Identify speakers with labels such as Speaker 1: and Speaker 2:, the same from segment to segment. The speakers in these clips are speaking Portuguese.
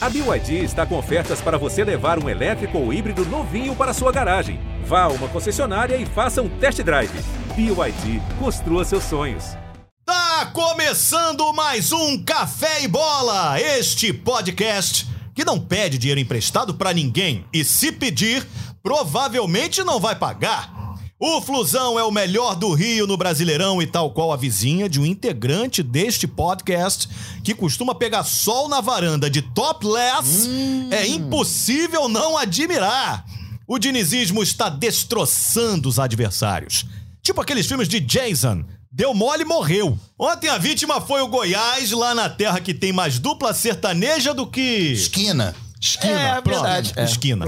Speaker 1: A BYD está com ofertas para você levar um elétrico ou híbrido novinho para sua garagem. Vá a uma concessionária e faça um test drive. BYD, construa seus sonhos.
Speaker 2: Tá começando mais um Café e Bola, este podcast que não pede dinheiro emprestado pra ninguém e se pedir, provavelmente não vai pagar. O Flusão é o melhor do Rio no Brasileirão e tal qual a vizinha de um integrante deste podcast que costuma pegar sol na varanda de topless, é impossível não admirar. O dinizismo está destroçando os adversários. Tipo aqueles filmes de Jason, Deu mole e morreu. Ontem a vítima foi o Goiás, lá na terra que tem mais dupla sertaneja do que.
Speaker 3: Esquina. Esquina.
Speaker 2: É, verdade. Esquina.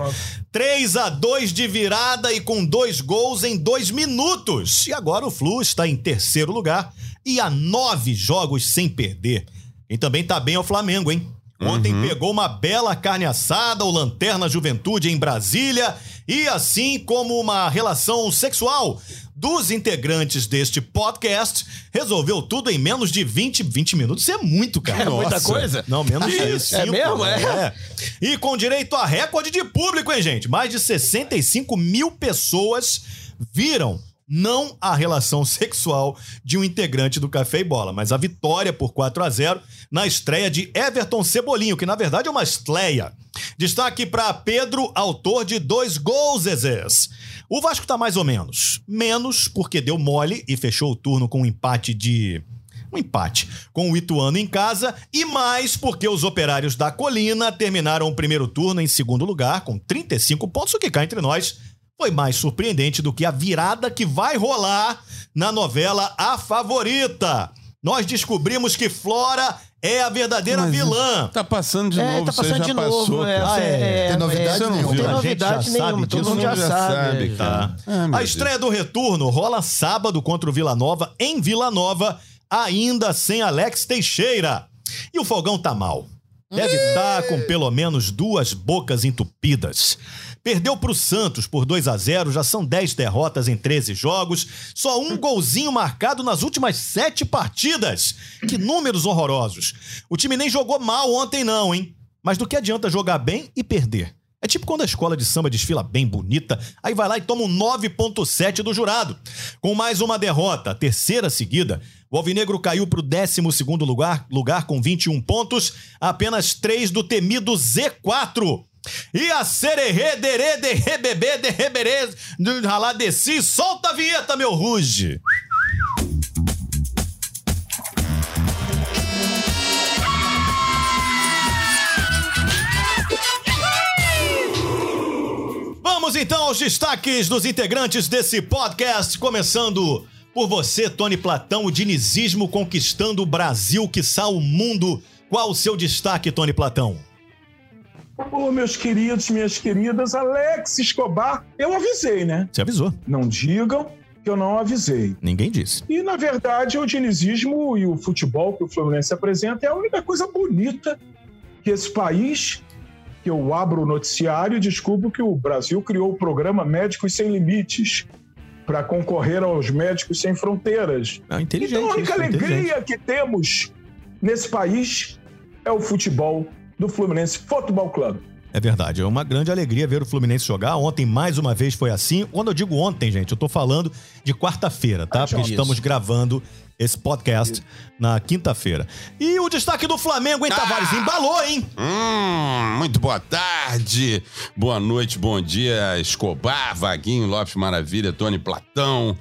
Speaker 2: 3 a 2 de virada e com dois gols em dois minutos. E agora o Flu está em terceiro lugar e a nove jogos sem perder. E também tá bem o Flamengo, hein? Ontem pegou uma bela carne assada, o Lanterna Juventude em Brasília, e assim como uma relação sexual dos integrantes deste podcast, resolveu tudo em menos de 20, 20 minutos. Isso é muito, cara.
Speaker 3: É muita coisa?
Speaker 2: Não, menos de
Speaker 3: Isso, é
Speaker 2: cinco,
Speaker 3: mesmo? É.
Speaker 2: é. E com direito a recorde de público, hein, gente? Mais de 65 mil pessoas viram não a relação sexual de um integrante do Café e Bola, mas a vitória por 4 a 0 na estreia de Everton Cebolinho, que na verdade é uma estreia. Destaque para Pedro, autor de dois gols, Zezés. O Vasco tá mais ou menos. Menos porque deu mole e fechou o turno com um empate de um empate com o Ituano em casa e mais porque os operários da Colina terminaram o primeiro turno em segundo lugar com 35 pontos, o que cá entre nós foi mais surpreendente do que a virada que vai rolar na novela A Favorita. Nós descobrimos que Flora é a verdadeira
Speaker 4: Mas
Speaker 2: vilã.
Speaker 4: Tá passando de
Speaker 5: é,
Speaker 4: novo,
Speaker 5: tá
Speaker 4: você
Speaker 5: passando
Speaker 4: já
Speaker 5: de novo.
Speaker 4: passou.
Speaker 5: é,
Speaker 4: cara.
Speaker 5: você- é,
Speaker 3: Tem novidade
Speaker 5: é,
Speaker 4: nenhuma.
Speaker 5: Tem
Speaker 4: A gente
Speaker 5: novidade
Speaker 2: já
Speaker 5: nenhuma,
Speaker 2: sabe
Speaker 5: todo
Speaker 2: disso,
Speaker 5: mundo já sabe.
Speaker 4: sabe, cara. Ah, meu
Speaker 2: a estreia do retorno rola sábado contra o Vila Nova em Vila Nova, ainda sem Alex Teixeira. E o fogão tá mal. Deve estar com pelo menos duas bocas entupidas. Perdeu pro Santos por 2 a 0 já são 10 derrotas em 13 jogos, só um golzinho marcado nas últimas sete partidas. Que números horrorosos. O time nem jogou mal ontem não, hein? Mas do que adianta jogar bem e perder? É tipo quando a escola de samba desfila bem bonita, aí vai lá e toma um 9.7 do jurado. Com mais uma derrota, a terceira seguida, o Alvinegro caiu para o 12º lugar, lugar com 21 pontos, apenas 3 do temido Z4. E a sererê, derê, derê, bebê, derê, berê, de- ralá, desci, solta a vinheta, meu ruge! Vamos então aos destaques dos integrantes desse podcast, começando por você, Tony Platão, o dinizismo conquistando o Brasil, quiçá o mundo. Qual o seu destaque, Tony Platão?
Speaker 6: Ô, meus queridos, minhas queridas, Alex Escobar, eu avisei, né?
Speaker 2: Você avisou,
Speaker 6: Não digam que eu não avisei.
Speaker 2: ninguém disse.
Speaker 6: E, na verdade, o dinizismo e o futebol que o Fluminense apresenta é a única coisa bonita que esse país, que eu abro o noticiário e descubro que o Brasil criou o programa Médicos Sem Limites para concorrer aos Médicos Sem Fronteiras.
Speaker 2: Ah, inteligente.
Speaker 6: Então a única
Speaker 2: isso, inteligente.
Speaker 6: alegria que temos nesse país é o futebol do Fluminense Futebol Clube.
Speaker 2: É verdade, é uma grande alegria ver o Fluminense jogar. Ontem, mais uma vez, foi assim. Quando eu digo ontem, gente, eu tô falando de quarta-feira, tá? Porque
Speaker 3: isso.
Speaker 2: estamos gravando esse podcast na quinta-feira. E o destaque do Flamengo, hein, Tavares? Embalou, hein?
Speaker 4: Hum, muito boa tarde, boa noite, bom dia, Escobar, Vaguinho, Lopes Maravilha, Tony Platão.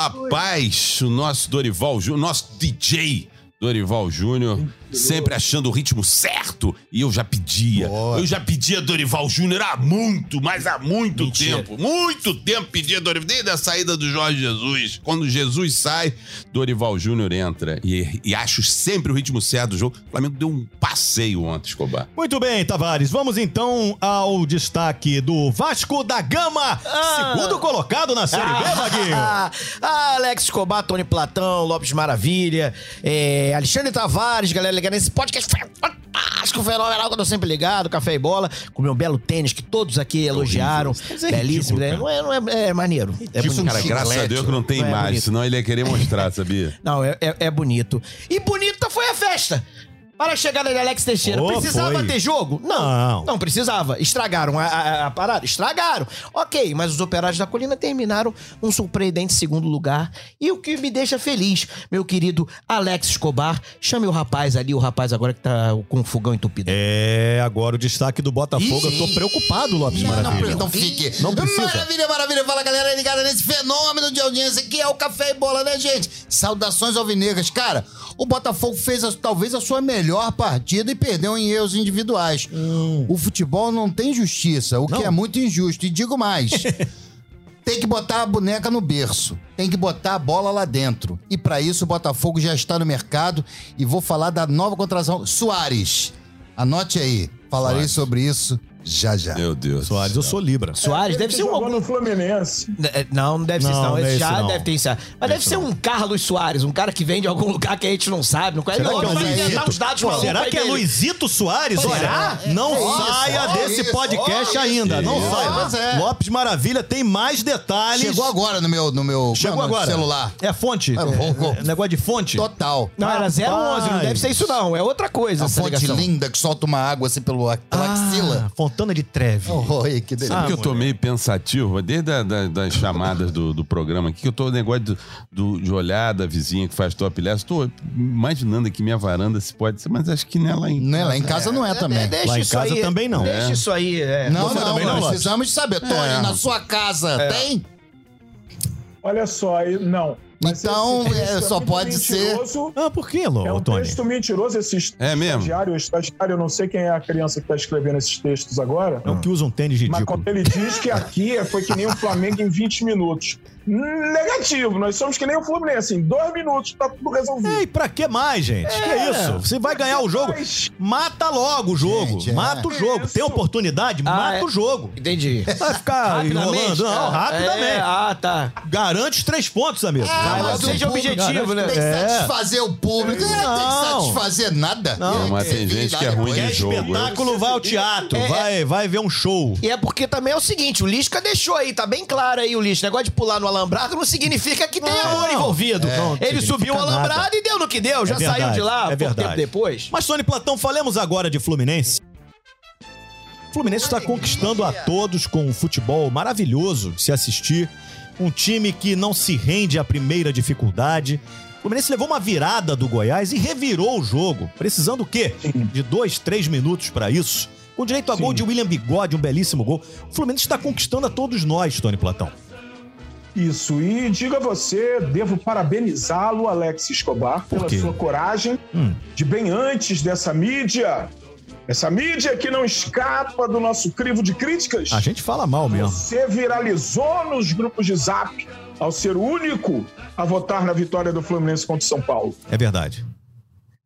Speaker 4: Rapaz, o nosso Dorival Júnior, nosso DJ Dorival Júnior, sempre achando o ritmo certo. E eu já pedia.
Speaker 3: Boa.
Speaker 4: Eu já pedia Dorival Júnior há muito, mas há muito
Speaker 3: Mentira.
Speaker 4: tempo. Muito tempo pedia Dorival. Desde a saída do Jorge Jesus. Quando Jesus sai, Dorival Júnior entra. E, e acho sempre o ritmo certo do jogo. O Flamengo deu um passeio ontem, Escobar.
Speaker 2: Muito bem, Tavares. Vamos então ao destaque do Vasco da Gama,
Speaker 3: Ah.
Speaker 2: segundo colocado na Série B, Vaguinho.
Speaker 5: Ah, ah, Alex Escobar, Tony Platão, Lopes Maravilha, é, Alexandre Tavares, galera ligada nesse podcast fantástico, fenomenal, que eu tô sempre ligado, café e bola, com meu belo tênis que todos aqui elogiaram.
Speaker 2: é
Speaker 5: Belíssimo, né? Não é, não é, é maneiro. É bonito.
Speaker 4: Cara, graças a Deus que não tem
Speaker 5: É
Speaker 4: imagem,
Speaker 5: bonito.
Speaker 4: senão ele ia querer mostrar, sabia?
Speaker 5: Não, é, é- é bonito. E bonita foi a festa. Para a chegada de Alex Teixeira,
Speaker 2: Oh,
Speaker 5: precisava
Speaker 2: foi.
Speaker 5: ter jogo? Não,
Speaker 2: Não.
Speaker 5: não. precisava. Estragaram a, a- a parada? Estragaram. Ok, mas os operários da colina terminaram um surpreendente segundo lugar. E o que me deixa feliz, meu querido Alex Escobar, chame o rapaz ali, o rapaz agora que tá com o fogão entupido.
Speaker 2: É, agora o destaque do Botafogo. Eu tô preocupado, Lopes Maravilha.
Speaker 3: Não, não fique.
Speaker 2: Não precisa.
Speaker 3: Maravilha, maravilha. Fala, galera ligada nesse fenômeno de audiência que é o Café e Bola, né, gente? Saudações alvinegras. Cara, o Botafogo fez a- talvez a sua melhor partida e perdeu em erros individuais. O futebol não tem justiça, o que é muito injusto. E digo mais. Tem que botar a boneca no berço. Tem que botar a bola lá dentro. E pra isso o Botafogo já está no mercado. E vou falar da nova contratação. Soares. Anote aí. Falarei sobre isso já já.
Speaker 4: Meu Deus.
Speaker 2: Soares, eu sou Libra.
Speaker 3: Ah,
Speaker 5: Soares, deve ser um
Speaker 6: Jogou
Speaker 5: algum
Speaker 6: no Fluminense.
Speaker 5: É, Não, não deve ser
Speaker 2: Não,
Speaker 5: isso, não.
Speaker 2: não é
Speaker 5: Esse
Speaker 2: isso,
Speaker 5: já
Speaker 2: não. é
Speaker 5: deve ter isso. Mas deve ser um Carlos Soares, um cara que vem de algum lugar que a gente não sabe, não conhece.
Speaker 2: Será
Speaker 5: Não,
Speaker 2: que é o
Speaker 5: vai inventar
Speaker 2: Luizito?
Speaker 5: os dados malucos
Speaker 2: Será
Speaker 5: aí
Speaker 2: que é
Speaker 5: dele.
Speaker 2: Luizito Soares?
Speaker 5: Pois
Speaker 2: Olha,
Speaker 5: é.
Speaker 2: não
Speaker 5: É isso,
Speaker 2: saia
Speaker 3: é
Speaker 2: desse
Speaker 3: isso,
Speaker 2: podcast
Speaker 3: é
Speaker 2: ainda. Não
Speaker 3: isso.
Speaker 2: saia.
Speaker 3: Pois é.
Speaker 2: Lopes Maravilha tem mais detalhes.
Speaker 3: Chegou agora no meu, no meu
Speaker 2: Chegou
Speaker 3: como é o nome?
Speaker 2: agora.
Speaker 3: celular.
Speaker 2: É fonte?
Speaker 3: É, vou-
Speaker 2: É, é negócio de fonte?
Speaker 3: Total.
Speaker 5: Não, era
Speaker 2: Rapaz.
Speaker 5: 011, não deve ser isso, não. É outra coisa.
Speaker 3: Uma
Speaker 5: essa
Speaker 3: fonte
Speaker 5: ligação.
Speaker 3: linda que solta uma água assim pelo, pela axila.
Speaker 2: Ah,
Speaker 3: Ah,
Speaker 2: Fontana de Treve.
Speaker 3: Oi, que delícia.
Speaker 4: Sabe que É eu tô meio pensativo, desde a, da- das chamadas do, do programa aqui, que eu tô no negócio do, do- de olhar da vizinha que faz top less. Tô imaginando aqui minha varanda se pode ser, mas acho que não é lá em.
Speaker 3: Não é, lá em casa não é também.
Speaker 5: Deixa
Speaker 2: Lá em
Speaker 5: isso
Speaker 2: casa
Speaker 5: aí,
Speaker 2: também não.
Speaker 5: Deixa isso aí. é.
Speaker 3: Não,
Speaker 2: Você
Speaker 3: não,
Speaker 2: também não,
Speaker 3: não,
Speaker 2: Lopes?
Speaker 3: precisamos de saber. Tony, na sua casa tem?
Speaker 6: Olha só, aí- não. Mas
Speaker 3: Então,
Speaker 6: esse
Speaker 3: é,
Speaker 6: texto
Speaker 3: só
Speaker 6: muito
Speaker 3: pode ser-
Speaker 6: mentiroso.
Speaker 2: Ah, por que, Lô,
Speaker 6: É um
Speaker 2: Tony?
Speaker 6: texto mentiroso esse
Speaker 4: É mesmo?
Speaker 6: estagiário, o estagiário, eu não sei quem é a criança que está escrevendo esses textos agora.
Speaker 2: É um que usa um tênis
Speaker 6: Mas
Speaker 2: ridículo.
Speaker 6: quando ele diz que aqui foi que nem o Flamengo em 20 minutos. Negativo, nós somos que nem o Fluminense. Em dois minutos tá tudo resolvido.
Speaker 2: Ei, pra que mais, gente? Que isso? Você vai ganhar o jogo.
Speaker 6: Mas
Speaker 2: Mata logo o jogo.
Speaker 3: Gente, é.
Speaker 2: Mata o jogo.
Speaker 6: Isso.
Speaker 2: Tem oportunidade? mata
Speaker 5: é.
Speaker 2: o jogo.
Speaker 5: Entendi.
Speaker 2: Vai ficar enrolando? Não,
Speaker 5: cara. É,
Speaker 2: rapidamente.
Speaker 5: ah, tá.
Speaker 2: Garante os três pontos, amigo.
Speaker 3: Ah,
Speaker 5: mas
Speaker 3: o
Speaker 5: seja
Speaker 3: público
Speaker 5: objetivo, né?
Speaker 3: Tem que
Speaker 2: É.
Speaker 3: satisfazer o público. Não, tem que
Speaker 2: Não.
Speaker 3: satisfazer nada.
Speaker 4: Não, mas tem gente que é ruim
Speaker 2: Quer
Speaker 4: de jogo.
Speaker 2: espetáculo, vai ao teatro.
Speaker 5: É, é.
Speaker 2: Vai, vai ver um show.
Speaker 5: E é porque também é o seguinte, o Lisca deixou aí, tá bem claro aí o Lisca. Negócio de pular no alambrado não significa que tenha amor envolvido.
Speaker 2: É, Não,
Speaker 5: Ele
Speaker 2: significa
Speaker 5: subiu o alambrado
Speaker 2: nada.
Speaker 5: e deu no que deu, já saiu
Speaker 2: verdade,
Speaker 5: de lá
Speaker 2: é
Speaker 5: pouco
Speaker 2: verdade.
Speaker 5: tempo depois.
Speaker 2: Mas, Sônia Platão, falemos agora de Fluminense. O Fluminense está conquistando a todos com um futebol maravilhoso de se assistir. Um time que não se rende à primeira dificuldade. O Fluminense levou uma virada do Goiás e revirou o jogo. Precisando o quê? De dois, três minutos para isso. Com direito a gol de William Bigode, um belíssimo gol. O Fluminense está conquistando a todos nós, Tony Platão.
Speaker 6: Isso, e diga você, devo parabenizá-lo, Alex Escobar,
Speaker 2: Por
Speaker 6: pela
Speaker 2: quê?
Speaker 6: sua coragem
Speaker 2: Hum.
Speaker 6: de bem antes dessa mídia. Essa mídia que não escapa do nosso crivo de críticas.
Speaker 2: A gente fala mal mesmo.
Speaker 6: Você viralizou nos grupos de zap ao ser o único a votar na vitória do Fluminense contra o São Paulo.
Speaker 2: É verdade.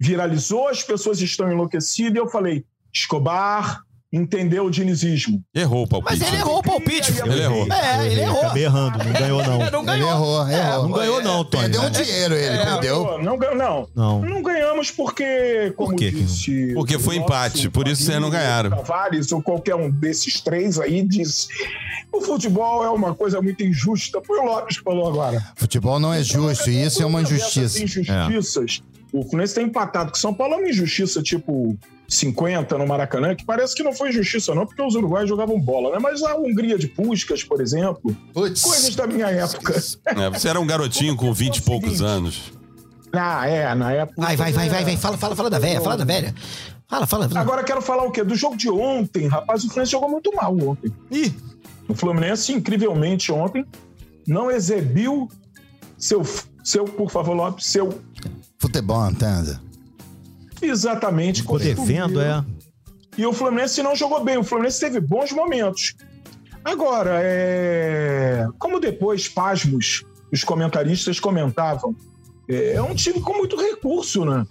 Speaker 6: viralizou, as pessoas estão enlouquecidas. E eu falei, Escobar entendeu o dinizismo.
Speaker 4: Errou o palpite.
Speaker 5: Mas ele errou o palpite.
Speaker 4: Ele errou.
Speaker 5: É, ele errou.
Speaker 2: Acabei errando, não ganhou não.
Speaker 5: Não
Speaker 3: Ele
Speaker 5: ganhou.
Speaker 3: errou, errou.
Speaker 2: Não ganhou não, Tony.
Speaker 3: Perdeu um
Speaker 2: né?
Speaker 3: dinheiro ele,
Speaker 6: É.
Speaker 3: perdeu.
Speaker 6: Não, ganhou, não.
Speaker 2: Não.
Speaker 6: Não ganhamos porque, como
Speaker 2: Por quê?
Speaker 6: disse...
Speaker 4: Porque foi
Speaker 6: o
Speaker 4: empate, por isso vocês não
Speaker 6: amigo
Speaker 4: ganharam.
Speaker 6: Tavares ou qualquer um desses três aí disse... O futebol é uma coisa muito injusta. Foi o Lopes que falou agora.
Speaker 3: Futebol não é justo e isso é uma injustiça.
Speaker 6: Essas injustiças. O Fluminense tem empatado com o São Paulo, é uma injustiça tipo 50 no Maracanã, que parece que não foi injustiça, não, porque os uruguaios jogavam bola, né? Mas a Hungria de Puscas, por exemplo, coisas
Speaker 3: Putz.
Speaker 6: da minha época.
Speaker 4: É, você era um garotinho com 20 e poucos anos.
Speaker 6: Ah, é, na época.
Speaker 5: Vai, vai, vai, vai, vai. Fala, fala, fala da velha, fala da velha. Fala, fala.
Speaker 6: Agora quero falar o quê? Do jogo de ontem, rapaz, o Fluminense jogou muito mal ontem.
Speaker 2: Ih,
Speaker 6: O Fluminense, incrivelmente, ontem, não exibiu seu, seu por favor, Lopes, seu
Speaker 3: Futebol, entende?
Speaker 6: exatamente
Speaker 2: ficou devendo, é.
Speaker 6: E o Fluminense não jogou bem. O Fluminense teve bons momentos. Agora, é... como depois, pasmos, os comentaristas comentavam, é é um time com muito recurso, né?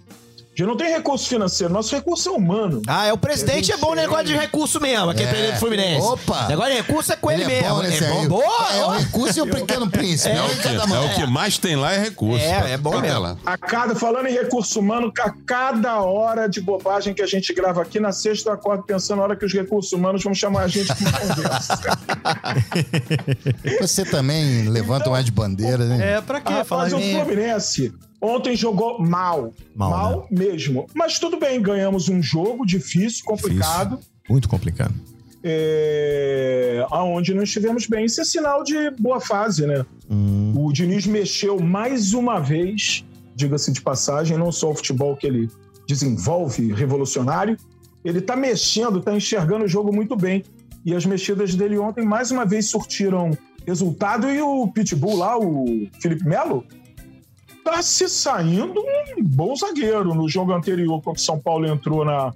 Speaker 6: Já não tem recurso financeiro, nosso recurso é humano.
Speaker 5: Ah, é o presidente é bom no negócio de recurso mesmo, aquele
Speaker 3: É.
Speaker 5: presidente do Fluminense.
Speaker 3: Opa!
Speaker 5: Negócio de recurso é com ele,
Speaker 3: Ele é
Speaker 5: mesmo.
Speaker 3: bom nesse aí.
Speaker 5: Boa!
Speaker 3: É o
Speaker 5: ó.
Speaker 3: recurso e o pequeno príncipe.
Speaker 4: É
Speaker 3: É
Speaker 4: o
Speaker 3: um em
Speaker 4: que,
Speaker 3: cada
Speaker 4: é
Speaker 3: mão.
Speaker 4: o que mais tem lá é recurso.
Speaker 5: É, é bom
Speaker 4: Cadê
Speaker 5: mesmo.
Speaker 4: lá?
Speaker 6: A cada, falando em recurso humano, a cada hora de bobagem que a gente grava aqui, na sexta eu acordo pensando na hora que os recursos humanos vão chamar a gente para conversa.
Speaker 3: Você também levanta mais de bandeira, né?
Speaker 5: É,
Speaker 2: pra
Speaker 5: Ah, um
Speaker 6: um Rapaz, o Fluminense Ontem jogou mal.
Speaker 2: Mal,
Speaker 6: Mal, né? mesmo. Mas tudo bem, ganhamos um jogo difícil, complicado,
Speaker 2: Muito complicado.
Speaker 6: é, aonde não estivemos bem. Isso é sinal de boa fase, né? O Diniz mexeu mais uma vez, diga-se de passagem, não só o futebol que ele desenvolve, revolucionário, ele tá mexendo, tá enxergando o jogo muito bem. E as mexidas dele ontem mais uma vez surtiram resultado e o Pitbull lá, o Felipe Melo, tá se saindo um bom zagueiro. No jogo anterior, quando o São Paulo entrou na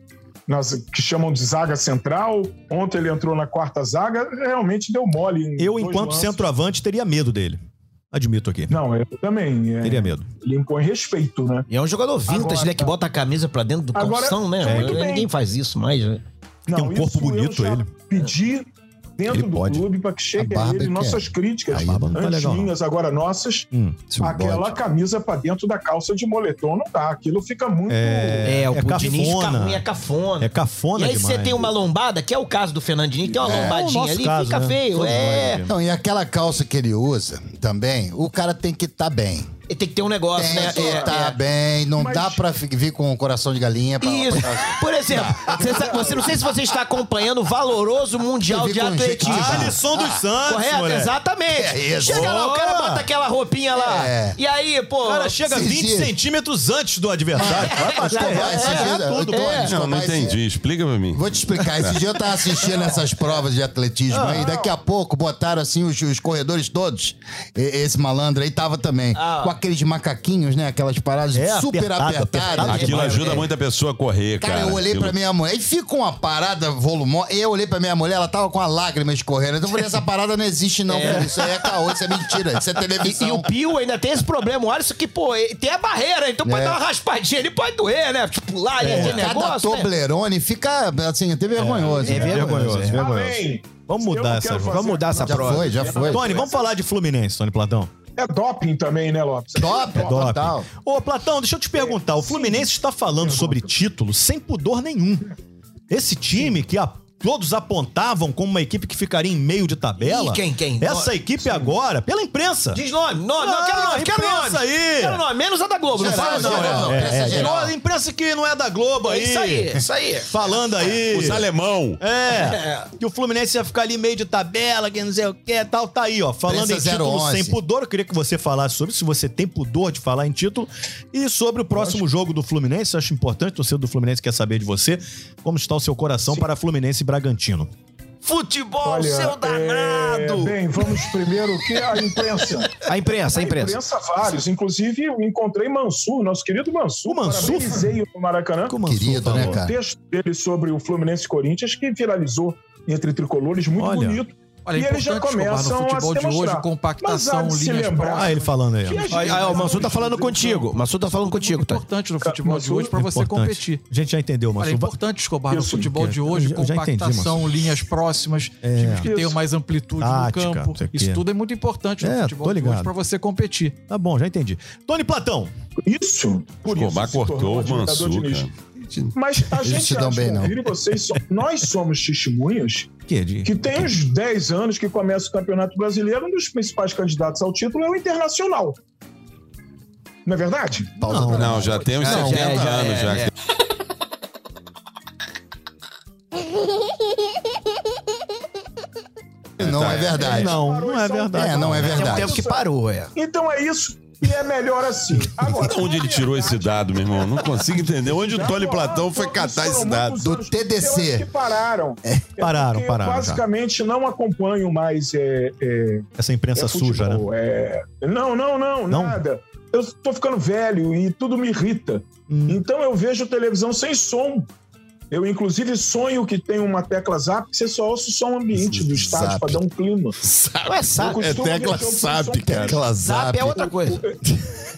Speaker 6: nas, que chamam de zaga central, ontem ele entrou na quarta zaga, realmente deu mole. em
Speaker 2: Eu,
Speaker 6: dois
Speaker 2: enquanto
Speaker 6: lances.
Speaker 2: centroavante, teria medo dele. Admito aqui.
Speaker 6: Não, eu também. é,
Speaker 2: Teria medo.
Speaker 6: ele impõe respeito, né?
Speaker 5: E é um jogador vintage,
Speaker 6: Agora-
Speaker 5: né? Que bota a camisa pra dentro do
Speaker 6: Agora-
Speaker 5: calção, né?
Speaker 6: É, muito bem.
Speaker 5: Ninguém faz isso mais, né?
Speaker 2: Tem um corpo
Speaker 6: isso
Speaker 2: bonito,
Speaker 6: eu já
Speaker 2: ele. É.
Speaker 6: Pedi dentro
Speaker 2: Ele
Speaker 6: do
Speaker 2: pode.
Speaker 6: clube para que chegue
Speaker 3: A
Speaker 6: a,
Speaker 3: barba é
Speaker 6: ele
Speaker 3: que
Speaker 6: nossas críticas,
Speaker 2: A barba não tá
Speaker 6: antes
Speaker 2: legal, não.
Speaker 6: minhas, agora nossas.
Speaker 2: Hum.
Speaker 6: Aquela camisa para dentro da calça de moletom não dá. Aquilo fica muito.
Speaker 2: É,
Speaker 5: É, o
Speaker 2: é
Speaker 5: o Diniz fica
Speaker 2: cafona.
Speaker 5: ruim, é cafona.
Speaker 2: É cafona
Speaker 5: e aí
Speaker 2: demais.
Speaker 5: você tem uma lombada, que é o caso do Fernandinho, tem uma
Speaker 2: É, é o
Speaker 5: lombadinha
Speaker 2: nosso
Speaker 5: ali,
Speaker 2: caso,
Speaker 5: fica
Speaker 2: né?
Speaker 5: feio.
Speaker 2: Todos nós
Speaker 5: É,
Speaker 2: aqui.
Speaker 3: Não, e aquela calça que ele usa também, o cara tem que estar bem.
Speaker 5: e tem que ter um negócio,
Speaker 3: Tem
Speaker 5: né?
Speaker 3: que
Speaker 5: É,
Speaker 3: tá
Speaker 5: é.
Speaker 3: bem, não
Speaker 6: Mas-
Speaker 3: dá pra fi- vir com o coração de galinha pra
Speaker 5: Isso.
Speaker 3: pra-
Speaker 5: Por exemplo,
Speaker 2: Tá.
Speaker 5: você, sabe- você- não sei se você está acompanhando o valoroso Mundial
Speaker 3: Eu vi
Speaker 5: de
Speaker 3: com gente-
Speaker 5: Atletismo.
Speaker 3: Ah,
Speaker 2: Alisson dos Santos,
Speaker 5: Correto?
Speaker 2: moleque.
Speaker 5: Exatamente.
Speaker 3: É isso.
Speaker 5: Chega lá, o cara
Speaker 2: Boa.
Speaker 5: bota aquela roupinha lá.
Speaker 3: É.
Speaker 5: E aí, pô.
Speaker 2: O cara chega
Speaker 3: Sim,
Speaker 2: 20
Speaker 3: sim.
Speaker 2: centímetros antes do adversário. Vai bater
Speaker 5: É,
Speaker 3: Vai,
Speaker 2: reto,
Speaker 3: esse
Speaker 2: vai
Speaker 3: dia-
Speaker 2: tirar tudo,
Speaker 3: é.
Speaker 2: pô.
Speaker 4: Não, não
Speaker 3: Mas-
Speaker 4: entendi. Explica pra mim.
Speaker 3: Vou te explicar. Esse dia eu tava assistindo essas provas de atletismo aí. Daqui a pouco botaram assim os, os corredores todos. E- esse malandro aí tava também.
Speaker 5: Ah.
Speaker 3: Com aqueles macaquinhos, né? Aquelas paradas
Speaker 2: É,
Speaker 3: super
Speaker 2: apertado,
Speaker 3: apertadas.
Speaker 2: apertado
Speaker 4: Aquilo
Speaker 2: demais,
Speaker 4: ajuda
Speaker 2: é.
Speaker 4: muito a pessoa a correr, cara.
Speaker 3: Cara, eu olhei
Speaker 4: Aquilo-
Speaker 3: pra minha mulher e fica uma parada volumosa. Eu olhei pra minha mulher, ela tava com a lágrima escorrendo. Então eu falei: essa parada não existe, não. filho. Isso aí é caô, isso é mentira, isso é
Speaker 5: E,
Speaker 3: televisão.
Speaker 5: e o Pio ainda tem esse problema. Olha isso que, pô, ele tem a barreira, então pode
Speaker 3: É.
Speaker 5: dar uma raspadinha, ele pode doer, né? Tipo, pular ali, aquele
Speaker 3: Cada
Speaker 5: negócio. né?
Speaker 3: Toblerone fica assim, até vergonhoso.
Speaker 5: é vergonhoso.
Speaker 2: Vergonhoso, vergonhoso.
Speaker 6: Amém.
Speaker 2: Vamos
Speaker 6: Eu
Speaker 2: mudar
Speaker 6: não
Speaker 2: essa.
Speaker 6: quero
Speaker 2: Vamos...
Speaker 6: fazer-
Speaker 5: mudar essa
Speaker 3: Já
Speaker 5: prova.
Speaker 3: foi, já foi.
Speaker 2: Tony, vamos falar de Fluminense, Tony Platão.
Speaker 6: É doping também, né, Lopes?
Speaker 3: Top,
Speaker 2: É
Speaker 3: top.
Speaker 2: doping.
Speaker 3: Total.
Speaker 2: Ô, Platão, deixa eu te perguntar. O Fluminense está falando sobre título sem pudor nenhum. Esse time que a- todos apontavam como uma equipe que ficaria em meio de tabela.
Speaker 5: Ih, quem, quem?
Speaker 2: Essa equipe agora, pela imprensa.
Speaker 5: Diz nome, nome, não,
Speaker 2: Ah,
Speaker 5: quero nome, quero
Speaker 2: imprensa
Speaker 5: nome.
Speaker 2: aí.
Speaker 5: Quero nome, menos a da Globo, não
Speaker 3: Geral,
Speaker 5: fala não.
Speaker 3: geral.
Speaker 5: é.
Speaker 3: Não, imprensa geral.
Speaker 2: Não, imprensa que não é da Globo
Speaker 5: É
Speaker 2: aí.
Speaker 5: isso aí, isso aí.
Speaker 2: Falando aí.
Speaker 4: Os alemão.
Speaker 2: É, que o Fluminense ia ficar ali meio de tabela, que não sei o que tal. Tá aí, ó. Falando
Speaker 3: Imprensa
Speaker 2: em título
Speaker 3: 011.
Speaker 2: sem pudor, eu queria que você falasse sobre, se você tem pudor de falar em título. E sobre o próximo jogo do Fluminense, eu acho importante, o torcedor do Fluminense quer saber de você, como está o seu coração para Fluminense e Bragantino.
Speaker 5: Futebol,
Speaker 6: Olha,
Speaker 5: seu
Speaker 6: é,
Speaker 5: danado.
Speaker 6: Bem, vamos primeiro que a imprensa.
Speaker 5: A imprensa, a imprensa.
Speaker 6: imprensa vários. Inclusive, eu encontrei Mansur, nosso querido Mansur.
Speaker 2: O Mansur?
Speaker 6: Parabenizei no
Speaker 5: é
Speaker 6: Maracanã.
Speaker 2: Como
Speaker 3: Querido, né,
Speaker 6: O
Speaker 3: cara?
Speaker 6: texto dele sobre o Fluminense e Corinthians que viralizou entre tricolores, muito
Speaker 2: Olha.
Speaker 6: bonito.
Speaker 7: Olha, é
Speaker 6: e eles já
Speaker 7: importante, Escobar,
Speaker 6: começam
Speaker 7: no
Speaker 6: a
Speaker 7: futebol
Speaker 6: se
Speaker 7: de hoje,
Speaker 6: demonstrar.
Speaker 7: compactação,
Speaker 6: Mas há de se
Speaker 7: linhas
Speaker 6: lembrar
Speaker 7: próximas.
Speaker 2: Ah, ele falando aí.
Speaker 6: Que a
Speaker 2: ó.
Speaker 6: gente
Speaker 5: Aí, aí, o Mansur tá falando
Speaker 6: entendeu?
Speaker 5: contigo. O Mansur tá falando
Speaker 7: É
Speaker 5: contigo, Tony.
Speaker 7: importante no futebol de
Speaker 6: Mansur,
Speaker 7: hoje para você
Speaker 2: é Importante.
Speaker 7: competir.
Speaker 2: A gente já entendeu,
Speaker 7: Olha, é
Speaker 2: Marcelo.
Speaker 7: importante, Escobar, no
Speaker 6: Isso,
Speaker 7: futebol de
Speaker 2: eu
Speaker 7: hoje,
Speaker 2: já- eu já entendi, É.
Speaker 7: compactação, linhas próximas, times que
Speaker 6: Isso.
Speaker 7: tenham mais amplitude
Speaker 2: Tática,
Speaker 7: no
Speaker 2: não sei o
Speaker 7: campo.
Speaker 2: quê.
Speaker 7: Isso tudo é muito importante no
Speaker 2: É, tô
Speaker 7: futebol de
Speaker 2: ligado.
Speaker 7: hoje para você competir.
Speaker 2: Tá bom, já entendi. Tony Platão.
Speaker 6: Isso. Por
Speaker 4: Escobar
Speaker 6: isso se tornou
Speaker 4: cortou o
Speaker 6: admirador de
Speaker 4: Mansu,
Speaker 6: Luiz.
Speaker 4: cara.
Speaker 6: Mas a gente
Speaker 3: se dão
Speaker 6: acha,
Speaker 3: bem, não.
Speaker 6: Convir, vocês so- nós somos testemunhas
Speaker 2: Que, de...
Speaker 6: que tem uns 10 anos que começa o Campeonato Brasileiro, um dos principais candidatos ao título é o Internacional. Não é verdade?
Speaker 4: Tá.
Speaker 3: Pausa pra-
Speaker 4: Não, já tem uns
Speaker 5: Não,
Speaker 4: 70
Speaker 5: é, já
Speaker 4: anos
Speaker 5: é,
Speaker 4: já.
Speaker 5: é.
Speaker 3: Não é verdade.
Speaker 2: Não, não é verdade.
Speaker 3: É, não é
Speaker 5: É um
Speaker 3: verdade.
Speaker 5: tempo que parou, é.
Speaker 6: Então é isso. E é melhor assim.
Speaker 4: De
Speaker 6: Agora,
Speaker 4: Então, onde ele tirou esse dado, meu irmão? Não consigo entender. Onde o Tony Platão foi catar esse dado?
Speaker 3: Do TDC.
Speaker 6: Eu acho que pararam. É
Speaker 2: Pararam,
Speaker 6: porque
Speaker 2: pararam, já.
Speaker 6: Basicamente, não acompanho mais é, é,
Speaker 2: Essa imprensa
Speaker 6: é
Speaker 2: suja, né?
Speaker 6: futebol, é- Não, não, não,
Speaker 2: Não?
Speaker 6: nada. Eu tô ficando velho e tudo me irrita. Então eu vejo televisão sem som. Eu, inclusive, sonho que tem uma tecla zap que você só ouça o som ambiente do estádio
Speaker 3: Zap.
Speaker 6: para dar um clima.
Speaker 5: Ué, sabe?
Speaker 4: É tecla sabe, cara.
Speaker 3: Aquela
Speaker 5: Zap
Speaker 3: zap.
Speaker 5: é outra coisa.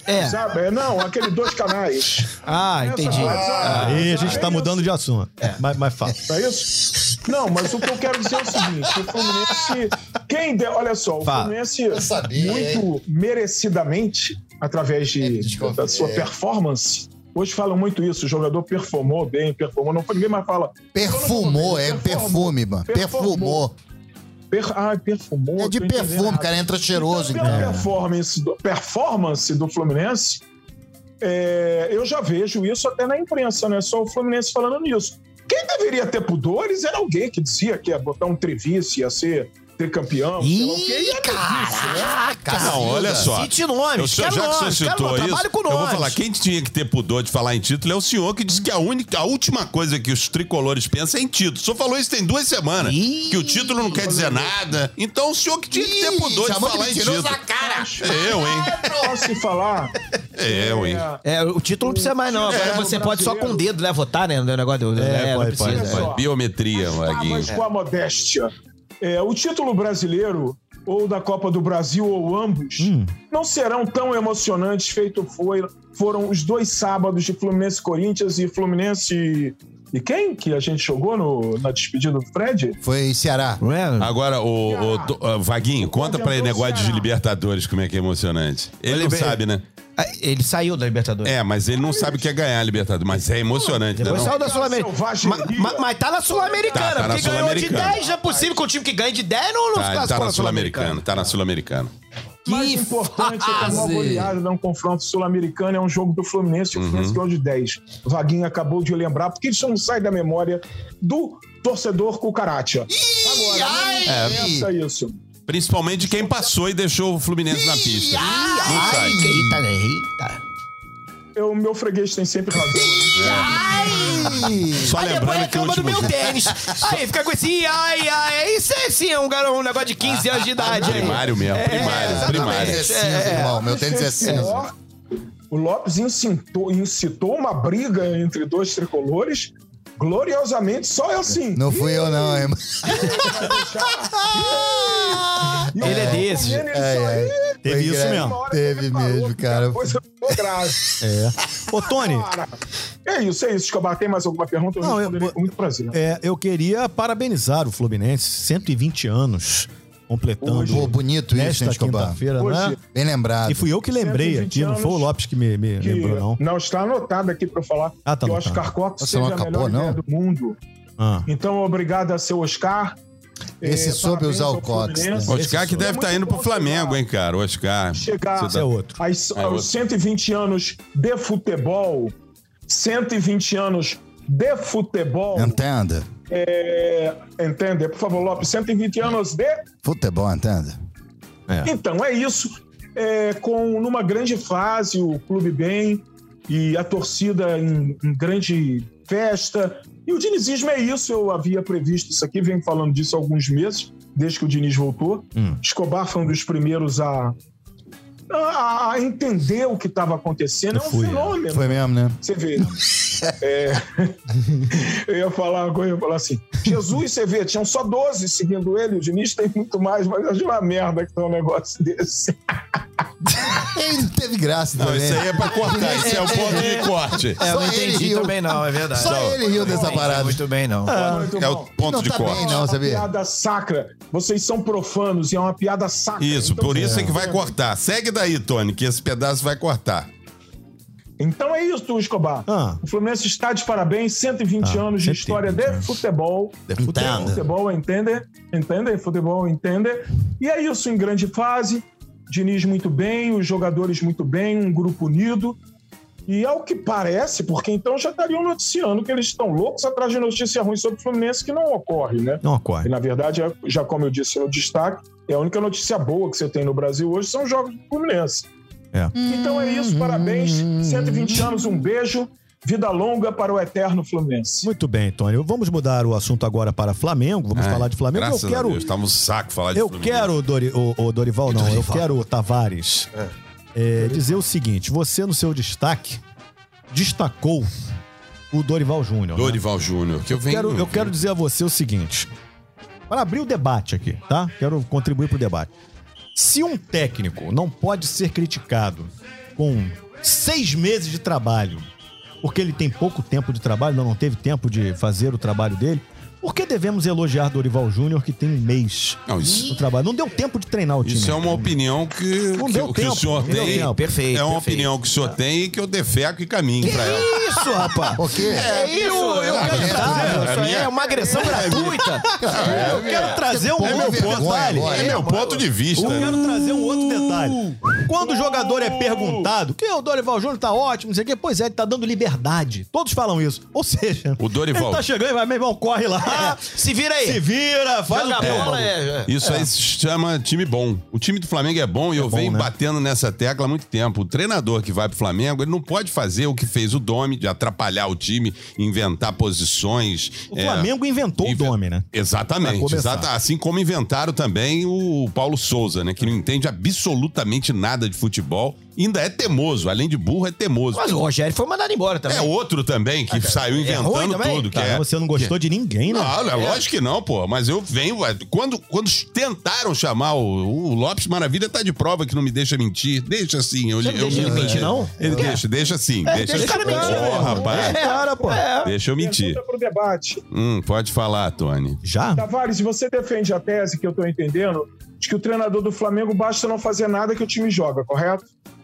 Speaker 5: É.
Speaker 6: Sabe? É, Não, aquele dois canais.
Speaker 5: Ah, entendi.
Speaker 6: Ah,
Speaker 2: Aí a gente
Speaker 6: é
Speaker 2: tá
Speaker 6: isso.
Speaker 2: mudando de assunto. Mas, mas fala.
Speaker 6: Não é isso? Não, mas o que eu quero dizer é o seguinte: o Fluminense. Quem der, olha só, o
Speaker 2: Fala.
Speaker 6: Fluminense
Speaker 3: sabia,
Speaker 6: muito merecidamente, através de,
Speaker 3: desculpa,
Speaker 6: da sua
Speaker 3: é.
Speaker 6: performance. Hoje falam muito isso, o jogador performou bem, performou. Não, ninguém mais fala.
Speaker 3: Perfumou, é perfume, mano. Perfumou.
Speaker 6: Per, ah, perfumou.
Speaker 3: É de
Speaker 6: tô entendendo
Speaker 3: perfume,
Speaker 6: errado.
Speaker 3: cara. Entra cheiroso.
Speaker 6: Então,
Speaker 3: cara.
Speaker 6: pela performance do, performance do Fluminense, é, eu já vejo isso até na imprensa, não é só o Fluminense falando nisso. Quem deveria ter pudores era alguém que dizia que ia botar um trevice, ia ser tricampeão. sei lá o quê, e
Speaker 5: Ih,
Speaker 6: era
Speaker 5: caraca!
Speaker 4: Não, olha só.
Speaker 5: Cite nomes,
Speaker 4: Eu-
Speaker 5: quero
Speaker 4: já que o senhor
Speaker 5: nomes, quero
Speaker 4: citou
Speaker 5: nomes,
Speaker 4: isso,
Speaker 5: trabalho com
Speaker 4: eu vou
Speaker 5: nomes.
Speaker 4: falar, quem tinha que ter pudor de falar em título é o senhor que disse que a única, a última coisa que os tricolores pensam é em título. O senhor falou isso tem duas semanas,
Speaker 5: Ih,
Speaker 4: que o título não quer dizer nada. Então o senhor que tinha que ter pudor de
Speaker 3: chamou
Speaker 4: falar em
Speaker 3: mentiroso
Speaker 4: título.
Speaker 3: na cara.
Speaker 4: É eu, hein?
Speaker 6: Posso se falar?
Speaker 4: É eu, hein?
Speaker 5: É, o título não precisa mais, não. Agora
Speaker 6: É,
Speaker 5: você
Speaker 6: no
Speaker 5: pode só com o
Speaker 6: brasileiro.
Speaker 5: dedo, né? Votar, né? No negócio do.
Speaker 2: É,
Speaker 5: É, não
Speaker 2: pode,
Speaker 5: precisa.
Speaker 2: pode,
Speaker 5: é.
Speaker 6: pode.
Speaker 4: Biometria, Maguinho.
Speaker 6: Mas com a modéstia. É, o título brasileiro, ou da Copa do Brasil, ou ambos,
Speaker 3: Hum.
Speaker 6: não serão tão emocionantes feito foi, foram os dois sábados de Fluminense e Corinthians e Fluminense. E quem que a gente jogou no- na despedida do Fred?
Speaker 3: Foi Ceará.
Speaker 5: Não é?
Speaker 4: Agora, o, o- do- ah, Vaguinho, conta pra ele
Speaker 6: Adiantou o
Speaker 4: negócio de
Speaker 6: Ceará.
Speaker 4: Libertadores, como é que é emocionante. Ele não sabe, né?
Speaker 5: Ah, Ele saiu da Libertadores.
Speaker 4: É, mas ele não sabe o que é ganhar a Libertadores. Mas é emocionante, né?
Speaker 5: Depois
Speaker 4: Não?
Speaker 5: saiu da Sul-Americana.
Speaker 6: Selvageria.
Speaker 5: Ma- ma- Mas tá na Sul-Americana,
Speaker 4: Tá, tá na
Speaker 5: porque ganhou de
Speaker 4: Sul-Americana.
Speaker 5: 10, não é possível que o time que ganha de 10 não, não se
Speaker 4: Tá, tá
Speaker 5: classificou
Speaker 4: na Sul-Americana, tá na Sul-Americana.
Speaker 6: O mais importante é tomar
Speaker 8: fase!
Speaker 6: uma goleada num confronto sul-americano, é um jogo do Fluminense, e o Fluminense ganhou de 10. Vaguinho acabou de lembrar, porque isso não sai da memória do torcedor cucaracha.
Speaker 3: Ih, ai!
Speaker 6: Pensa isso.
Speaker 4: Principalmente de quem passou e deixou o Fluminense na pista. Não
Speaker 5: Ai,
Speaker 4: sai.
Speaker 5: que- eita, né? Eita.
Speaker 6: Eu, meu freguês tem sempre razão.
Speaker 3: Ai!
Speaker 4: Só
Speaker 5: Aí depois
Speaker 4: lembrando que o
Speaker 5: reclama do
Speaker 4: último
Speaker 5: meu
Speaker 4: jogo...
Speaker 5: tênis. Aí fica com esse ai, ai. Isso é sim, é um, garoto, um negócio de 15 anos de idade. aí.
Speaker 4: É Primário mesmo, primário,
Speaker 3: Meu
Speaker 4: primário.
Speaker 3: tênis é cinza, irmão. Meu tênis é cinza.
Speaker 6: O Lopes incitou, incitou uma briga entre dois tricolores. Gloriosamente, só eu sim.
Speaker 3: Não fui eu, não, é, irmão.
Speaker 6: E eu
Speaker 5: Ele é
Speaker 6: tô
Speaker 5: desses.
Speaker 6: comendo, ele
Speaker 3: Ai,
Speaker 6: só-
Speaker 3: ai.
Speaker 6: Ih,
Speaker 2: Teve
Speaker 3: Foi
Speaker 2: isso
Speaker 3: grave.
Speaker 2: mesmo.
Speaker 6: uma hora que
Speaker 3: Teve
Speaker 6: ele parou,
Speaker 3: mesmo,
Speaker 6: porque
Speaker 3: cara.
Speaker 6: A coisa ficou grave.
Speaker 2: Ô, Tony,
Speaker 6: Cara. É isso, é isso. Escobar, tem mais alguma pergunta? Eu
Speaker 2: Não, eu-
Speaker 6: responderei com muito prazer.
Speaker 2: é, eu queria parabenizar o Fluminense, 120 anos completando
Speaker 3: Pô, bonito isso, hein,
Speaker 2: nesta
Speaker 3: Escobar?
Speaker 2: quinta-feira,
Speaker 6: Hoje,
Speaker 2: né?
Speaker 3: Bem lembrado.
Speaker 2: E fui eu que lembrei
Speaker 6: 120
Speaker 2: aqui, não foi o
Speaker 6: anos
Speaker 2: Lopes que me, me
Speaker 6: Que
Speaker 2: lembrou, não.
Speaker 6: está anotado aqui para falar
Speaker 2: Ah, tá
Speaker 6: que o
Speaker 2: anotado.
Speaker 6: Oscar Cox
Speaker 3: Você
Speaker 6: seja
Speaker 3: não
Speaker 6: a
Speaker 3: acabou,
Speaker 6: melhor ideia
Speaker 3: não?
Speaker 6: do mundo.
Speaker 2: Ah.
Speaker 6: Então, obrigado a seu Oscar.
Speaker 3: Esse
Speaker 6: Eh,
Speaker 3: soube
Speaker 6: parabéns
Speaker 3: usar
Speaker 6: ao
Speaker 3: o Cox, né?
Speaker 6: Fluminense.
Speaker 4: Oscar que deve estar indo pro Flamengo, hein, cara? Oscar.
Speaker 6: Chegar
Speaker 2: Esse é outro.
Speaker 6: aos,
Speaker 4: É,
Speaker 6: aos
Speaker 4: outro.
Speaker 6: 120 anos de futebol, 120 anos de futebol,
Speaker 3: Entenda.
Speaker 6: é, entende? Por favor, Lopes, 120 anos de...
Speaker 3: Futebol, entenda.
Speaker 6: Então, é isso. É, com Numa grande fase, o clube bem e a torcida em, em grande festa. E o dinizismo é isso, eu havia previsto isso aqui, venho falando disso há alguns meses, desde que o Diniz voltou.
Speaker 2: Hum.
Speaker 6: Escobar foi um dos primeiros a... A, a entender o que estava acontecendo é um
Speaker 2: fui, é.
Speaker 6: fenômeno.
Speaker 3: Foi mesmo, né?
Speaker 6: Você vê. É, eu ia falar uma coisa, eu ia falar assim: Jesus, você vê, tinham só 12 seguindo ele, o Diniz tem muito mais, mas acho uma merda que tá um negócio desse.
Speaker 3: Ele não teve graça
Speaker 4: Não,
Speaker 3: também.
Speaker 4: isso aí é pra cortar, isso é o ponto de corte.
Speaker 5: É, eu
Speaker 3: Só
Speaker 5: não
Speaker 3: ele
Speaker 5: entendi
Speaker 3: riu.
Speaker 5: também, não, é verdade.
Speaker 3: Só
Speaker 5: Não,
Speaker 3: ele riu dessa parada.
Speaker 5: Muito bem, não.
Speaker 6: Muito
Speaker 4: É o
Speaker 6: bom.
Speaker 4: ponto
Speaker 3: Não
Speaker 4: de
Speaker 3: tá bem,
Speaker 4: corte.
Speaker 3: não,
Speaker 6: Uma
Speaker 3: sabia?
Speaker 6: piada sacra. Vocês são profanos e é uma piada sacra.
Speaker 4: Isso,
Speaker 6: Então,
Speaker 4: por isso é que vai
Speaker 6: é.
Speaker 4: cortar. Segue daí, Tony, que esse pedaço vai cortar.
Speaker 6: Então é isso, Escobar.
Speaker 2: Ah.
Speaker 6: O Fluminense está de parabéns, 120
Speaker 2: Ah,
Speaker 6: anos de
Speaker 2: 120
Speaker 6: história de
Speaker 2: anos.
Speaker 6: futebol.
Speaker 3: Entenda.
Speaker 6: Futebol, entende? Entende? Futebol, entende? E é isso, em grande fase. Diniz muito bem, os jogadores muito bem, um grupo unido. E ao que parece, porque então já estariam noticiando que eles estão loucos atrás de notícia ruim sobre o Fluminense, que não ocorre, né?
Speaker 2: Não
Speaker 6: E,
Speaker 2: ocorre.
Speaker 6: na verdade, é- já como eu disse no destaque, é a única notícia boa que você tem no Brasil hoje são os jogos do Fluminense.
Speaker 2: É.
Speaker 6: Então é isso, parabéns.
Speaker 5: Hum.
Speaker 6: 120 anos, um beijo. Vida longa para o eterno Fluminense.
Speaker 2: Muito bem, Tony. Vamos mudar o assunto agora para Flamengo. Vamos
Speaker 5: É,
Speaker 4: Ai,
Speaker 2: falar de Flamengo. Eu
Speaker 4: né? Graças a
Speaker 2: quero,
Speaker 4: Deus, tava um saco falar de
Speaker 2: eu
Speaker 4: Fluminense.
Speaker 2: quero Dori- o, o Dorival, não. Eu quero Tavares é, dizer o seguinte: você, no seu destaque, destacou o Dorival Júnior. né?
Speaker 4: Dorival Júnior, que eu venho...
Speaker 2: quero, eu quero dizer a você o seguinte: para abrir o debate aqui, tá? Quero contribuir para o debate. Se um técnico não pode ser criticado com seis meses de trabalho, porque ele tem pouco tempo de trabalho, não, não teve tempo de fazer o trabalho dele, Por que devemos elogiar Dorival Júnior, que tem um mês
Speaker 4: Não, isso-
Speaker 2: no trabalho? Não deu tempo de treinar o time.
Speaker 4: Isso é uma opinião que,
Speaker 2: Não
Speaker 4: que-
Speaker 2: deu
Speaker 4: que
Speaker 2: tempo,
Speaker 4: o senhor
Speaker 2: não deu
Speaker 4: tem.
Speaker 2: tempo.
Speaker 5: Perfeito,
Speaker 4: É uma
Speaker 5: perfeito.
Speaker 4: opinião que o senhor tem e que eu defeco e caminho pra ela.
Speaker 5: Isso, rapaz.
Speaker 3: Por quê?
Speaker 5: É isso, eu quero dar.
Speaker 4: é,
Speaker 3: é,
Speaker 5: Isso
Speaker 4: é
Speaker 5: aí
Speaker 4: minha-
Speaker 5: é uma agressão gratuita.
Speaker 2: Eu quero trazer um
Speaker 3: Pô,
Speaker 2: meu
Speaker 3: vergonha
Speaker 2: ponto. detalhe.
Speaker 3: agora.
Speaker 4: É meu ponto de vista.
Speaker 2: Eu quero trazer um outro detalhe. Quando o jogador é perguntado, que o Dorival Júnior tá ótimo, não sei o quê, pois é, ele tá dando liberdade. Todos falam isso. Ou seja,
Speaker 4: O Dorival- É.
Speaker 2: ele tá chegando e vai, meu irmão, corre lá,
Speaker 5: Se vira aí.
Speaker 2: se vira, faz
Speaker 5: Joga
Speaker 2: o
Speaker 5: a
Speaker 2: tempo.
Speaker 5: bola, é.
Speaker 4: Isso aí se chama time bom. O time do Flamengo é bom e eu venho
Speaker 2: né?
Speaker 4: batendo nessa tecla há muito tempo. O treinador que vai pro Flamengo, ele não pode fazer o que fez o Domi, de atrapalhar o time, inventar posições.
Speaker 2: O
Speaker 4: é,
Speaker 2: Flamengo inventou
Speaker 4: inven-
Speaker 2: o nome, né? Pra
Speaker 4: Exatamente.
Speaker 2: começar.
Speaker 4: exata- assim como inventaram também o Paulo Souza, né? Que não entende absolutamente nada de futebol. Ainda é temoso. Além de burro, é temoso.
Speaker 5: Mas o Rogério foi mandado embora também. Ah, É
Speaker 4: É outro também que saiu
Speaker 5: ruim
Speaker 4: inventando
Speaker 5: também?
Speaker 4: tudo. Que
Speaker 2: Cara,
Speaker 4: é...
Speaker 2: você não gostou de ninguém, né?
Speaker 4: Não, é lógico que não, pô. Mas eu venho. é, Quando, quando tentaram chamar o, o Lopes Maravilha, tá de prova que não me deixa mentir. Deixa assim. Eu,
Speaker 5: Você não deixa ele mentir, não? É,
Speaker 4: Ele deixa, deixa assim. deixa
Speaker 5: deixa o cara mentir,
Speaker 4: Ó,
Speaker 5: né?
Speaker 4: rapaz.
Speaker 5: É, cara, pô.
Speaker 4: Deixa eu mentir.
Speaker 6: Pergunta pro debate.
Speaker 4: Hum, pode falar, Tony.
Speaker 2: Já?
Speaker 6: Tavares, você defende a tese que eu tô entendendo de que o treinador do Flamengo basta não fazer nada que o time joga, correto?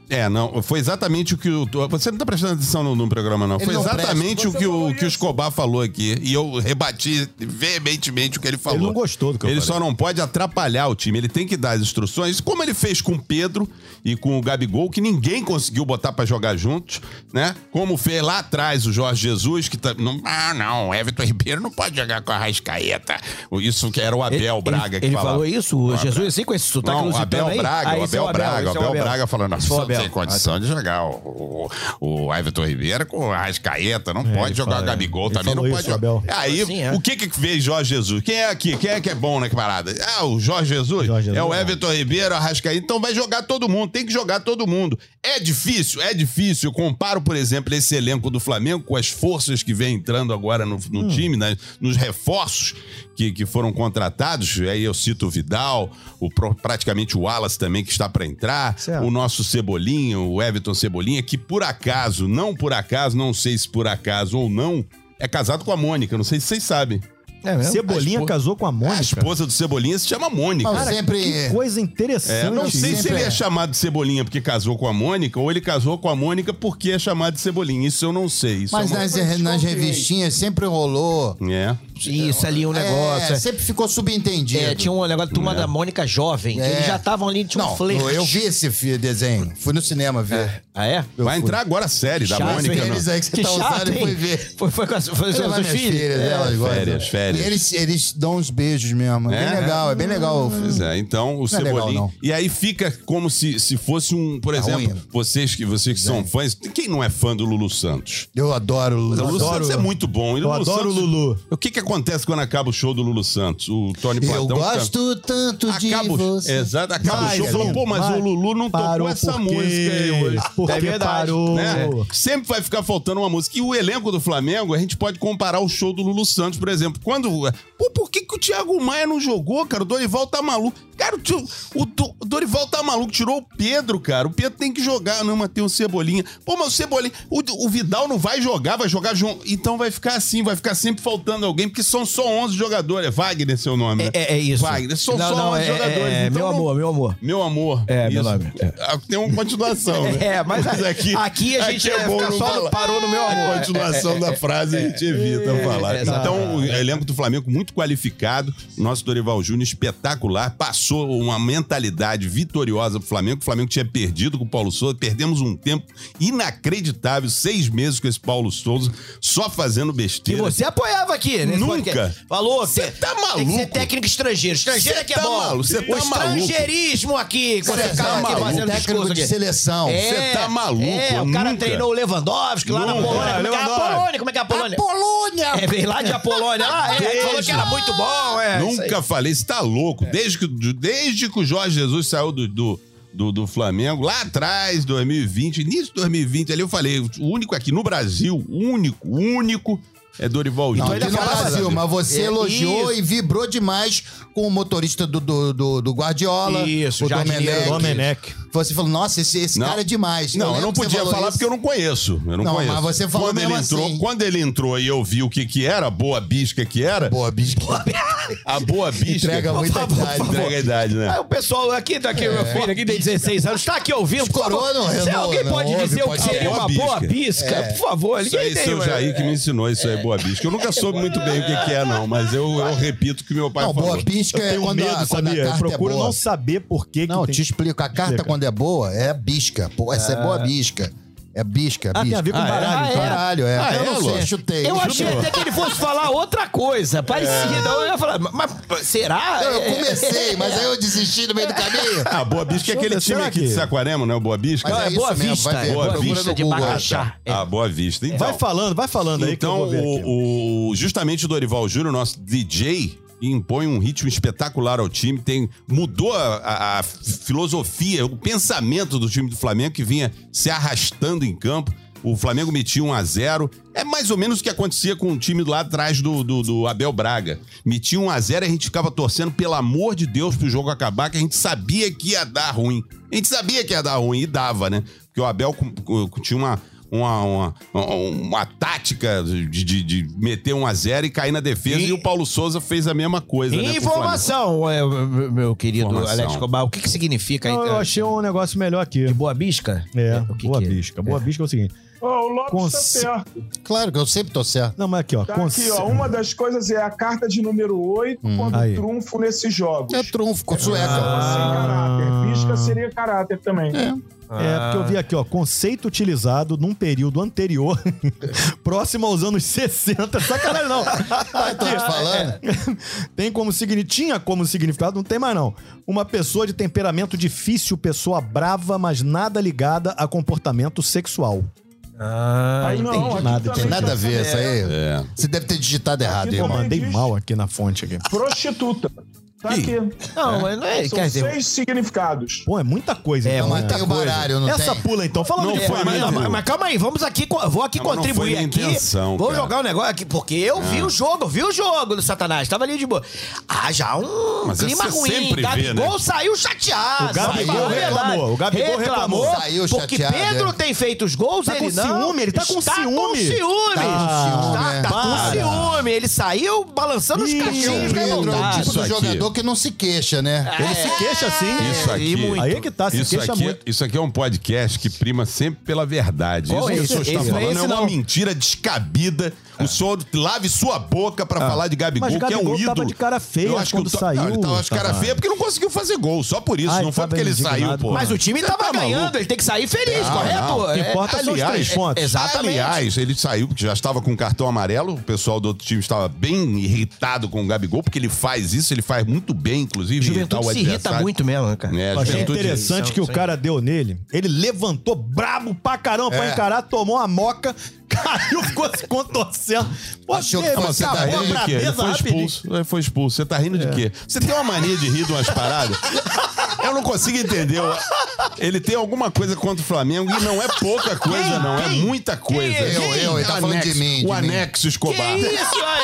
Speaker 4: É, não, foi exatamente o que o. Você não tá prestando atenção no, no programa, não.
Speaker 3: Ele
Speaker 4: Foi
Speaker 3: não
Speaker 4: exatamente
Speaker 6: presta.
Speaker 4: o, que
Speaker 6: Você
Speaker 4: o,
Speaker 6: falou
Speaker 4: que o
Speaker 6: isso.
Speaker 4: Escobar falou aqui. E eu rebati veementemente o que ele falou.
Speaker 2: Ele não gostou do que eu
Speaker 4: Ele
Speaker 2: falei.
Speaker 4: só não pode atrapalhar o time. Ele tem que dar as instruções, como ele fez com o Pedro e com o Gabigol, que ninguém conseguiu botar pra jogar juntos, né? Como fez lá atrás o Jorge Jesus, que tá. Não, ah, não, Everton Ribeiro não pode jogar com a Rascaeta. Isso que era é o Abel Braga que
Speaker 5: ele
Speaker 4: falava.
Speaker 5: falou isso, o Jesus, assim, com esse sotaque
Speaker 4: Não, o
Speaker 5: lusitano
Speaker 4: Abel
Speaker 5: aí?
Speaker 4: Braga,
Speaker 5: Ah,
Speaker 4: o
Speaker 5: esse é
Speaker 4: Abel, Braga, o
Speaker 5: esse é
Speaker 4: Abel Braga falando, não,
Speaker 5: Esse foi o
Speaker 4: só
Speaker 5: Abel.
Speaker 4: tem condição de jogar o, o, o Everton Ribeiro com o Rascaeta, não pode
Speaker 2: ele
Speaker 4: jogar
Speaker 2: fala-
Speaker 4: o Gabigol
Speaker 2: ele
Speaker 4: também, não
Speaker 2: falou
Speaker 4: pode
Speaker 2: isso,
Speaker 4: jogar.
Speaker 2: Abel.
Speaker 4: Aí,
Speaker 5: Assim, é.
Speaker 4: o que que fez Jorge Jesus? Quem é aqui? Quem é que é bom na parada? Ah, o Jorge Jesus?
Speaker 2: Jorge Jesus,
Speaker 4: é o
Speaker 2: é.
Speaker 4: Everton Ribeiro, o Rascaeta, então vai jogar todo mundo, tem que jogar todo mundo. É difícil, é difícil. Eu comparo, por exemplo, esse elenco do Flamengo com as forças que vem entrando agora no, no time, né, nos reforços que, que foram contratados. Aí eu cito o Vidal, o, pro- praticamente o Wallace também que está para entrar,
Speaker 2: Certo.
Speaker 4: o nosso Cebolinha, o Everton Cebolinha, que por acaso, não por acaso, não sei se por acaso ou não, é casado com a Mônica, não sei se vocês sabem.
Speaker 5: É mesmo?
Speaker 2: Cebolinha
Speaker 4: A esposa-
Speaker 2: casou com a
Speaker 4: A
Speaker 2: Mônica.
Speaker 4: esposa do Cebolinha se chama Mônica.
Speaker 3: Mas sempre.
Speaker 2: Que coisa interessante.
Speaker 4: É, não sei se
Speaker 3: Sempre
Speaker 4: ele é.
Speaker 3: é.
Speaker 4: chamado de Cebolinha porque casou com a Mônica ou ele casou com a Mônica porque é chamado de Cebolinha. Isso eu não sei. Isso
Speaker 3: Mas
Speaker 4: é uma-
Speaker 3: nas, nas revistinhas sempre rolou.
Speaker 4: É.
Speaker 5: Isso ali, um negócio.
Speaker 3: É, sempre ficou subentendido.
Speaker 5: É, tinha um negócio de turma da Mônica jovem. que
Speaker 3: É.
Speaker 5: Eles já estavam ali, tinha um
Speaker 3: Não,
Speaker 5: flerte.
Speaker 3: eu vi esse fi- desenho. Fui no cinema ver.
Speaker 5: Ah, é?
Speaker 4: Vai entrar agora a série da
Speaker 5: Chato,
Speaker 4: Mônica. né?
Speaker 5: hein?
Speaker 4: não.
Speaker 3: Eles aí que você tá usando e foi ver.
Speaker 5: Foi, foi com as, foi
Speaker 3: Eu
Speaker 5: com
Speaker 3: levo
Speaker 5: os seus
Speaker 3: minhas
Speaker 5: filhos.
Speaker 3: filhas,
Speaker 5: É.
Speaker 3: elas gostam.
Speaker 4: férias, férias.
Speaker 3: E eles, eles dão uns beijos mesmo. É,
Speaker 4: É,
Speaker 3: bem
Speaker 4: né?
Speaker 3: legal, é bem legal.
Speaker 4: Pois é, então o
Speaker 3: é legal,
Speaker 4: Cebolinha.
Speaker 3: não. Tá
Speaker 4: e aí fica como se, se fosse um, por exemplo,
Speaker 3: ruim. né?
Speaker 4: vocês que vocês que são fãs, quem não é fã do Lulu Santos?
Speaker 3: Eu adoro o
Speaker 4: O
Speaker 3: Lulu.
Speaker 4: Lulu
Speaker 2: adoro-
Speaker 4: Santos é muito bom. E
Speaker 2: Eu adoro o Lulu.
Speaker 4: O que que acontece quando acaba o show do Lulu Santos? O Tony
Speaker 3: Eu
Speaker 4: Platão canta-
Speaker 3: gosto tanto de
Speaker 4: Acaba o
Speaker 3: você.
Speaker 4: Exato, acaba o
Speaker 2: Mas,
Speaker 4: show. Falou, pô, mas
Speaker 2: mas
Speaker 4: o Lulu não
Speaker 2: parou
Speaker 4: tocou essa
Speaker 2: porque-
Speaker 4: música aí hoje.
Speaker 2: Porque
Speaker 5: É verdade.
Speaker 2: parou.
Speaker 4: né? Sempre vai ficar faltando uma música. E o elenco do Flamengo, a gente pode comparar o show do Lulu Santos, por exemplo. Quando. Pô, por que, que o Thiago Maia não jogou, cara? O Dorival tá maluco. Cara, o, Tio- o Do- o Dorival tá maluco. Tirou o Pedro, cara. O Pedro tem que jogar. Não, mas tem o Cebolinha. Pô, mas o Cebolinha. O, o Vidal não vai jogar, vai jogar junto. Então vai ficar assim, vai ficar sempre faltando alguém, porque são só 11 jogadores. É Wagner, seu nome. né?
Speaker 5: É, é, é isso.
Speaker 4: Wagner, são
Speaker 5: não,
Speaker 4: só
Speaker 5: não,
Speaker 4: 11
Speaker 5: é,
Speaker 4: jogadores.
Speaker 5: é,
Speaker 4: então
Speaker 5: meu
Speaker 4: não-
Speaker 5: amor, meu amor.
Speaker 4: Meu amor.
Speaker 5: É, meu
Speaker 4: Isso.
Speaker 5: nome,
Speaker 4: Ah, Tem uma continuação, né?
Speaker 5: É, mas, aqui, aqui a gente
Speaker 4: aqui é
Speaker 5: é
Speaker 4: bom
Speaker 5: fica
Speaker 4: não
Speaker 5: só
Speaker 4: falar.
Speaker 5: parou no meu
Speaker 4: A
Speaker 5: amor. É,
Speaker 4: continuação da frase a gente evita falar. então, o elenco do Flamengo muito qualificado, o nosso Dorival Júnior espetacular, passou uma mentalidade vitoriosa pro Flamengo. O Flamengo tinha perdido com o Paulo Souza, perdemos um tempo inacreditável, seis meses com esse Paulo Souza, só fazendo
Speaker 5: Que
Speaker 4: besteira.
Speaker 5: você apoiava aqui, nesse
Speaker 4: Nunca.
Speaker 5: podcast. Falou,
Speaker 4: Cê
Speaker 5: que-
Speaker 4: tá
Speaker 5: Tem que ser
Speaker 4: maluco.
Speaker 5: técnico estrangeiro. Estrangeiro é
Speaker 4: Cê
Speaker 5: que é
Speaker 4: tá
Speaker 5: bom.
Speaker 4: maluco, cê tá
Speaker 5: o estrangeirismo aqui. Quando
Speaker 3: Você
Speaker 5: você
Speaker 3: tá
Speaker 5: ficava aqui
Speaker 3: maluco.
Speaker 4: Um
Speaker 5: fazendo
Speaker 3: Técnico
Speaker 5: discurso
Speaker 3: de
Speaker 5: aqui.
Speaker 3: seleção.
Speaker 4: Cê
Speaker 5: É,
Speaker 4: tá maluco,
Speaker 5: É, o cara
Speaker 4: nunca.
Speaker 5: treinou o Lewandowski lá na
Speaker 4: Nunca.
Speaker 5: Polônia. Como é que é a
Speaker 2: Lewandowski.
Speaker 5: Polônia? Como é que é a Polônia?
Speaker 3: Polônia!
Speaker 5: É, veio lá de Apolônia lá. É, falou que era muito bom, é. isso aí. É.
Speaker 4: Nunca falei, você tá louco. Desde, que, desde que o Jorge Jesus saiu do, do, do, do Flamengo, lá atrás, 2020, início de 2020, ali eu falei, o único aqui no Brasil, único, único, é Dorival
Speaker 3: Não,
Speaker 4: Júnior.
Speaker 3: aqui no Brasil, mas você
Speaker 5: É,
Speaker 3: elogiou
Speaker 5: isso.
Speaker 3: e vibrou demais com o motorista do, do, do- do Guardiola,
Speaker 5: Isso,
Speaker 3: o
Speaker 5: jardineiro
Speaker 3: Domenech,
Speaker 2: Domenech.
Speaker 3: Você falou, nossa, esse, esse
Speaker 4: Não.
Speaker 3: cara é demais.
Speaker 4: Não, eu,
Speaker 3: lembro
Speaker 4: não
Speaker 3: que você
Speaker 4: podia
Speaker 3: falou
Speaker 4: falar
Speaker 3: isso.
Speaker 4: porque eu não conheço. Eu não,
Speaker 3: Não,
Speaker 4: conheço.
Speaker 3: mas você falou
Speaker 4: quando ele
Speaker 3: mesmo
Speaker 4: entrou,
Speaker 3: assim.
Speaker 4: Quando ele entrou e eu vi o que que era, a boa bisca que era,
Speaker 3: Boa, bicho.
Speaker 4: a boa bisca...
Speaker 3: Entrega muita idade.
Speaker 4: Entrega a idade, né?
Speaker 5: Ah, o pessoal aqui, tá
Speaker 4: É.
Speaker 5: aqui, meu filho, aqui tem 16 anos, tá aqui ouvindo. por favor.
Speaker 3: Coroa não,
Speaker 5: Se
Speaker 3: Renault,
Speaker 5: alguém
Speaker 3: não
Speaker 5: pode
Speaker 3: ouve,
Speaker 5: dizer
Speaker 3: pode
Speaker 5: o que seria
Speaker 4: ser. É
Speaker 5: uma boa pisca, por favor.
Speaker 4: Isso aí,
Speaker 5: ninguém tem,
Speaker 4: seu
Speaker 5: mas-
Speaker 4: Jair que me ensinou, isso aí, boa bisca. Eu nunca soube muito bem o que, que é, não, mas eu, eu repito o que meu pai
Speaker 3: Não,
Speaker 4: falou.
Speaker 3: boa pisca
Speaker 2: Eu
Speaker 3: é
Speaker 2: tenho
Speaker 3: quando
Speaker 2: medo,
Speaker 3: a, quando a
Speaker 2: sabia? Eu
Speaker 3: carta
Speaker 2: procuro
Speaker 3: é boa.
Speaker 2: não saber por que
Speaker 3: Não,
Speaker 2: que
Speaker 3: te
Speaker 2: tem...
Speaker 3: explico. A carta,
Speaker 2: Explica.
Speaker 3: quando é boa, é bisca. Pô, essa é boa bisca. É bisca,
Speaker 2: Ah, tem
Speaker 3: bisca.
Speaker 2: a ver com
Speaker 3: Ah,
Speaker 2: baralho,
Speaker 3: é?
Speaker 2: então.
Speaker 3: Baralho, é.
Speaker 4: Ah,
Speaker 3: eu
Speaker 4: é,
Speaker 3: não sei,
Speaker 4: Lu?
Speaker 3: chutei.
Speaker 5: Eu
Speaker 3: Chutei.
Speaker 5: achei até que ele fosse falar outra coisa, parecida. Então Eu ia falar, mas mas será?
Speaker 3: Não, eu
Speaker 5: é,
Speaker 3: comecei, mas aí eu desisti no meio do caminho.
Speaker 4: Ah, boa bisca é aquele
Speaker 2: Deixa eu ver,
Speaker 4: time
Speaker 2: será
Speaker 4: aqui
Speaker 2: que-
Speaker 4: de Saquarema, não é o boa bisca?
Speaker 3: Mas
Speaker 5: Não,
Speaker 3: é
Speaker 5: é,
Speaker 3: isso
Speaker 5: boa
Speaker 3: mesmo,
Speaker 5: vista.
Speaker 3: vai ver,
Speaker 5: é boa
Speaker 4: procura
Speaker 5: vista
Speaker 4: no
Speaker 5: de
Speaker 4: Google.
Speaker 5: Bacaxá. É.
Speaker 4: Ah, boa vista. Então,
Speaker 2: Vai falando, vai falando aí que
Speaker 4: Então,
Speaker 2: eu vou ver aqui.
Speaker 4: o, o- justamente o Dorival Júnior, nosso DJ, impõe um ritmo espetacular ao time. Tem, mudou a, a- a filosofia, o pensamento do time do Flamengo, que vinha se arrastando em campo. O Flamengo metia 1 a 0 É mais ou menos o que acontecia com o time lá atrás do, do, do Abel Braga. Metia 1 a 0 e a gente ficava torcendo, pelo amor de Deus, pro jogo acabar, que a gente sabia que ia dar ruim. A gente sabia que ia dar ruim e dava, né? Porque o Abel com- com- tinha uma, uma, uma, uma tática de, de, de meter um a zero e cair na defesa. E,
Speaker 5: E-
Speaker 4: o Paulo Souza fez a mesma coisa, né? pro
Speaker 5: Informação, é, meu- meu querido
Speaker 4: Informação.
Speaker 5: Alex Cobar, o que, que significa
Speaker 2: Não, eu
Speaker 5: então,
Speaker 2: achei um negócio melhor aqui.
Speaker 5: de boa bisca?
Speaker 2: É,
Speaker 5: o que
Speaker 2: boa
Speaker 5: que é?
Speaker 2: bisca. Boa bisca é o seguinte.
Speaker 6: Ó, o Lopes tá
Speaker 2: Conce-
Speaker 6: certo.
Speaker 3: Claro que eu sempre tô certo.
Speaker 2: Não, mas aqui, ó.
Speaker 6: Tá
Speaker 2: conce-
Speaker 6: aqui, ó. Uma das coisas é a carta de número 8
Speaker 5: Hum.
Speaker 6: quando
Speaker 2: Aí.
Speaker 6: trunfo nesses jogos.
Speaker 3: É trunfo, com
Speaker 6: Então,
Speaker 3: sueca.
Speaker 6: assim,
Speaker 5: Ah.
Speaker 6: caráter. Pisca seria caráter
Speaker 2: É,
Speaker 6: também.
Speaker 2: porque eu vi aqui, ó, conceito utilizado num período anterior, próximo aos anos 60. Sacanagem, não.
Speaker 4: Tá
Speaker 2: é,
Speaker 3: Ah, tô te falando.
Speaker 2: tem como signi- tinha como significado, não tem mais não. Uma pessoa de temperamento difícil, pessoa brava, mas nada ligada a comportamento sexual.
Speaker 5: Ah,
Speaker 6: Aí não,
Speaker 5: entendi
Speaker 6: aqui
Speaker 5: nada.
Speaker 6: também
Speaker 3: Tem
Speaker 6: tá
Speaker 3: nada a ver isso aí.
Speaker 4: É.
Speaker 3: Você deve ter digitado errado,
Speaker 6: Aqui
Speaker 2: Pô,
Speaker 3: irmão.
Speaker 2: mandei mal aqui na fonte aqui.
Speaker 6: Prostituta. Tá aqui.
Speaker 5: Não, mas não é. Quer
Speaker 6: São
Speaker 5: dizer,
Speaker 6: seis significados.
Speaker 2: Pô, é muita coisa.
Speaker 5: É,
Speaker 2: então,
Speaker 3: Mas
Speaker 2: né?
Speaker 3: tem o baralho, não
Speaker 2: Essa
Speaker 3: tem?
Speaker 2: pula então, falando
Speaker 4: Não
Speaker 2: de
Speaker 5: mas,
Speaker 4: foi
Speaker 2: baralho,
Speaker 4: minha
Speaker 5: mas- mas calma aí, vamos aqui, co- vou aqui
Speaker 4: Não, mas não
Speaker 5: contribuir
Speaker 4: foi minha
Speaker 5: aqui.
Speaker 4: intenção,
Speaker 5: vou
Speaker 4: cara. É.
Speaker 5: jogar um negócio aqui, porque eu vi o jogo, vi o jogo do Satanás, tava ali de boa. Ah, já um
Speaker 4: Mas
Speaker 5: clima
Speaker 4: você
Speaker 5: ruim,
Speaker 4: sempre vê,
Speaker 5: Gabigol
Speaker 4: né?
Speaker 5: saiu chateado.
Speaker 2: O Gabigol
Speaker 5: fala a verdade.
Speaker 2: reclamou, o Gabigol reclamou.
Speaker 3: Saiu
Speaker 5: porque
Speaker 3: chateado,
Speaker 5: Pedro
Speaker 3: é.
Speaker 5: tem feito os gols,
Speaker 2: Tá com
Speaker 5: ele não.
Speaker 2: ciúme, ele tá com
Speaker 5: Está com
Speaker 2: ciúme.
Speaker 5: ciúme.
Speaker 2: Tá,
Speaker 5: Tá,
Speaker 4: é.
Speaker 5: tá
Speaker 2: para.
Speaker 5: com ciúme, ele saiu
Speaker 2: Ih,
Speaker 5: balançando os
Speaker 3: E o
Speaker 5: cachinhos né,
Speaker 3: Pedro é o
Speaker 5: revoltado.
Speaker 3: tipo
Speaker 4: Isso
Speaker 3: do
Speaker 4: aqui.
Speaker 3: jogador que não se queixa, né?
Speaker 2: Ele se queixa assim.
Speaker 4: Isso
Speaker 5: E
Speaker 4: aqui.
Speaker 5: muito.
Speaker 2: Aí é que tá, se
Speaker 4: Isso
Speaker 2: queixa
Speaker 4: aqui,
Speaker 2: muito.
Speaker 4: isso aqui é um podcast que prima sempre pela verdade.
Speaker 5: Qual é
Speaker 4: isso
Speaker 5: esse?
Speaker 4: que o senhor
Speaker 5: Esse não
Speaker 4: está
Speaker 5: é
Speaker 4: falando é
Speaker 5: esse,
Speaker 4: uma
Speaker 5: não.
Speaker 4: mentira descabida. O senhor lave sua boca pra falar de Gabigol,
Speaker 2: Ah. Mas
Speaker 4: que é um
Speaker 2: Gabigol
Speaker 4: ídolo.
Speaker 2: tava de cara feia
Speaker 4: Eu acho que
Speaker 2: quando
Speaker 4: o to-
Speaker 2: saiu,
Speaker 4: Não, ele tava de cara
Speaker 2: Tavares.
Speaker 4: feia porque não conseguiu fazer gol. Só por isso.
Speaker 2: Ah, ele
Speaker 4: não foi
Speaker 2: tava
Speaker 4: porque ele
Speaker 2: indignado,
Speaker 4: saiu, pô.
Speaker 2: porra.
Speaker 5: Mas o time
Speaker 4: Você
Speaker 5: tava
Speaker 4: tá maluco?
Speaker 5: ganhando, ele tem que sair feliz,
Speaker 4: Não,
Speaker 5: correto?
Speaker 4: não.
Speaker 5: É,
Speaker 2: Importa são os três pontos.
Speaker 5: Exatamente.
Speaker 4: Aliás, ele saiu porque já estava com cartão amarelo. O pessoal do outro time estava bem irritado com o Gabigol, porque ele faz isso, ele faz muito bem, inclusive. irritar
Speaker 5: Juventude
Speaker 4: o
Speaker 5: se irrita
Speaker 4: adversário.
Speaker 5: muito mesmo, né, cara.
Speaker 4: É,
Speaker 2: Eu achei
Speaker 4: Juventude-
Speaker 2: interessante
Speaker 5: São-
Speaker 2: que o
Speaker 5: são-
Speaker 2: cara deu nele. Ele levantou brabo pra caramba
Speaker 4: É.
Speaker 2: pra encarar, tomou uma moca, caiu, ficou se contorcendo. Pô,
Speaker 3: Achou que
Speaker 2: teve
Speaker 3: fosse
Speaker 2: essa
Speaker 3: dar
Speaker 2: boa
Speaker 4: Rindo de quê? Ele
Speaker 2: brabeza
Speaker 4: foi
Speaker 2: rapidinho.
Speaker 4: expulso. Ele foi expulso. Você tá rindo
Speaker 5: É.
Speaker 4: de quê? Você tem uma mania de rir de umas paradas? Eu não consigo entender. Eu- Ele tem alguma coisa contra o Flamengo e não é pouca coisa, não. É muita coisa.
Speaker 5: Quem?
Speaker 3: Eu, eu, ele tá
Speaker 4: O
Speaker 3: falando
Speaker 4: anexo-
Speaker 3: de mim, de
Speaker 4: O
Speaker 3: mim.
Speaker 4: anexo
Speaker 5: Que
Speaker 4: Escobar.
Speaker 5: isso?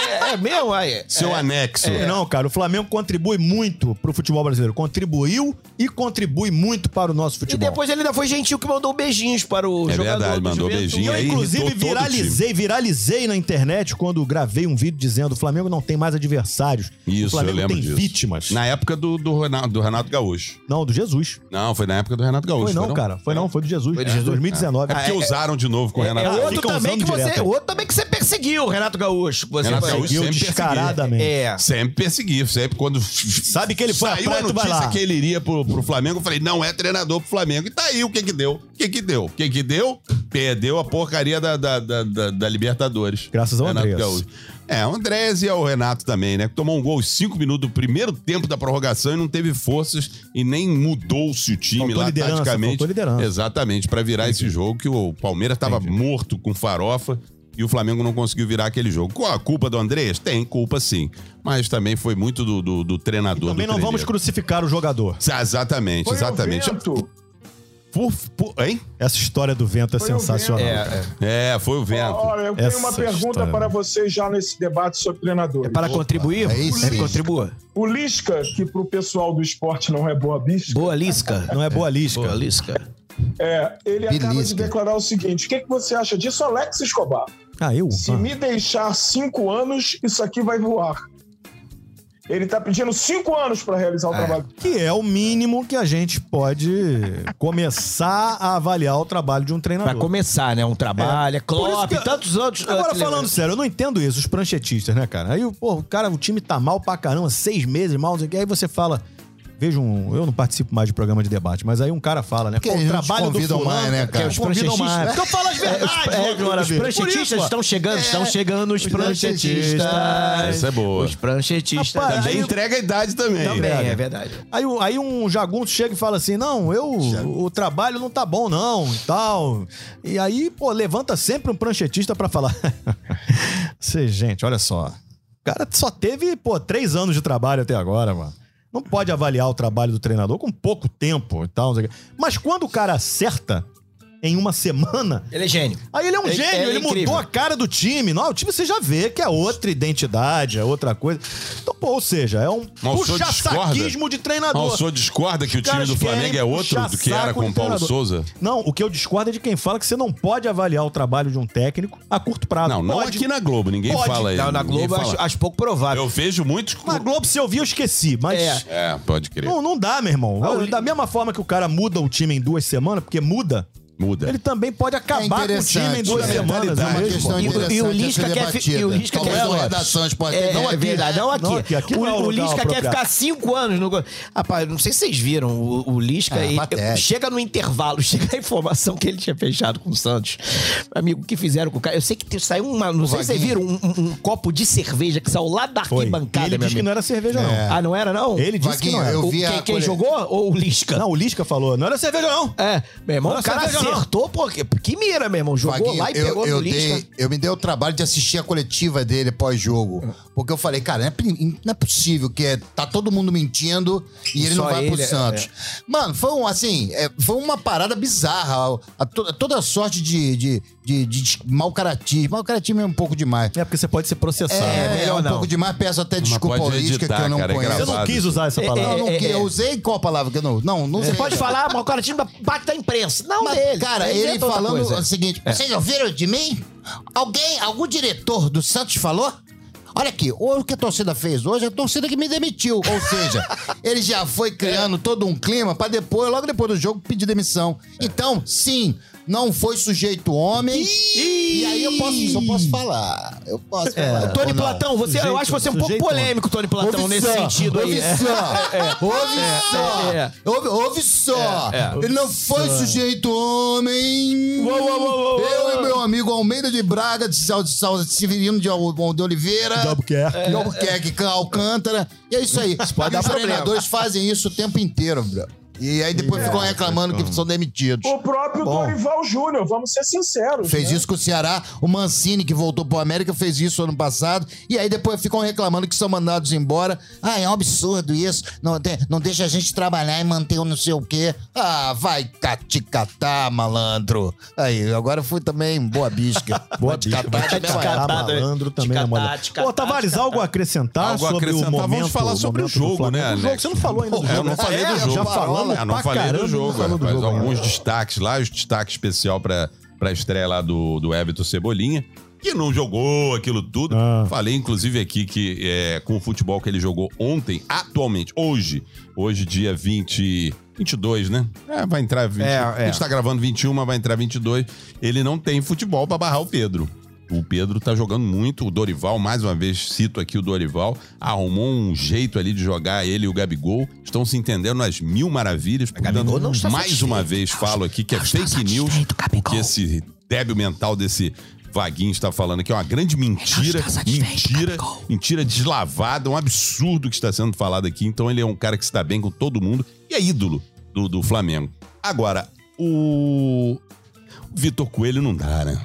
Speaker 5: É, é meu? Aí.
Speaker 4: Seu anexo.
Speaker 2: É.
Speaker 5: É.
Speaker 2: Não, cara, o Flamengo contribui muito pro futebol brasileiro. Contribuiu e contribui muito para o nosso
Speaker 5: E
Speaker 2: futebol.
Speaker 5: depois ele ainda foi gentil que mandou beijinhos para o
Speaker 4: É
Speaker 5: jogador.
Speaker 4: verdade,
Speaker 5: do
Speaker 4: mandou
Speaker 5: Juventude.
Speaker 4: beijinho.
Speaker 2: Eu,
Speaker 4: aí
Speaker 2: inclusive,
Speaker 4: irritou todo o
Speaker 2: viralizei, viralizei na internet quando gravei um vídeo dizendo o Flamengo não tem mais adversários. o
Speaker 4: Isso, eu
Speaker 2: Flamengo
Speaker 4: lembro
Speaker 2: tem
Speaker 4: disso.
Speaker 2: vítimas.
Speaker 4: Na época do, do, Renato, do Renato Gaúcho.
Speaker 2: Não, do Jesus.
Speaker 4: Não, foi na época do Renato
Speaker 2: Foi
Speaker 4: Gaúcho.
Speaker 2: não, cara. Foi não, foi do Jesus.
Speaker 5: Foi do Jesus.
Speaker 2: 2019.
Speaker 4: É porque usaram de novo com o Renato
Speaker 5: É
Speaker 4: Gaúcho.
Speaker 5: outro
Speaker 2: fica
Speaker 5: também, que
Speaker 2: usando
Speaker 5: você,
Speaker 2: direto.
Speaker 5: outro também que você perseguiu, Renato Gaúcho. que Você
Speaker 4: Renato
Speaker 5: foi-
Speaker 4: Gaúcho
Speaker 2: Seguiu
Speaker 4: sempre
Speaker 2: descaradamente.
Speaker 5: É.
Speaker 4: Sempre persegui, sempre quando. Sabe
Speaker 2: que ele foi à
Speaker 4: Saiu
Speaker 2: praia,
Speaker 4: a
Speaker 2: tu vai
Speaker 4: notícia
Speaker 2: lá.
Speaker 4: que ele iria pro, pro Flamengo, eu falei, não é treinador pro Flamengo. E tá aí o que que deu? O que que deu? O que que deu? Perdeu a porcaria da, da, da, da- da Libertadores.
Speaker 2: Graças ao
Speaker 4: Renato
Speaker 2: Andrés.
Speaker 4: Gaúcho. É, o Andrés e ao Renato também, né? Que tomou um gol aos cinco minutos do primeiro tempo da prorrogação e não teve forças e nem mudou-se o time
Speaker 2: Faltou
Speaker 4: lá
Speaker 2: liderança,
Speaker 4: taticamente.
Speaker 2: faltou liderança.
Speaker 4: Exatamente, pra virar esse jogo que o Palmeiras tava morto com farofa e o Flamengo não conseguiu virar aquele jogo. Qual a culpa do Andrés? Tem culpa sim. Mas também foi muito do, do, do treinador.
Speaker 2: Também
Speaker 4: do
Speaker 2: não vamos
Speaker 4: treineiro.
Speaker 2: crucificar o jogador.
Speaker 4: Exatamente,
Speaker 6: Foi
Speaker 4: exatamente.
Speaker 6: o um vento.
Speaker 4: Por, por- hein?
Speaker 2: Essa história do vento é
Speaker 6: Foi o
Speaker 2: sensacional.
Speaker 6: vento.
Speaker 2: cara.
Speaker 4: É, foi o vento.
Speaker 6: Olha, eu tenho
Speaker 2: Essa
Speaker 6: uma pergunta
Speaker 2: história. É
Speaker 6: para vocês já nesse debate sobre treinadores.
Speaker 5: É Para contribuir?
Speaker 3: aí
Speaker 5: Sempre
Speaker 3: sim.
Speaker 5: contribua.
Speaker 6: O Lisca, que pro pessoal do esporte não é boa bicha,
Speaker 5: Boa Lisca.
Speaker 2: Não é boa lisca.
Speaker 5: Boa Lisca.
Speaker 6: é, ele acaba de
Speaker 3: Belisca.
Speaker 6: declarar o seguinte: o que, que você acha disso, Alex Escobar?
Speaker 2: Ah, eu?
Speaker 6: Se
Speaker 2: Ah.
Speaker 6: me deixar cinco anos, isso aqui vai voar. Ele tá pedindo cinco anos para realizar o trabalho.
Speaker 2: Que é o mínimo que a gente pode começar a avaliar o trabalho de um
Speaker 5: Pra
Speaker 2: treinador.
Speaker 5: começar, né? Um trabalho, é
Speaker 2: Por isso
Speaker 5: Klopp,
Speaker 2: que eu-
Speaker 5: tantos outros.
Speaker 2: Agora,
Speaker 5: aquele-
Speaker 2: falando sério, eu não entendo isso, os pranchetistas, né, cara? Aí, pô, o cara, o time tá mal pra caramba, seis meses mal, não sei o quê. Aí você fala. Veja um. Eu não participo mais de programa de debate, mas aí um cara fala, né?
Speaker 3: Porque eles não te convidam mais, né, cara?
Speaker 2: Não
Speaker 5: Os
Speaker 2: convidam
Speaker 5: pranchistas,
Speaker 2: mais.
Speaker 5: né?
Speaker 2: Porque eu falo as verdades,
Speaker 5: É,
Speaker 2: Rodrigo
Speaker 5: os
Speaker 2: Maravilha. Por isso,
Speaker 5: pranchetistas
Speaker 2: ó.
Speaker 5: estão chegando, estão chegando os
Speaker 3: os
Speaker 5: pranchetistas.
Speaker 3: pranchetistas.
Speaker 4: Essa é boa.
Speaker 5: Os pranchetistas.
Speaker 2: Rapaz,
Speaker 5: também.
Speaker 2: aí-
Speaker 4: Entrega a idade também.
Speaker 5: Também,
Speaker 2: entrega.
Speaker 5: é verdade.
Speaker 2: Aí, o- aí um jagunço chega e fala assim: não, eu. O trabalho não tá bom, não, e tal. E aí, pô, levanta sempre um pranchetista pra falar. Cê, gente, olha só. O cara só teve, pô, três anos de trabalho até agora, mano. Não pode avaliar o trabalho do treinador com pouco tempo e tal. não sei o quê. Mas quando o cara acerta em uma semana,
Speaker 5: Ele é gênio.
Speaker 2: Aí ele é um
Speaker 5: É-
Speaker 2: gênio,
Speaker 5: é
Speaker 2: ele
Speaker 5: incrível.
Speaker 2: mudou a cara do time. Não, o time você já vê que é outra identidade, é outra coisa. Então, pô, ou seja, é um
Speaker 4: Mas o senhor
Speaker 2: puxa-saquismo
Speaker 4: discorda?
Speaker 2: de treinador.
Speaker 4: Mas o senhor discorda que
Speaker 2: Os
Speaker 4: o time
Speaker 2: caras
Speaker 4: do Flamengo
Speaker 2: querem
Speaker 4: é outro
Speaker 2: puxar
Speaker 4: do que era
Speaker 2: saco
Speaker 4: com
Speaker 2: do
Speaker 4: o Paulo
Speaker 2: treinador.
Speaker 4: Souza?
Speaker 2: Não, o que eu discordo é de quem fala que você não pode avaliar o trabalho de um técnico a curto prazo.
Speaker 4: Não, não
Speaker 2: Ah, pode.
Speaker 4: aqui na Globo, ninguém
Speaker 2: Pode. tá
Speaker 4: fala isso.
Speaker 5: Não, na
Speaker 4: ninguém
Speaker 5: Globo
Speaker 4: fala.
Speaker 5: acho, acho pouco provável.
Speaker 4: Eu vejo muitos.
Speaker 2: ah, Na Globo, se eu vi, eu esqueci, mas.
Speaker 5: É.
Speaker 4: É, pode crer.
Speaker 2: Não, não dá, meu irmão.
Speaker 5: Ah, o-
Speaker 2: Da mesma forma que o cara muda o time em duas semanas, porque muda,
Speaker 4: Muda.
Speaker 2: ele também pode acabar com o time em
Speaker 3: interessante,
Speaker 2: duas
Speaker 3: é.
Speaker 2: semanas.
Speaker 4: Mentalidade.
Speaker 2: não é
Speaker 3: Uma
Speaker 2: mesmo?
Speaker 3: questão
Speaker 5: E- e o
Speaker 3: interessante a
Speaker 5: Lisca
Speaker 3: ser
Speaker 5: quer fi-
Speaker 3: debatida.
Speaker 5: é e o Lisca
Speaker 3: Talvez
Speaker 5: quer-
Speaker 3: numa redação esportiva.
Speaker 5: É,
Speaker 3: não
Speaker 5: é
Speaker 3: aqui,
Speaker 5: verdade,
Speaker 3: né?
Speaker 5: não aqui.
Speaker 2: Não aqui, aqui
Speaker 5: o,
Speaker 2: não é o
Speaker 5: o
Speaker 2: local
Speaker 5: Lisca quer
Speaker 2: apropriado.
Speaker 5: ficar cinco anos no. go- Rapaz, não sei se vocês viram o, o Lisca.
Speaker 3: Ah,
Speaker 5: ele-
Speaker 3: patético.
Speaker 5: chega no intervalo, chega a informação que ele tinha fechado com o Santos. Amigo, o que fizeram com o cara? Eu sei que te- saiu uma. Não sei se vocês viram
Speaker 3: Vaguinho.
Speaker 5: um, um- um copo de cerveja que saiu lá da
Speaker 2: Foi.
Speaker 5: arquibancada,
Speaker 2: ele
Speaker 5: meu
Speaker 2: disse que
Speaker 5: amigo.
Speaker 2: não era
Speaker 3: É.
Speaker 2: cerveja, não.
Speaker 5: Ah, não era, não? é.
Speaker 2: Ele disse que
Speaker 3: Vaguinho,
Speaker 2: não era.
Speaker 3: eu
Speaker 5: O-
Speaker 3: vi a
Speaker 5: quem, quem
Speaker 3: colher-
Speaker 5: jogou ou o Lisca?
Speaker 2: Não, o Lisca falou, não era cerveja, não.
Speaker 5: É, meu irmão,
Speaker 2: Não,
Speaker 5: o cara
Speaker 2: cerveja não.
Speaker 5: acertou, porque que mira, meu irmão. Jogou
Speaker 3: Vaguinho,
Speaker 5: lá e pegou no
Speaker 3: eu, eu,
Speaker 5: Lisca.
Speaker 3: dei, eu me dei o trabalho de assistir a coletiva dele pós-jogo. Porque eu falei, cara, não é, pri- não é possível que é- tá todo mundo mentindo e ele
Speaker 5: Só
Speaker 3: não vai
Speaker 5: ele,
Speaker 3: pro
Speaker 5: é,
Speaker 3: Santos. Mano, foi um, assim, é, foi uma parada bizarra. A, to- toda sorte de, de, de, de, de mau caratismo. Mau caratismo é um pouco demais.
Speaker 2: É porque você pode ser processado.
Speaker 3: É, é um pouco demais. Peço até desculpa
Speaker 4: pode
Speaker 3: ao Lisca, que
Speaker 4: editar,
Speaker 3: eu não
Speaker 4: cara, é
Speaker 2: Você
Speaker 3: conheço.
Speaker 2: não
Speaker 4: gravado.
Speaker 2: quis usar essa palavra.
Speaker 3: Não, não,
Speaker 5: É, é,
Speaker 3: que-
Speaker 5: é.
Speaker 3: eu usei qual a palavra que eu não. Não, não
Speaker 5: Você
Speaker 3: usei.
Speaker 5: pode falar, mas o cara tinha bate da imprensa. Não
Speaker 3: É. Mas,
Speaker 5: dele.
Speaker 3: cara,
Speaker 5: Inventa
Speaker 3: ele
Speaker 5: outra
Speaker 3: falando assim,
Speaker 5: coisa. É.
Speaker 3: o seguinte: vocês ouviram de mim? Alguém, algum diretor do Santos falou? Olha aqui, o que a torcida fez hoje é a torcida que me demitiu. Ou seja, ele já foi criando todo um clima pra depois, logo depois do jogo, pedir demissão.
Speaker 5: É.
Speaker 3: Então, sim, não foi sujeito homem. E aí eu posso, eu posso falar. Eu posso falar.
Speaker 5: É. Tony
Speaker 3: Ou não.
Speaker 5: Platão, você, eu
Speaker 2: Sujeito-
Speaker 5: acho você um pouco
Speaker 2: sujeito-
Speaker 5: polêmico, Tony Platão,
Speaker 3: Ouve
Speaker 5: nesse
Speaker 3: só,
Speaker 5: sentido aí. né?
Speaker 3: ouve Só, Ouve só.
Speaker 5: é, é.
Speaker 3: Ouve, ouve só. Ele não foi sujeito homem. Eu e meu amigo Almeida de Braga, de Sal de Sal Severino de, Al- de Oliveira.
Speaker 2: De Albuquerque.
Speaker 3: De Albuquerque, Can- Alcântara. E é isso aí.
Speaker 5: É. pode
Speaker 3: e
Speaker 5: dar
Speaker 3: os
Speaker 5: problema. É.
Speaker 3: treinadores fazem isso o tempo inteiro, bro. E aí depois ficam reclamando que são demitidos.
Speaker 6: O próprio Dorival Júnior, vamos ser sinceros.
Speaker 3: Fez
Speaker 6: né?
Speaker 3: isso com o Ceará, o Mancini, que voltou pro América, fez isso ano passado. E aí depois ficam reclamando que são mandados embora. Ah, é um absurdo isso. Não, de- não deixa a gente trabalhar e manter o não sei o quê. Ah, vai caticatar, malandro. Aí, agora eu fui também boa bisca.
Speaker 2: Boa bicha, vai
Speaker 3: Caticatar,
Speaker 2: te
Speaker 3: mesmo é.
Speaker 2: catar,
Speaker 5: Caticatar,
Speaker 2: malandro
Speaker 5: né?
Speaker 2: também na
Speaker 5: Te
Speaker 2: moda.
Speaker 5: catar, te catar,
Speaker 2: Ô, Tavares,
Speaker 5: te catar.
Speaker 2: algo a acrescentar
Speaker 4: Algo a
Speaker 2: sobre
Speaker 4: acrescentar.
Speaker 2: o
Speaker 4: Vamos
Speaker 2: momento?
Speaker 4: falar sobre o
Speaker 2: momento do
Speaker 4: jogo,
Speaker 2: Flamengo?
Speaker 4: né,
Speaker 2: O jogo,
Speaker 4: Alex?
Speaker 2: você não falou ainda do
Speaker 4: É,
Speaker 2: jogo.
Speaker 4: eu não
Speaker 2: né?
Speaker 4: falei do jogo.
Speaker 2: Já falamos
Speaker 4: É, não
Speaker 2: pra
Speaker 4: falei
Speaker 2: caramba,
Speaker 4: do jogo,
Speaker 2: não falou do
Speaker 4: rapaz.
Speaker 2: jogo
Speaker 4: Alguns
Speaker 2: ainda.
Speaker 4: destaques lá, o destaque especial pra, pra estreia lá do, do Everton Cebolinha, que não jogou aquilo tudo.
Speaker 2: Ah.
Speaker 4: Falei, inclusive, aqui que é, com o futebol que ele jogou ontem, atualmente, hoje, hoje, dia 20. 22, né? É, vai entrar 20.
Speaker 5: É, é.
Speaker 4: A gente tá gravando 21, mas vai entrar 22. Ele não tem futebol pra barrar o Pedro. O Pedro tá jogando muito, o Dorival, mais uma vez cito aqui o Dorival, arrumou um jeito ali de jogar ele e o Gabigol, estão se entendendo às mil
Speaker 5: É
Speaker 4: maravilhas. Portanto,
Speaker 5: não está
Speaker 4: Hum, mais uma vez falo aqui que é fake news, o que esse débil mental desse Vaguinho está falando que é uma grande mentira, mentira, mentira deslavada, um absurdo que está sendo falado aqui. Então ele é um cara que está bem com todo mundo e é ídolo do, do Flamengo. Agora, o Vitor Coelho não dá, né?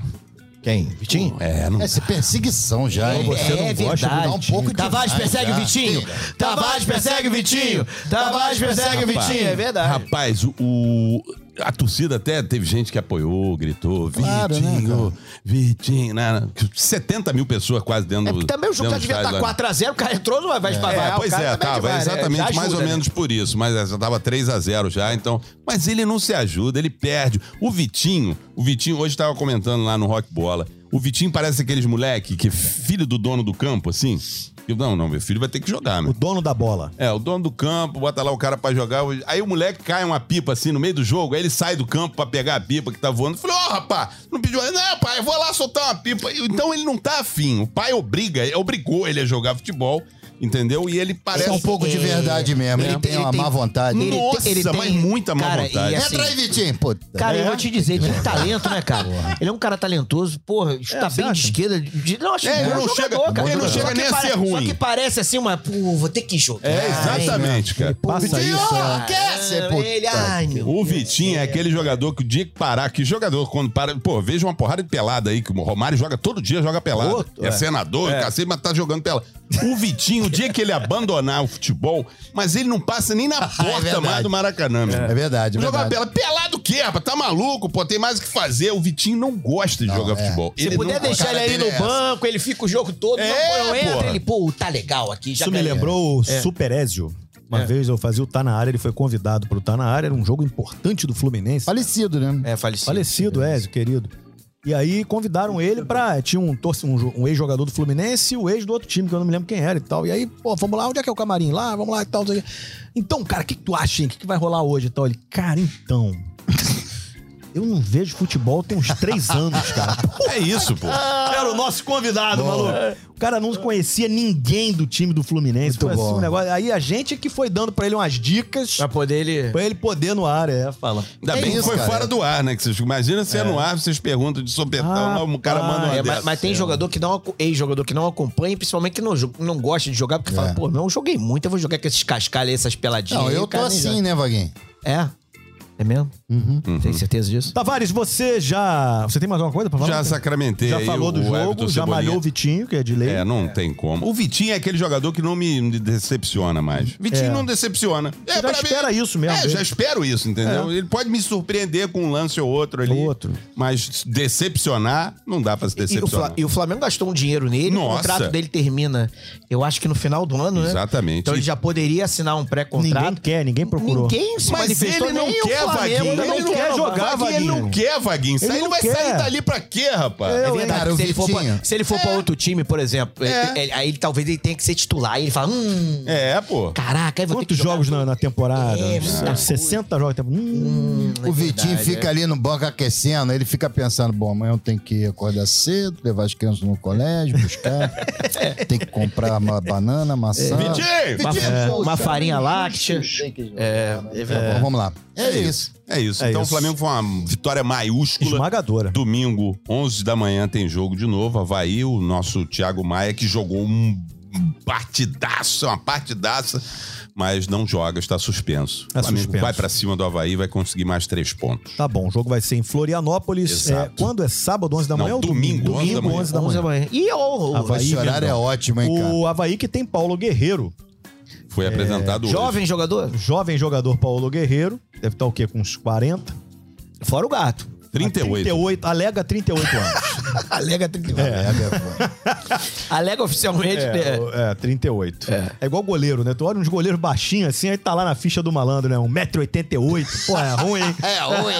Speaker 5: Quem? Vitinho?
Speaker 4: É, não
Speaker 3: Essa perseguição já, hein?
Speaker 5: é verdade.
Speaker 3: dá um pouco de
Speaker 5: Tavares
Speaker 3: raiva,
Speaker 5: persegue o
Speaker 3: já.
Speaker 5: Vitinho. Tavares persegue o Vitinho. é Tavares persegue o
Speaker 4: Rapaz,
Speaker 5: Vitinho. É verdade.
Speaker 4: Rapaz, o, o- a torcida até teve gente que apoiou, gritou,
Speaker 3: Claro, né,
Speaker 4: Vitinho, Vitinho, né, né? 70 mil pessoas quase dentro
Speaker 5: É
Speaker 4: do.
Speaker 5: porque também o jogo
Speaker 4: dentro
Speaker 5: já
Speaker 4: do
Speaker 5: devia estar
Speaker 4: estádio lá.
Speaker 5: 4x0, o cara entrou, não vai vai
Speaker 4: É,
Speaker 5: esbavar.
Speaker 4: pois é, tava
Speaker 5: né?
Speaker 4: exatamente mais ou menos por isso, mas é, já tava 3 a 0 já, então, mas ele não se ajuda, ele perde. O Vitinho, o Vitinho hoje tava comentando lá no Rock Bola. O Vitinho parece aqueles moleque que é filho do dono do campo assim. que, Não, não, meu filho vai ter que jogar, meu.
Speaker 2: O dono da bola.
Speaker 4: É, o dono do campo, bota lá o cara pra jogar. Aí o moleque cai uma pipa assim no meio do jogo, aí ele sai do campo pra pegar a pipa que tá voando. Eu Falei, ô rapaz, não pediu. Não, pai, eu vou lá soltar uma pipa. Então ele não tá afim. O pai obriga, obrigou ele a jogar futebol, entendeu? E ele parece.
Speaker 3: Isso é um pouco de
Speaker 5: É.
Speaker 3: verdade mesmo. Ele,
Speaker 5: Ele
Speaker 3: tem
Speaker 5: tem-
Speaker 3: uma
Speaker 5: ele
Speaker 3: má
Speaker 5: tem-
Speaker 3: vontade.
Speaker 5: ele-
Speaker 4: Nossa,
Speaker 5: ele tem-
Speaker 4: mas muita má
Speaker 5: cara, e
Speaker 4: vontade. É.
Speaker 5: assim-
Speaker 3: Entra aí, Vitinho. Puta.
Speaker 5: Cara, eu vou te dizer, ele tem talento, né, cara? Ele é um cara talentoso, porra, chuta
Speaker 7: você
Speaker 5: bem de
Speaker 7: acha?
Speaker 5: esquerda. de- Não, acho
Speaker 4: É,
Speaker 5: que
Speaker 4: ele
Speaker 5: é um
Speaker 4: não
Speaker 5: jogador,
Speaker 4: chega-
Speaker 5: cara.
Speaker 4: ele não
Speaker 5: Só
Speaker 4: chega
Speaker 5: que
Speaker 4: nem a
Speaker 5: pare-
Speaker 4: ser
Speaker 5: Só
Speaker 4: ruim.
Speaker 5: que parece assim uma, pô, vou ter que jogar.
Speaker 4: É,
Speaker 5: hein,
Speaker 4: exatamente, cara.
Speaker 5: pô,
Speaker 2: Passa
Speaker 5: Vitinho,
Speaker 2: isso,
Speaker 5: ah,
Speaker 3: né?
Speaker 4: é,
Speaker 3: quer ser, puta.
Speaker 5: Ele, ai, meu
Speaker 4: O
Speaker 5: Deus.
Speaker 4: Vitinho é aquele jogador que o dia que parar, que jogador, quando para. Pô, veja uma porrada de pelada aí, que o Romário joga todo dia, joga pelada.
Speaker 5: Outro,
Speaker 4: é,
Speaker 5: é.
Speaker 4: senador, cacete, mas tá jogando pelada. O Vitinho, o dia que ele abandonar o futebol, mas ele não passa nem na porta
Speaker 3: verdade.
Speaker 4: mais do Maracanã, meu.
Speaker 3: É verdade, é
Speaker 4: Jogar
Speaker 3: verdade.
Speaker 4: pelada. Pelado o quê, rapaz? Tá maluco, pô, tem mais o que fazer. O Vitinho não gosta de jogar futebol.
Speaker 5: Se puder
Speaker 4: não-
Speaker 5: deixar ele
Speaker 3: cara
Speaker 5: aí
Speaker 3: dele
Speaker 5: no
Speaker 3: é essa.
Speaker 5: banco, ele fica o jogo todo, não,
Speaker 4: É,
Speaker 5: não
Speaker 4: porra.
Speaker 5: entra, ele, pô, tá legal aqui, já
Speaker 2: Isso me
Speaker 5: ganhei.
Speaker 2: lembrou
Speaker 4: É.
Speaker 2: o Super Ezio. Uma vez eu fazia o Tá Na Área, ele foi convidado pro Tá Na Área, era um jogo importante do Fluminense.
Speaker 3: Falecido, né?
Speaker 5: É, falecido.
Speaker 2: Falecido, Ezio, querido. E aí convidaram ele pra. Tinha um, torce- um, jo- um ex-jogador do Fluminense e o ex do outro time, que eu não me lembro quem era e tal. E aí, pô, vamos lá, onde é que é o camarim? Lá, vamos lá e tal. não sei o quê. Então, cara, o que, que tu acha, hein? O que, que vai rolar hoje e tal? Ele, cara, então. Eu não vejo futebol tem uns três anos, cara.
Speaker 4: É isso, pô.
Speaker 2: Era o nosso convidado, maluco. O cara não conhecia ninguém do time do Fluminense. Foi assim
Speaker 3: bom.
Speaker 2: um negócio. Aí a gente que foi dando pra ele umas dicas
Speaker 5: Pra poder ele...
Speaker 2: pra ele poder no ar, é, fala.
Speaker 4: Ainda
Speaker 3: É
Speaker 4: bem que
Speaker 3: isso,
Speaker 4: foi
Speaker 3: cara.
Speaker 4: fora do ar, né? Que vocês, imagina se é. no ar, vocês perguntam de sopetão,
Speaker 2: Ah,
Speaker 4: o cara manda uma
Speaker 5: É,
Speaker 4: dessa.
Speaker 5: mas, mas tem jogador que não aco- ex-jogador que não acompanha, principalmente que não, jo- não gosta de jogar, porque fala, pô, não joguei muito, eu vou jogar com esses cascalhos, aí, essas peladinhas.
Speaker 3: Não,
Speaker 5: aí, o
Speaker 3: eu tô
Speaker 5: cara nem
Speaker 3: assim, né, Vaguinho?
Speaker 5: joga. É? É mesmo?
Speaker 4: Uhum.
Speaker 5: Tem certeza disso?
Speaker 2: Tavares, você já. Você tem mais alguma coisa pra falar?
Speaker 4: Já sacramentei
Speaker 2: Já
Speaker 4: aí
Speaker 2: falou
Speaker 4: o-
Speaker 2: do
Speaker 4: o
Speaker 2: jogo,
Speaker 4: Everton
Speaker 2: já
Speaker 4: Cebolinha.
Speaker 2: malhou o Vitinho, que é de lei.
Speaker 4: É, não tem como. O Vitinho é aquele jogador que não me me decepciona mais. Vitinho
Speaker 2: É.
Speaker 4: não decepciona. É,
Speaker 2: já
Speaker 4: pra
Speaker 2: espera
Speaker 4: mim,
Speaker 2: isso mesmo né?
Speaker 4: É,
Speaker 2: dele.
Speaker 4: já espero isso, entendeu? Ele pode me surpreender com um lance ou outro ali.
Speaker 2: Outro.
Speaker 4: Mas decepcionar, não dá pra
Speaker 5: E o,
Speaker 4: se
Speaker 5: Fla-
Speaker 4: decepcionar.
Speaker 5: e o Flamengo gastou um dinheiro nele,
Speaker 4: Nossa.
Speaker 5: o contrato dele termina, eu acho que no final do ano, né?
Speaker 4: Exatamente.
Speaker 5: Então ele já poderia assinar um
Speaker 2: ninguém
Speaker 5: pré-contrato.
Speaker 2: quer, ninguém procurou.
Speaker 5: Ninguém se
Speaker 4: Mas
Speaker 5: manifestou,
Speaker 4: ele não
Speaker 5: nem o Flamengo,
Speaker 4: quer, Vaguinho.
Speaker 5: ainda
Speaker 2: Ele
Speaker 5: não
Speaker 2: não quer jogar,
Speaker 5: Vaguinho.
Speaker 4: Ele não
Speaker 2: Vaguinho.
Speaker 4: quer, Vaguinho. Isso
Speaker 2: Ele
Speaker 4: aí não
Speaker 2: não
Speaker 4: vai sair
Speaker 2: quer.
Speaker 4: dali pra quê, rapaz?
Speaker 5: É
Speaker 2: Eu, hein?
Speaker 5: verdade,
Speaker 3: Cara, o
Speaker 5: se, ele for pra,
Speaker 3: Vitinho.
Speaker 5: se ele for pra outro time, por exemplo, ele- ele- aí ele- talvez ele tenha que ser titular. Aí ele fala, hum,
Speaker 4: É, pô.
Speaker 5: caraca, aí vou ter
Speaker 2: Quantos
Speaker 5: que jogar
Speaker 2: jogos na, na temporada?
Speaker 5: É,
Speaker 2: Uns
Speaker 5: muita
Speaker 2: 60 jogos. Hum,
Speaker 3: O Vitinho fica ali no banco aquecendo, ele fica pensando: bom, amanhã eu tenho que acordar cedo, levar as crianças no colégio, buscar, tem que comprar uma banana, maçã.
Speaker 4: Vitinho!
Speaker 5: É. uma,
Speaker 3: Vitinho, pô,
Speaker 5: uma
Speaker 3: cara,
Speaker 5: farinha láctea. É, é
Speaker 3: Tá bom, vamos lá. É, isso.
Speaker 4: É isso.
Speaker 2: É
Speaker 4: então o
Speaker 2: isso.
Speaker 4: Flamengo foi uma vitória maiúscula.
Speaker 2: Esmagadora.
Speaker 4: Domingo, 11 da manhã, tem jogo de novo. Havaí, o nosso Thiago Maia, que jogou um partidaço, uma partidaça, mas não joga, está suspenso.
Speaker 2: Tá
Speaker 4: o Flamengo
Speaker 2: suspenso.
Speaker 4: vai para cima do Havaí vai conseguir mais três pontos.
Speaker 2: Tá bom, o jogo vai ser em Florianópolis. É,
Speaker 4: Exato.
Speaker 2: quando é sábado, 11 da
Speaker 4: Não,
Speaker 2: manhã? ou
Speaker 4: domingo, 11 da
Speaker 2: domingo,
Speaker 4: manhã.
Speaker 2: 11 da
Speaker 5: 11
Speaker 2: manhã.
Speaker 5: da manhã. E o- o
Speaker 2: Havaí,
Speaker 3: Esse horário é
Speaker 2: Verdão.
Speaker 3: ótimo, hein, cara?
Speaker 2: O Havaí que tem Paulo Guerreiro. É,
Speaker 4: Foi apresentado hoje.
Speaker 5: jovem jogador?
Speaker 2: Jovem jogador Paulo Guerreiro. Deve estar o quê? Com uns 40?
Speaker 5: Fora o gato.
Speaker 2: Ah,
Speaker 4: 38.
Speaker 2: alega 38 anos.
Speaker 5: Alega,
Speaker 3: É, meu,
Speaker 5: Alega oficialmente. né?
Speaker 2: é, é, 38. É. igual goleiro, né? Tu olha uns goleiros baixinhos assim, aí tá lá na ficha do malandro, né? 1,88m. Pô, é ruim, hein? É.
Speaker 3: é ruim.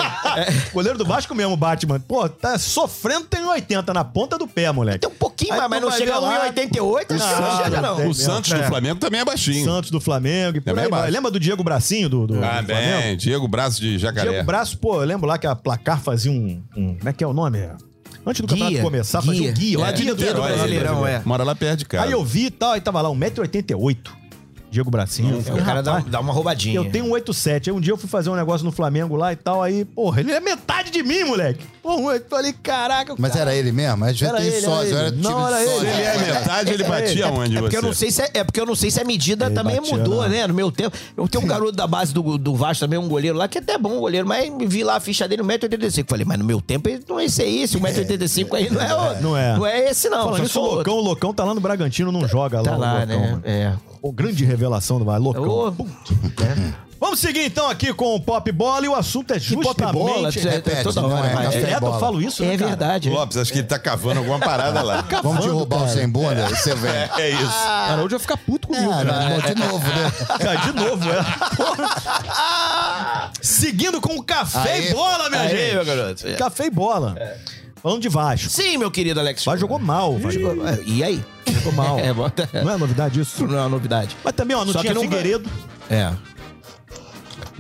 Speaker 2: Goleiro do Vasco mesmo, Batman. Pô, tá sofrendo, tem 80 na ponta do pé, moleque.
Speaker 5: Tem um pouquinho,
Speaker 2: Aí
Speaker 5: mais,
Speaker 2: tu
Speaker 5: mas não
Speaker 2: vai
Speaker 5: chega
Speaker 2: ver
Speaker 5: a
Speaker 2: lá-
Speaker 5: 1,88, não,
Speaker 2: Não,
Speaker 5: não chega não.
Speaker 2: tem.
Speaker 4: Ah, O Santos
Speaker 2: É.
Speaker 4: do Flamengo também é baixinho.
Speaker 2: Santos do Flamengo. E por
Speaker 4: Também
Speaker 2: aí
Speaker 4: é
Speaker 2: vai.
Speaker 4: baixo.
Speaker 2: Lembra do Diego Bracinho do, do,
Speaker 4: Ah,
Speaker 2: do Flamengo?
Speaker 4: bem. é. Diego Braço de Jacaré.
Speaker 2: Diego Braço, pô, eu lembro lá que a placar fazia um. um- como é que é o nome? Antes do campeonato
Speaker 5: Guia.
Speaker 2: começar, fazia um guia lá
Speaker 5: É,
Speaker 2: de
Speaker 5: guia do
Speaker 2: Niterói,
Speaker 5: Brasileirão,
Speaker 2: brasileiro.
Speaker 5: é.
Speaker 4: Mora lá perto de casa.
Speaker 2: Aí eu vi e tal, aí tava lá, 1,88m. Diego Bracinho. Eu
Speaker 5: É,
Speaker 2: falei,
Speaker 5: O cara dá,
Speaker 2: rapaz,
Speaker 5: dá uma roubadinha.
Speaker 2: Eu tenho um 87. Aí um dia eu fui fazer um negócio no Flamengo lá e tal. Aí, porra, ele é metade de mim, moleque. Porra, eu falei, caraca. o
Speaker 5: Tá.
Speaker 3: Mas
Speaker 2: cara-
Speaker 3: era ele mesmo? A gente
Speaker 2: Era
Speaker 3: tem
Speaker 2: ele,
Speaker 3: sócio,
Speaker 2: era
Speaker 3: era
Speaker 2: ele.
Speaker 3: time
Speaker 2: Não, era
Speaker 3: de sócio.
Speaker 4: Se ele é metade, ele batia onde
Speaker 5: é porque
Speaker 4: você?
Speaker 5: eu não sei se é, é porque eu não sei se a medida
Speaker 2: Ele
Speaker 5: também
Speaker 2: batia,
Speaker 5: mudou,
Speaker 2: não.
Speaker 5: né? No meu tempo. Eu tenho um garoto da base do, do Vasco também, um goleiro lá, que é até bom goleiro, mas vi lá a ficha dele, 1,85m. Falei, mas no meu tempo ele não é esse aí, esse 1,85m aí não é, o-
Speaker 2: Não é.
Speaker 5: Não é esse, não.
Speaker 2: Falando
Speaker 5: só
Speaker 2: isso, o
Speaker 5: sou outro.
Speaker 2: Locão, o Locão tá lá no Bragantino, não joga
Speaker 5: Tá
Speaker 2: lá. o
Speaker 5: lá,
Speaker 2: Locão,
Speaker 5: né?
Speaker 2: mano.
Speaker 5: É.
Speaker 2: Pô, grande revelação do Vasco, Locão.
Speaker 5: Ô,
Speaker 2: Pum.
Speaker 5: né?
Speaker 2: Vamos seguir então aqui com o Pop Bola e o assunto é justamente...
Speaker 5: pop bola, tu é-
Speaker 3: repete,
Speaker 5: toda
Speaker 3: não
Speaker 5: hora,
Speaker 3: é
Speaker 5: vai.
Speaker 3: café
Speaker 2: É direto eu
Speaker 3: bola.
Speaker 2: falo isso, né,
Speaker 5: É
Speaker 2: cara?
Speaker 5: verdade.
Speaker 4: Lopes, acho que ele tá cavando alguma parada lá.
Speaker 5: tá
Speaker 3: Vamos derrubar o sem bunda? Você vê.
Speaker 4: É isso.
Speaker 5: Ah.
Speaker 7: Cara, hoje vai ficar puto
Speaker 3: É,
Speaker 7: comigo. cara.
Speaker 3: irmão, de novo, né?
Speaker 2: Ah, de novo, é. Porra. Seguindo com o café
Speaker 3: Aê.
Speaker 2: e bola, minha
Speaker 5: Aê,
Speaker 2: gente.
Speaker 5: meu garoto. É.
Speaker 2: Café e bola. Falando de Vasco.
Speaker 5: Sim, meu querido Alex.
Speaker 2: Vasco jogou mal. Vasco jogou
Speaker 5: É, E aí?
Speaker 2: jogou mal.
Speaker 5: É, bota.
Speaker 2: Não é novidade isso?
Speaker 5: Não é uma novidade.
Speaker 2: Mas também, ó, não
Speaker 5: Só
Speaker 2: tinha
Speaker 5: que não
Speaker 2: Figueiredo.
Speaker 5: É.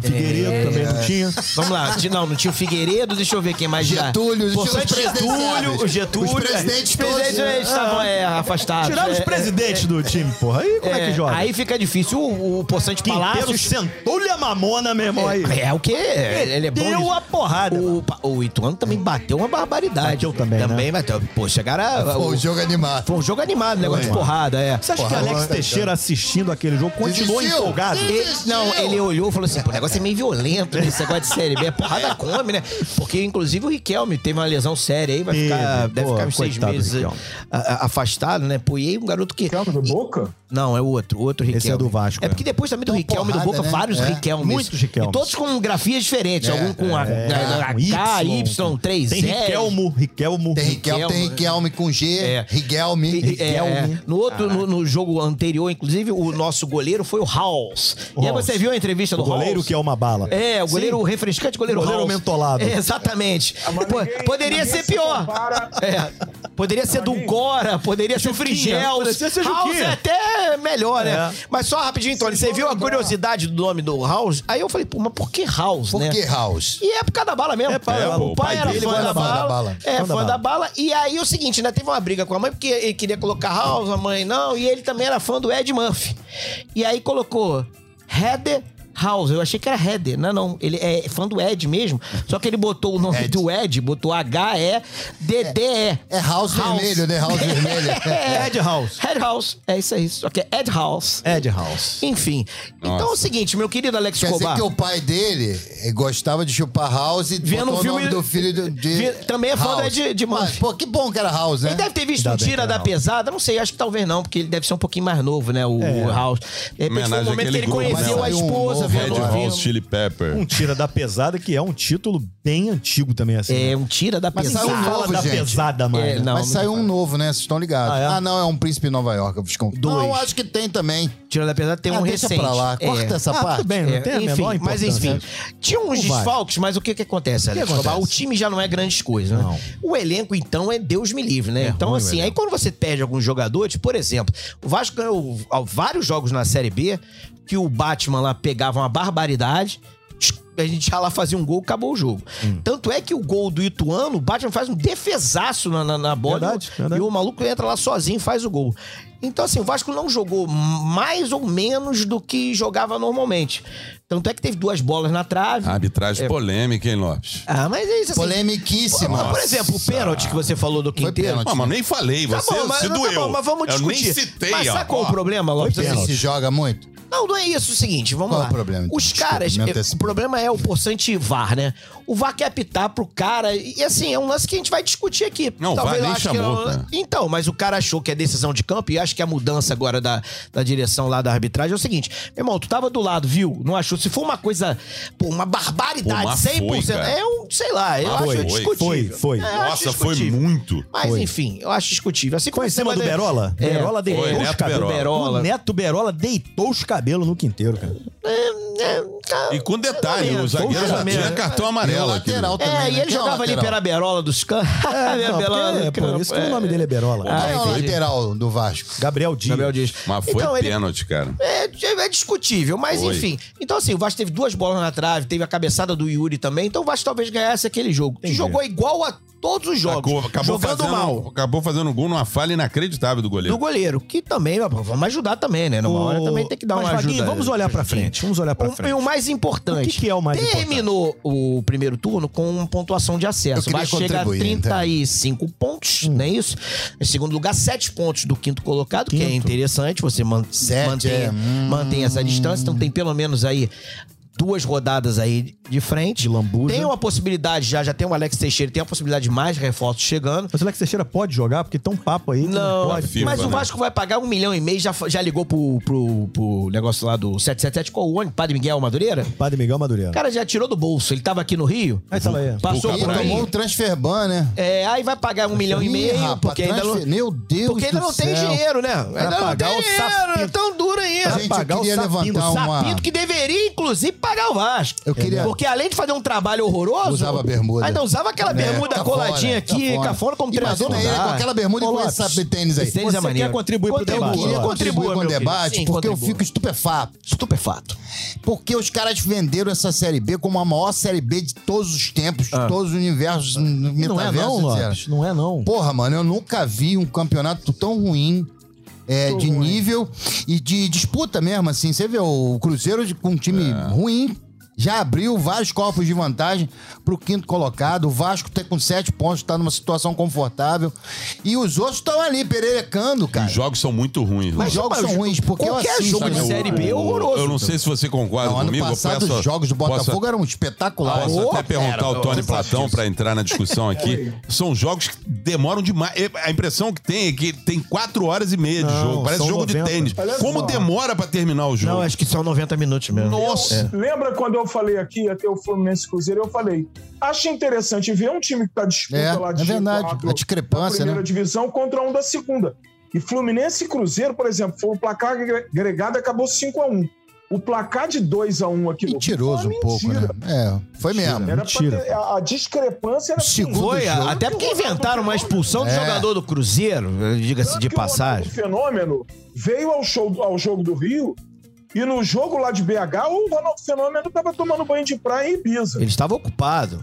Speaker 2: Figueiredo também não tinha.
Speaker 5: Vamos lá. Ti- Não, não tinha o Figueiredo, deixa eu ver quem mais já.
Speaker 3: Getúlio, os
Speaker 5: Importante
Speaker 3: presidenciáveis.
Speaker 5: Getúlio, o Getúlio.
Speaker 3: Os presidentes
Speaker 5: Os
Speaker 3: todos,
Speaker 5: presidentes
Speaker 3: né?
Speaker 5: estavam é, afastados.
Speaker 2: Tiraram Ah. os
Speaker 5: É,
Speaker 2: presidentes do time, porra. Aí como é,
Speaker 5: é,
Speaker 2: que joga?
Speaker 5: Aí fica difícil. O, o Poçante
Speaker 2: Quinteiro
Speaker 5: Palácios...
Speaker 2: sentou-lhe a mamona, meu irmão. Aí.
Speaker 5: É, o que? Ele é bom.
Speaker 2: Deu
Speaker 5: nisso.
Speaker 2: a porrada.
Speaker 5: O, pa- o Ituano também bateu uma barbaridade.
Speaker 2: Bateu também, né?
Speaker 5: Também bateu. Pô, chegaram. a-
Speaker 3: Pô,
Speaker 5: o-
Speaker 3: o jogo animado.
Speaker 5: Foi um jogo animado, negócio de porrada, é.
Speaker 2: Você acha
Speaker 3: Porra,
Speaker 2: que Alex
Speaker 3: olha,
Speaker 2: Teixeira assistindo aquele jogo continuou
Speaker 3: Desistiu.
Speaker 2: empolgado?
Speaker 3: Sim.
Speaker 5: Ele- não, ele olhou e falou assim: pô, o negócio é meio violento né, esse negócio de série B. É porrada come, né? Porque, inclusive, o Riquelme teve uma lesão séria aí, vai ficar,
Speaker 2: Teve,
Speaker 5: deve
Speaker 2: pô,
Speaker 5: ficar uns seis
Speaker 2: coitado do
Speaker 5: meses
Speaker 2: Riquelme.
Speaker 5: a- a- afastado, né? Pô, e aí um garoto que.
Speaker 6: Calma, do Boca?
Speaker 5: Não, é outro, outro Riquelme.
Speaker 2: Esse é do Vasco,
Speaker 5: É
Speaker 2: é.
Speaker 5: porque depois também do Riquelme e do
Speaker 3: porrada,
Speaker 5: Boca,
Speaker 3: né?
Speaker 5: vários
Speaker 3: É.
Speaker 5: Riquelmes.
Speaker 2: Muitos Riquelmes.
Speaker 5: E todos com grafias diferentes.
Speaker 3: É,
Speaker 5: algum com a, a- a-
Speaker 2: com
Speaker 5: K, Y, 3,
Speaker 2: um Tem Riquelmo, Riquelmo.
Speaker 3: Tem Riquelme, tem
Speaker 5: Riquelme. né?
Speaker 3: Riquelme com G,
Speaker 5: É.
Speaker 3: Riquelme.
Speaker 5: E- e- é,
Speaker 2: Riquelme.
Speaker 5: no outro, no, no jogo anterior, inclusive, o nosso goleiro foi o House. E aí
Speaker 2: House.
Speaker 5: você viu a entrevista
Speaker 2: O
Speaker 5: do
Speaker 2: goleiro
Speaker 5: House?
Speaker 2: que é uma bala.
Speaker 5: É, o goleiro
Speaker 2: Sim.
Speaker 5: refrescante, goleiro
Speaker 2: Goleiro
Speaker 5: House.
Speaker 2: mentolado.
Speaker 5: É, exatamente.
Speaker 6: mas
Speaker 5: Po-
Speaker 6: ninguém-
Speaker 5: poderia
Speaker 6: ninguém
Speaker 5: ser
Speaker 6: se
Speaker 5: pior.
Speaker 6: compara-
Speaker 5: É, Poderia ser
Speaker 6: Juquinha.
Speaker 5: Dulcora, poderia ser Frigel.
Speaker 2: Poderia ser
Speaker 5: House
Speaker 2: Juquinha.
Speaker 5: é até melhor, né?
Speaker 2: É.
Speaker 5: Mas só rapidinho, Tony, você viu a curiosidade do nome do House? Aí eu falei, pô, mas por que House,
Speaker 3: Por
Speaker 5: né?
Speaker 3: que House?
Speaker 5: E é por causa da bala mesmo.
Speaker 2: É, pô, é,
Speaker 5: o pai, era
Speaker 2: dele
Speaker 5: fã
Speaker 2: era
Speaker 5: da
Speaker 2: fã
Speaker 5: bala.
Speaker 3: da bala.
Speaker 2: Fã
Speaker 5: É,
Speaker 2: da
Speaker 5: fã,
Speaker 2: bala.
Speaker 5: da bala. E aí o seguinte, né? Teve uma briga com a mãe, porque ele queria colocar House, a mãe não, e ele também era fã do Ed Murphy. E aí colocou Heather House. Eu achei que era Heather. Não, não. Ele é fã do Ed mesmo. Só que ele botou o nome
Speaker 3: Ed.
Speaker 5: do Ed, botou H-E-D-D-E.
Speaker 3: É House, Vermelho, né? House Vermelho.
Speaker 5: É.
Speaker 2: Ed House.
Speaker 5: Head House. É isso aí. Só que é Ed House.
Speaker 2: Ed House.
Speaker 5: Enfim. Então é o
Speaker 4: Nossa.
Speaker 5: seguinte, meu querido Alex
Speaker 3: Quer dizer
Speaker 5: Escobar.
Speaker 3: que o pai dele eh, gostava de chupar House e
Speaker 5: Vendo
Speaker 3: botou
Speaker 5: um filme-
Speaker 3: o nome do filho do- de...
Speaker 5: Vi- também é fã
Speaker 3: House.
Speaker 5: do Ed- de
Speaker 3: Mas,
Speaker 5: Murphy.
Speaker 3: pô, que bom que era House, né?
Speaker 5: Ele deve ter visto
Speaker 2: Ainda
Speaker 5: um
Speaker 2: bem
Speaker 5: tira
Speaker 2: que
Speaker 5: da
Speaker 2: não.
Speaker 5: pesada, não sei, acho que talvez não, porque ele deve ser um pouquinho mais novo, né? O, o House. De repente foi
Speaker 4: Homenagem
Speaker 5: um momento que
Speaker 4: àquele
Speaker 5: ele
Speaker 4: grupo,
Speaker 5: conheceu
Speaker 4: né?
Speaker 5: a
Speaker 3: É. Saiu um
Speaker 5: esposa,
Speaker 2: tá
Speaker 3: novo
Speaker 5: vendo
Speaker 4: Red
Speaker 5: o filme.
Speaker 4: House Chili Pepper.
Speaker 2: Um Tira da Pesada, que é um título bem antigo também, assim.
Speaker 5: É
Speaker 2: né?
Speaker 5: um tira da
Speaker 3: Mas
Speaker 5: pesada.
Speaker 3: saiu
Speaker 2: Não
Speaker 3: um
Speaker 2: fala
Speaker 3: novo,
Speaker 2: da
Speaker 3: gente.
Speaker 2: pesada, né? mano.
Speaker 5: É, não,
Speaker 3: Mas saiu um novo, né? Vocês estão ligados.
Speaker 2: Ah,
Speaker 3: Ah,
Speaker 2: é?
Speaker 3: não, é um príncipe em Nova York. Eu fiz com...
Speaker 5: Dois.
Speaker 3: Não, acho que tem também.
Speaker 5: Tira da pesada tem
Speaker 3: ah,
Speaker 5: um
Speaker 3: deixa
Speaker 5: recente.
Speaker 3: pra lá. Corta
Speaker 5: É.
Speaker 3: essa
Speaker 2: Ah,
Speaker 3: parte.
Speaker 2: tudo bem, não
Speaker 5: É,
Speaker 2: tem a
Speaker 5: enfim,
Speaker 2: menor
Speaker 5: mas
Speaker 2: importância.
Speaker 5: enfim, tinha uns
Speaker 2: Não vai.
Speaker 5: desfalques, mas o que que acontece, Alex?
Speaker 2: acontece?
Speaker 5: Escobar? O time já não é grandes coisas, né?
Speaker 2: Não.
Speaker 5: O elenco, então, é Deus me livre, né? então,
Speaker 2: ruim o
Speaker 5: assim, aí
Speaker 2: elenco.
Speaker 5: quando você perde alguns jogadores, por exemplo, o Vasco ganhou ó, vários jogos na Série B que o Batman lá pegava uma barbaridade. A gente já lá fazia um gol, acabou o jogo.
Speaker 2: Hum.
Speaker 5: Tanto é que o gol do Ituano, o Batman faz um defesaço na, na, na bola
Speaker 2: Verdade,
Speaker 5: e, o-
Speaker 2: verdade.
Speaker 5: e o maluco entra lá sozinho e faz o gol. Então, assim, o Vasco não jogou mais ou menos do que jogava normalmente. Tanto é que teve duas bolas na trave.
Speaker 4: Ah, Arbitragem polêmica, hein, Lopes?
Speaker 5: Ah, mas é isso assim.
Speaker 3: Polemiquíssima.
Speaker 5: Mas, por exemplo, o pênalti que você falou do Quinteiro.
Speaker 3: pênalti.
Speaker 4: Ah, mas nem falei,
Speaker 5: Tá
Speaker 4: você
Speaker 5: bom, mas,
Speaker 4: se
Speaker 5: não,
Speaker 4: doeu.
Speaker 5: Tá bom, mas vamos
Speaker 4: Eu
Speaker 5: discutir.
Speaker 4: nem citei,
Speaker 5: mas sabe
Speaker 4: ó.
Speaker 5: qual o problema, Lopes?
Speaker 2: Foi
Speaker 5: É o
Speaker 3: Ele
Speaker 5: seguinte,
Speaker 3: se joga muito?
Speaker 5: Não, não é isso. É o seguinte, vamos
Speaker 3: Qual
Speaker 5: lá.
Speaker 3: o problema, então?
Speaker 5: Os
Speaker 3: Desculpa,
Speaker 5: caras.
Speaker 3: me
Speaker 5: eh,
Speaker 3: antecipei.
Speaker 5: o problema é o poçante VAR, né? O VAR quer apitar pro cara. E assim, é um lance que a gente vai discutir aqui.
Speaker 4: Não, o VAR
Speaker 5: eu
Speaker 4: nem
Speaker 5: ache
Speaker 4: chamou, né?
Speaker 5: que era um-
Speaker 4: cara.
Speaker 5: Então, mas o cara achou que é decisão de campo e acho que a mudança agora da, da direção lá da arbitragem é o seguinte: meu irmão, tu tava do lado, viu? Não achou? Se for uma coisa, pô, uma barbaridade,
Speaker 4: Pô, mas foi,
Speaker 5: 100%.
Speaker 4: cara.
Speaker 5: é um, sei lá, eu
Speaker 4: Mas
Speaker 5: acho
Speaker 4: foi,
Speaker 2: Foi,
Speaker 5: discutível.
Speaker 2: foi.
Speaker 5: É. eu
Speaker 4: Nossa,
Speaker 5: acho
Speaker 4: foi
Speaker 5: discutível.
Speaker 4: muito.
Speaker 5: Mas enfim, eu acho discutível. Assim
Speaker 2: Foi em
Speaker 5: como
Speaker 2: cima
Speaker 5: você
Speaker 2: do
Speaker 5: vai-
Speaker 2: Berola?
Speaker 5: É.
Speaker 2: Berola deitou
Speaker 4: Foi,
Speaker 2: os
Speaker 4: Neto
Speaker 2: cabelos.
Speaker 5: Berola.
Speaker 2: O Neto Berola deitou os cabelos no quinteiro, cara.
Speaker 5: Hum, né? Tá.
Speaker 4: E com detalhe, o
Speaker 5: menos,
Speaker 4: zagueiro
Speaker 5: mais ou
Speaker 4: já tinha
Speaker 5: menos.
Speaker 4: cartão
Speaker 3: E o
Speaker 4: amarelo aqui.
Speaker 3: lateral também.
Speaker 5: É,
Speaker 3: né?
Speaker 5: e ele
Speaker 3: Quem é o
Speaker 5: jogava ali
Speaker 3: lateral?
Speaker 5: pela Berola dos Campos.
Speaker 2: É, não, porque, pô, isso que o nome dele é Berola.
Speaker 3: Quem é o
Speaker 5: Ah, entendi.
Speaker 3: lateral do Vasco?
Speaker 2: Gabriel Dias.
Speaker 5: É. Gabriel Dias.
Speaker 4: Mas foi
Speaker 5: Então, ele-
Speaker 4: pênalti, cara.
Speaker 5: É, é discutível, mas
Speaker 4: Foi.
Speaker 5: enfim. Então, assim, o Vasco teve duas bolas na trave, teve a cabeçada do Yuri também, então o Vasco talvez ganhasse aquele jogo.
Speaker 2: Entendi.
Speaker 5: Jogou igual a todos os jogos.
Speaker 4: Acabou, acabou
Speaker 5: jogando
Speaker 4: fazendo,
Speaker 5: mal.
Speaker 4: Acabou fazendo gol numa falha inacreditável do goleiro.
Speaker 5: Do goleiro, que também, ó, vamos ajudar também, né? Numa hora também tem que dar
Speaker 2: Mas,
Speaker 5: uma
Speaker 2: Vaguinho,
Speaker 5: ajuda.
Speaker 2: vamos olhar pra frente, vamos olhar pra
Speaker 5: O-
Speaker 2: frente.
Speaker 5: E o mais importante.
Speaker 2: O que que é o mais
Speaker 5: Terminou o primeiro turno com pontuação de acesso.
Speaker 3: Eu queria
Speaker 5: Vai chegar a
Speaker 3: contribuir, então.
Speaker 5: 35 pontos, não é isso? Em segundo lugar, 7 pontos do quinto colocado, que é
Speaker 2: Quinto.
Speaker 5: interessante. Você man-
Speaker 3: Sete,
Speaker 5: mantém,
Speaker 3: é. Hum.
Speaker 5: mantém essa distância. Então tem pelo menos aí. duas rodadas aí de frente.
Speaker 2: De lambuja.
Speaker 5: Tem uma possibilidade já, já tem o Alex Teixeira, tem a possibilidade de mais reforços chegando.
Speaker 2: Mas o Alex Teixeira pode jogar? Porque tem um papo aí. que
Speaker 5: Não,
Speaker 2: pode.
Speaker 4: FIFA,
Speaker 5: mas o
Speaker 4: né?
Speaker 5: Vasco vai pagar um milhão e meio, já, já ligou pro, pro, pro negócio lá do 777, qual o ônibus? Padre Miguel Madureira?
Speaker 2: Padre Miguel Madureira.
Speaker 5: O cara já tirou do bolso, ele tava aqui no Rio,
Speaker 2: Aí tá lá, é.
Speaker 5: passou
Speaker 3: Ih,
Speaker 5: Ah, por aí,
Speaker 3: tomou o transferban, né?
Speaker 5: é, aí vai pagar um milhão e
Speaker 3: Ih,
Speaker 5: meio,
Speaker 3: rapaz,
Speaker 5: porque ainda não...
Speaker 3: transfer- Meu Deus
Speaker 5: Porque ainda
Speaker 3: do
Speaker 5: não tem
Speaker 3: céu.
Speaker 5: dinheiro, né? Ainda não
Speaker 2: pagar
Speaker 5: tem
Speaker 2: o
Speaker 5: dinheiro,
Speaker 2: sapinho.
Speaker 5: é tão duro ainda.
Speaker 3: Gente,
Speaker 2: pagar
Speaker 3: eu
Speaker 2: o
Speaker 3: queria
Speaker 2: sapinho,
Speaker 3: levantar uma...
Speaker 5: Sapinto que deveria, inclusive, pagar o Vasco.
Speaker 3: Eu queria-
Speaker 5: Porque além de fazer um trabalho horroroso.
Speaker 3: Usava bermuda. É, tá
Speaker 5: Ainda usava aquela bermuda
Speaker 3: cafona,
Speaker 5: coladinha aqui,
Speaker 3: cafona.
Speaker 5: cafona, como treinador.
Speaker 3: Imagina
Speaker 5: não
Speaker 3: ele
Speaker 5: dá.
Speaker 3: com aquela bermuda e com
Speaker 5: Coloca-
Speaker 3: esse sabe tênis aí.
Speaker 5: Esse tênis
Speaker 2: Você
Speaker 5: é
Speaker 2: quer
Speaker 5: maneiro.
Speaker 2: contribuir pro
Speaker 5: Contribua,
Speaker 2: debate?
Speaker 3: é Eu queria
Speaker 5: Contribua,
Speaker 3: contribuir com o
Speaker 5: meu filho.
Speaker 3: debate,
Speaker 5: Sim,
Speaker 3: porque eu
Speaker 5: contribua.
Speaker 3: fico estupefato.
Speaker 5: estupefato.
Speaker 3: Porque os caras venderam essa Série B como a maior Série B de todos os tempos,
Speaker 5: Ah.
Speaker 3: de todos os universos,
Speaker 2: Não é não,
Speaker 3: metaversos, etc.
Speaker 2: Lopes. Não é não.
Speaker 3: Porra, mano, eu nunca vi um campeonato tão ruim. é, de nível e de disputa mesmo, assim. Você vê o Cruzeiro de- com um time
Speaker 5: É.
Speaker 3: ruim, já abriu vários corpos de vantagem pro quinto colocado. O Vasco tá com sete pontos, tá numa situação confortável. E os outros estão ali pererecando, cara.
Speaker 4: Os jogos são muito ruins.
Speaker 3: Os
Speaker 4: Lopes.
Speaker 3: jogos são ruins, porque eu
Speaker 5: qualquer
Speaker 3: assisto.
Speaker 5: é jogo
Speaker 4: Sabe,
Speaker 5: de
Speaker 3: né?
Speaker 4: eu-
Speaker 5: Série B é horroroso.
Speaker 4: Eu não sei se você concorda
Speaker 3: Não, ano
Speaker 4: comigo.
Speaker 3: passado,
Speaker 4: posso-
Speaker 3: os jogos do
Speaker 4: posso-
Speaker 3: Botafogo eram espetaculares.
Speaker 4: Posso até
Speaker 3: Porra,
Speaker 4: perguntar
Speaker 3: cara,
Speaker 4: ao Tony
Speaker 3: você sabe
Speaker 4: Platão
Speaker 3: disso.
Speaker 4: pra entrar na discussão aqui. São jogos que demoram demais. E A impressão que tem é que tem quatro horas e meia de
Speaker 2: Não,
Speaker 4: jogo. Parece
Speaker 2: são
Speaker 4: jogo
Speaker 2: 90.
Speaker 4: de tênis.
Speaker 6: Olha
Speaker 4: Como
Speaker 6: só.
Speaker 4: demora pra terminar o jogo?
Speaker 2: é
Speaker 5: Não, acho que são 90 minutos mesmo.
Speaker 4: Nossa!
Speaker 3: É.
Speaker 6: Lembra quando eu falei aqui, até o Fluminense e Cruzeiro, eu falei, acho interessante ver um time que está disputa
Speaker 3: É,
Speaker 6: lá de
Speaker 3: é verdade.
Speaker 6: G4
Speaker 3: A discrepância,
Speaker 6: da primeira
Speaker 3: né?
Speaker 6: divisão contra um da segunda. E Fluminense e Cruzeiro, por exemplo, foi um placar agre- agregado acabou 5 a 1 O placar de 2 a 1 aqui no
Speaker 3: Mentiroso
Speaker 6: Rio foi
Speaker 3: um pouco, né? É, foi mesmo.
Speaker 6: Era pra
Speaker 2: Mentira.
Speaker 6: ter- a, a discrepância era assim,
Speaker 3: Segundo
Speaker 5: Foi,
Speaker 3: jogo.
Speaker 5: até porque inventaram uma expulsão do
Speaker 3: É.
Speaker 5: jogador do Cruzeiro, diga-se
Speaker 6: Tanto
Speaker 5: de
Speaker 6: que o
Speaker 5: passagem.
Speaker 6: Ronaldo Fenômeno veio ao, show, ao jogo do Rio e no jogo lá de BH, o Ronaldo Fenômeno tava tomando banho de praia em Ibiza.
Speaker 5: Ele estava ocupado.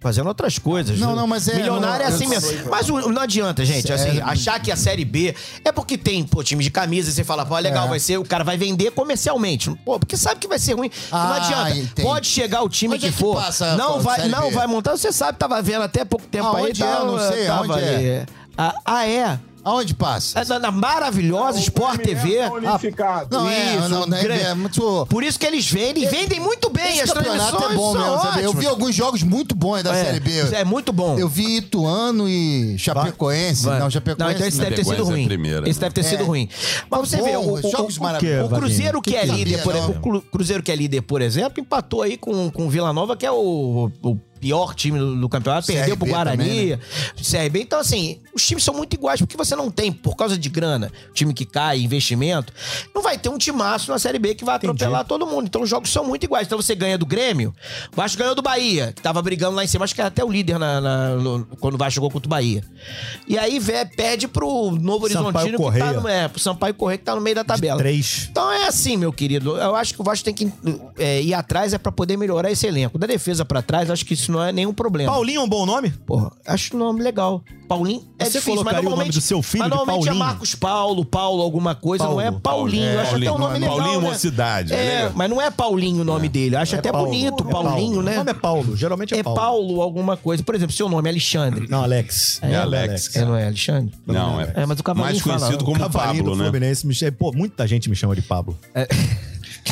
Speaker 5: Fazendo outras coisas.
Speaker 3: Não,
Speaker 5: né?
Speaker 3: não, mas é-
Speaker 5: Milionário é
Speaker 3: não,
Speaker 5: assim
Speaker 3: eu-
Speaker 5: mesmo. Mas o- não adianta, gente. Assim,
Speaker 3: Sério.
Speaker 5: achar que a Série B é porque tem, pô, time de camisa. e Você fala, pô, legal,
Speaker 3: É.
Speaker 5: vai ser. O cara vai vender comercialmente. Pô, porque sabe que vai ser ruim. não
Speaker 3: Ah,
Speaker 5: adianta.
Speaker 3: entendi.
Speaker 5: Pode chegar o time
Speaker 3: Onde é
Speaker 5: que
Speaker 3: que
Speaker 5: for.
Speaker 3: passa,
Speaker 5: não
Speaker 3: pô,
Speaker 5: vai,
Speaker 3: Série
Speaker 5: não
Speaker 3: B?
Speaker 5: vai montar. Você sabe, tava vendo até pouco tempo aí.
Speaker 3: Aonde é? Eu
Speaker 5: Tava,
Speaker 3: não sei,
Speaker 5: tava
Speaker 3: aonde é?
Speaker 5: ali. Ah, ah, é?
Speaker 3: Aonde passa?
Speaker 5: É Na, na maravilhosa Sport TV.
Speaker 6: Tá unificado.
Speaker 3: ah, Não, é,
Speaker 5: Isso,
Speaker 3: não, não é,
Speaker 5: grande.
Speaker 3: é muito.
Speaker 5: Por isso que eles vendem. Vendem muito bem.
Speaker 3: Esse
Speaker 5: As
Speaker 3: campeonato
Speaker 5: transmissões
Speaker 3: é bom
Speaker 5: são
Speaker 3: mesmo, sabe? Eu
Speaker 5: ótimas.
Speaker 3: vi alguns jogos muito bons da
Speaker 5: É,
Speaker 3: Série B.
Speaker 5: É muito bom.
Speaker 3: Eu vi Ituano e Chapecoense.
Speaker 5: Vai.
Speaker 3: Não, Chapecoense.
Speaker 5: então esse
Speaker 3: não.
Speaker 5: deve ter sido
Speaker 4: Chapecoense é
Speaker 5: ruim.
Speaker 4: a primeira,
Speaker 5: esse
Speaker 4: né?
Speaker 5: deve ter sido ruim. Mas você
Speaker 3: É. Bom,
Speaker 5: vê, o, o,
Speaker 3: jogos
Speaker 5: o-
Speaker 3: maravilhosos.
Speaker 5: o Cruzeiro
Speaker 2: Vaguinho?
Speaker 5: que é
Speaker 3: Que que
Speaker 5: líder,
Speaker 3: sabia,
Speaker 5: por
Speaker 3: não?
Speaker 5: exemplo, o Cru- Cruzeiro que é líder, por exemplo, empatou aí com com o Vila Nova, que é o, o pior time do, do campeonato,
Speaker 3: CRB
Speaker 5: perdeu pro Guarani,
Speaker 3: também, né?
Speaker 5: CRB. Então assim, os times são muito iguais porque você não tem por causa de grana, time que cai, investimento, não vai ter um timaço na Série B que vai atropelar todo mundo. Então os jogos são muito iguais. Então você ganha do Grêmio, o Vasco ganhou do Bahia, que tava brigando lá em cima, acho que era até o líder na- na- no- quando o Vasco jogou contra o Bahia. E aí vé, pede pro Novo
Speaker 2: Sampaio
Speaker 5: Horizontino que tá
Speaker 2: Correia.
Speaker 5: no, é, pro Sampaio Correia que tá no meio da tabela.
Speaker 2: Três.
Speaker 5: Então é assim, meu querido. Eu acho que o Vasco tem que é, ir atrás é pra poder melhorar esse elenco. Da defesa pra trás, acho que isso não é nenhum problema.
Speaker 2: Paulinho é um bom nome?
Speaker 5: Porra, acho o nome legal. Paulinho é
Speaker 2: Você
Speaker 5: difícil, mas
Speaker 2: colocaria o nome
Speaker 5: normalmente...
Speaker 2: do seu filho
Speaker 5: mas
Speaker 2: de
Speaker 5: normalmente é
Speaker 2: Paulinho?
Speaker 5: Marcos Paulo, Paulo alguma coisa,
Speaker 2: Paulo,
Speaker 5: não é Paulinho.
Speaker 4: Paulo,
Speaker 5: eu acho
Speaker 4: Paulinho,
Speaker 5: até um nome
Speaker 4: não é
Speaker 5: legal,
Speaker 4: Paulinho
Speaker 5: né?
Speaker 4: Mocidade,
Speaker 5: É,
Speaker 4: né?
Speaker 5: mas não é Paulinho o nome dele. Eu acho até
Speaker 2: Paulo.
Speaker 5: bonito,
Speaker 2: É
Speaker 5: Paulinho,
Speaker 2: Paulo. O
Speaker 5: né?
Speaker 2: nome é Paulo, geralmente é,
Speaker 5: É
Speaker 2: Paulo.
Speaker 5: Paulo alguma coisa. Por exemplo, seu nome é Alexandre.
Speaker 2: Não, Alex.
Speaker 5: É
Speaker 4: Alex.
Speaker 5: É, não é Alexandre?
Speaker 4: Não, é.
Speaker 2: né?
Speaker 5: É, mas o Cavalinho
Speaker 4: mais conhecido
Speaker 5: fala-
Speaker 4: como
Speaker 2: Cavalinho
Speaker 4: Pablo,
Speaker 2: do
Speaker 4: né?
Speaker 2: Fluminense. Me... chama- Pô, muita gente me chama de Pablo.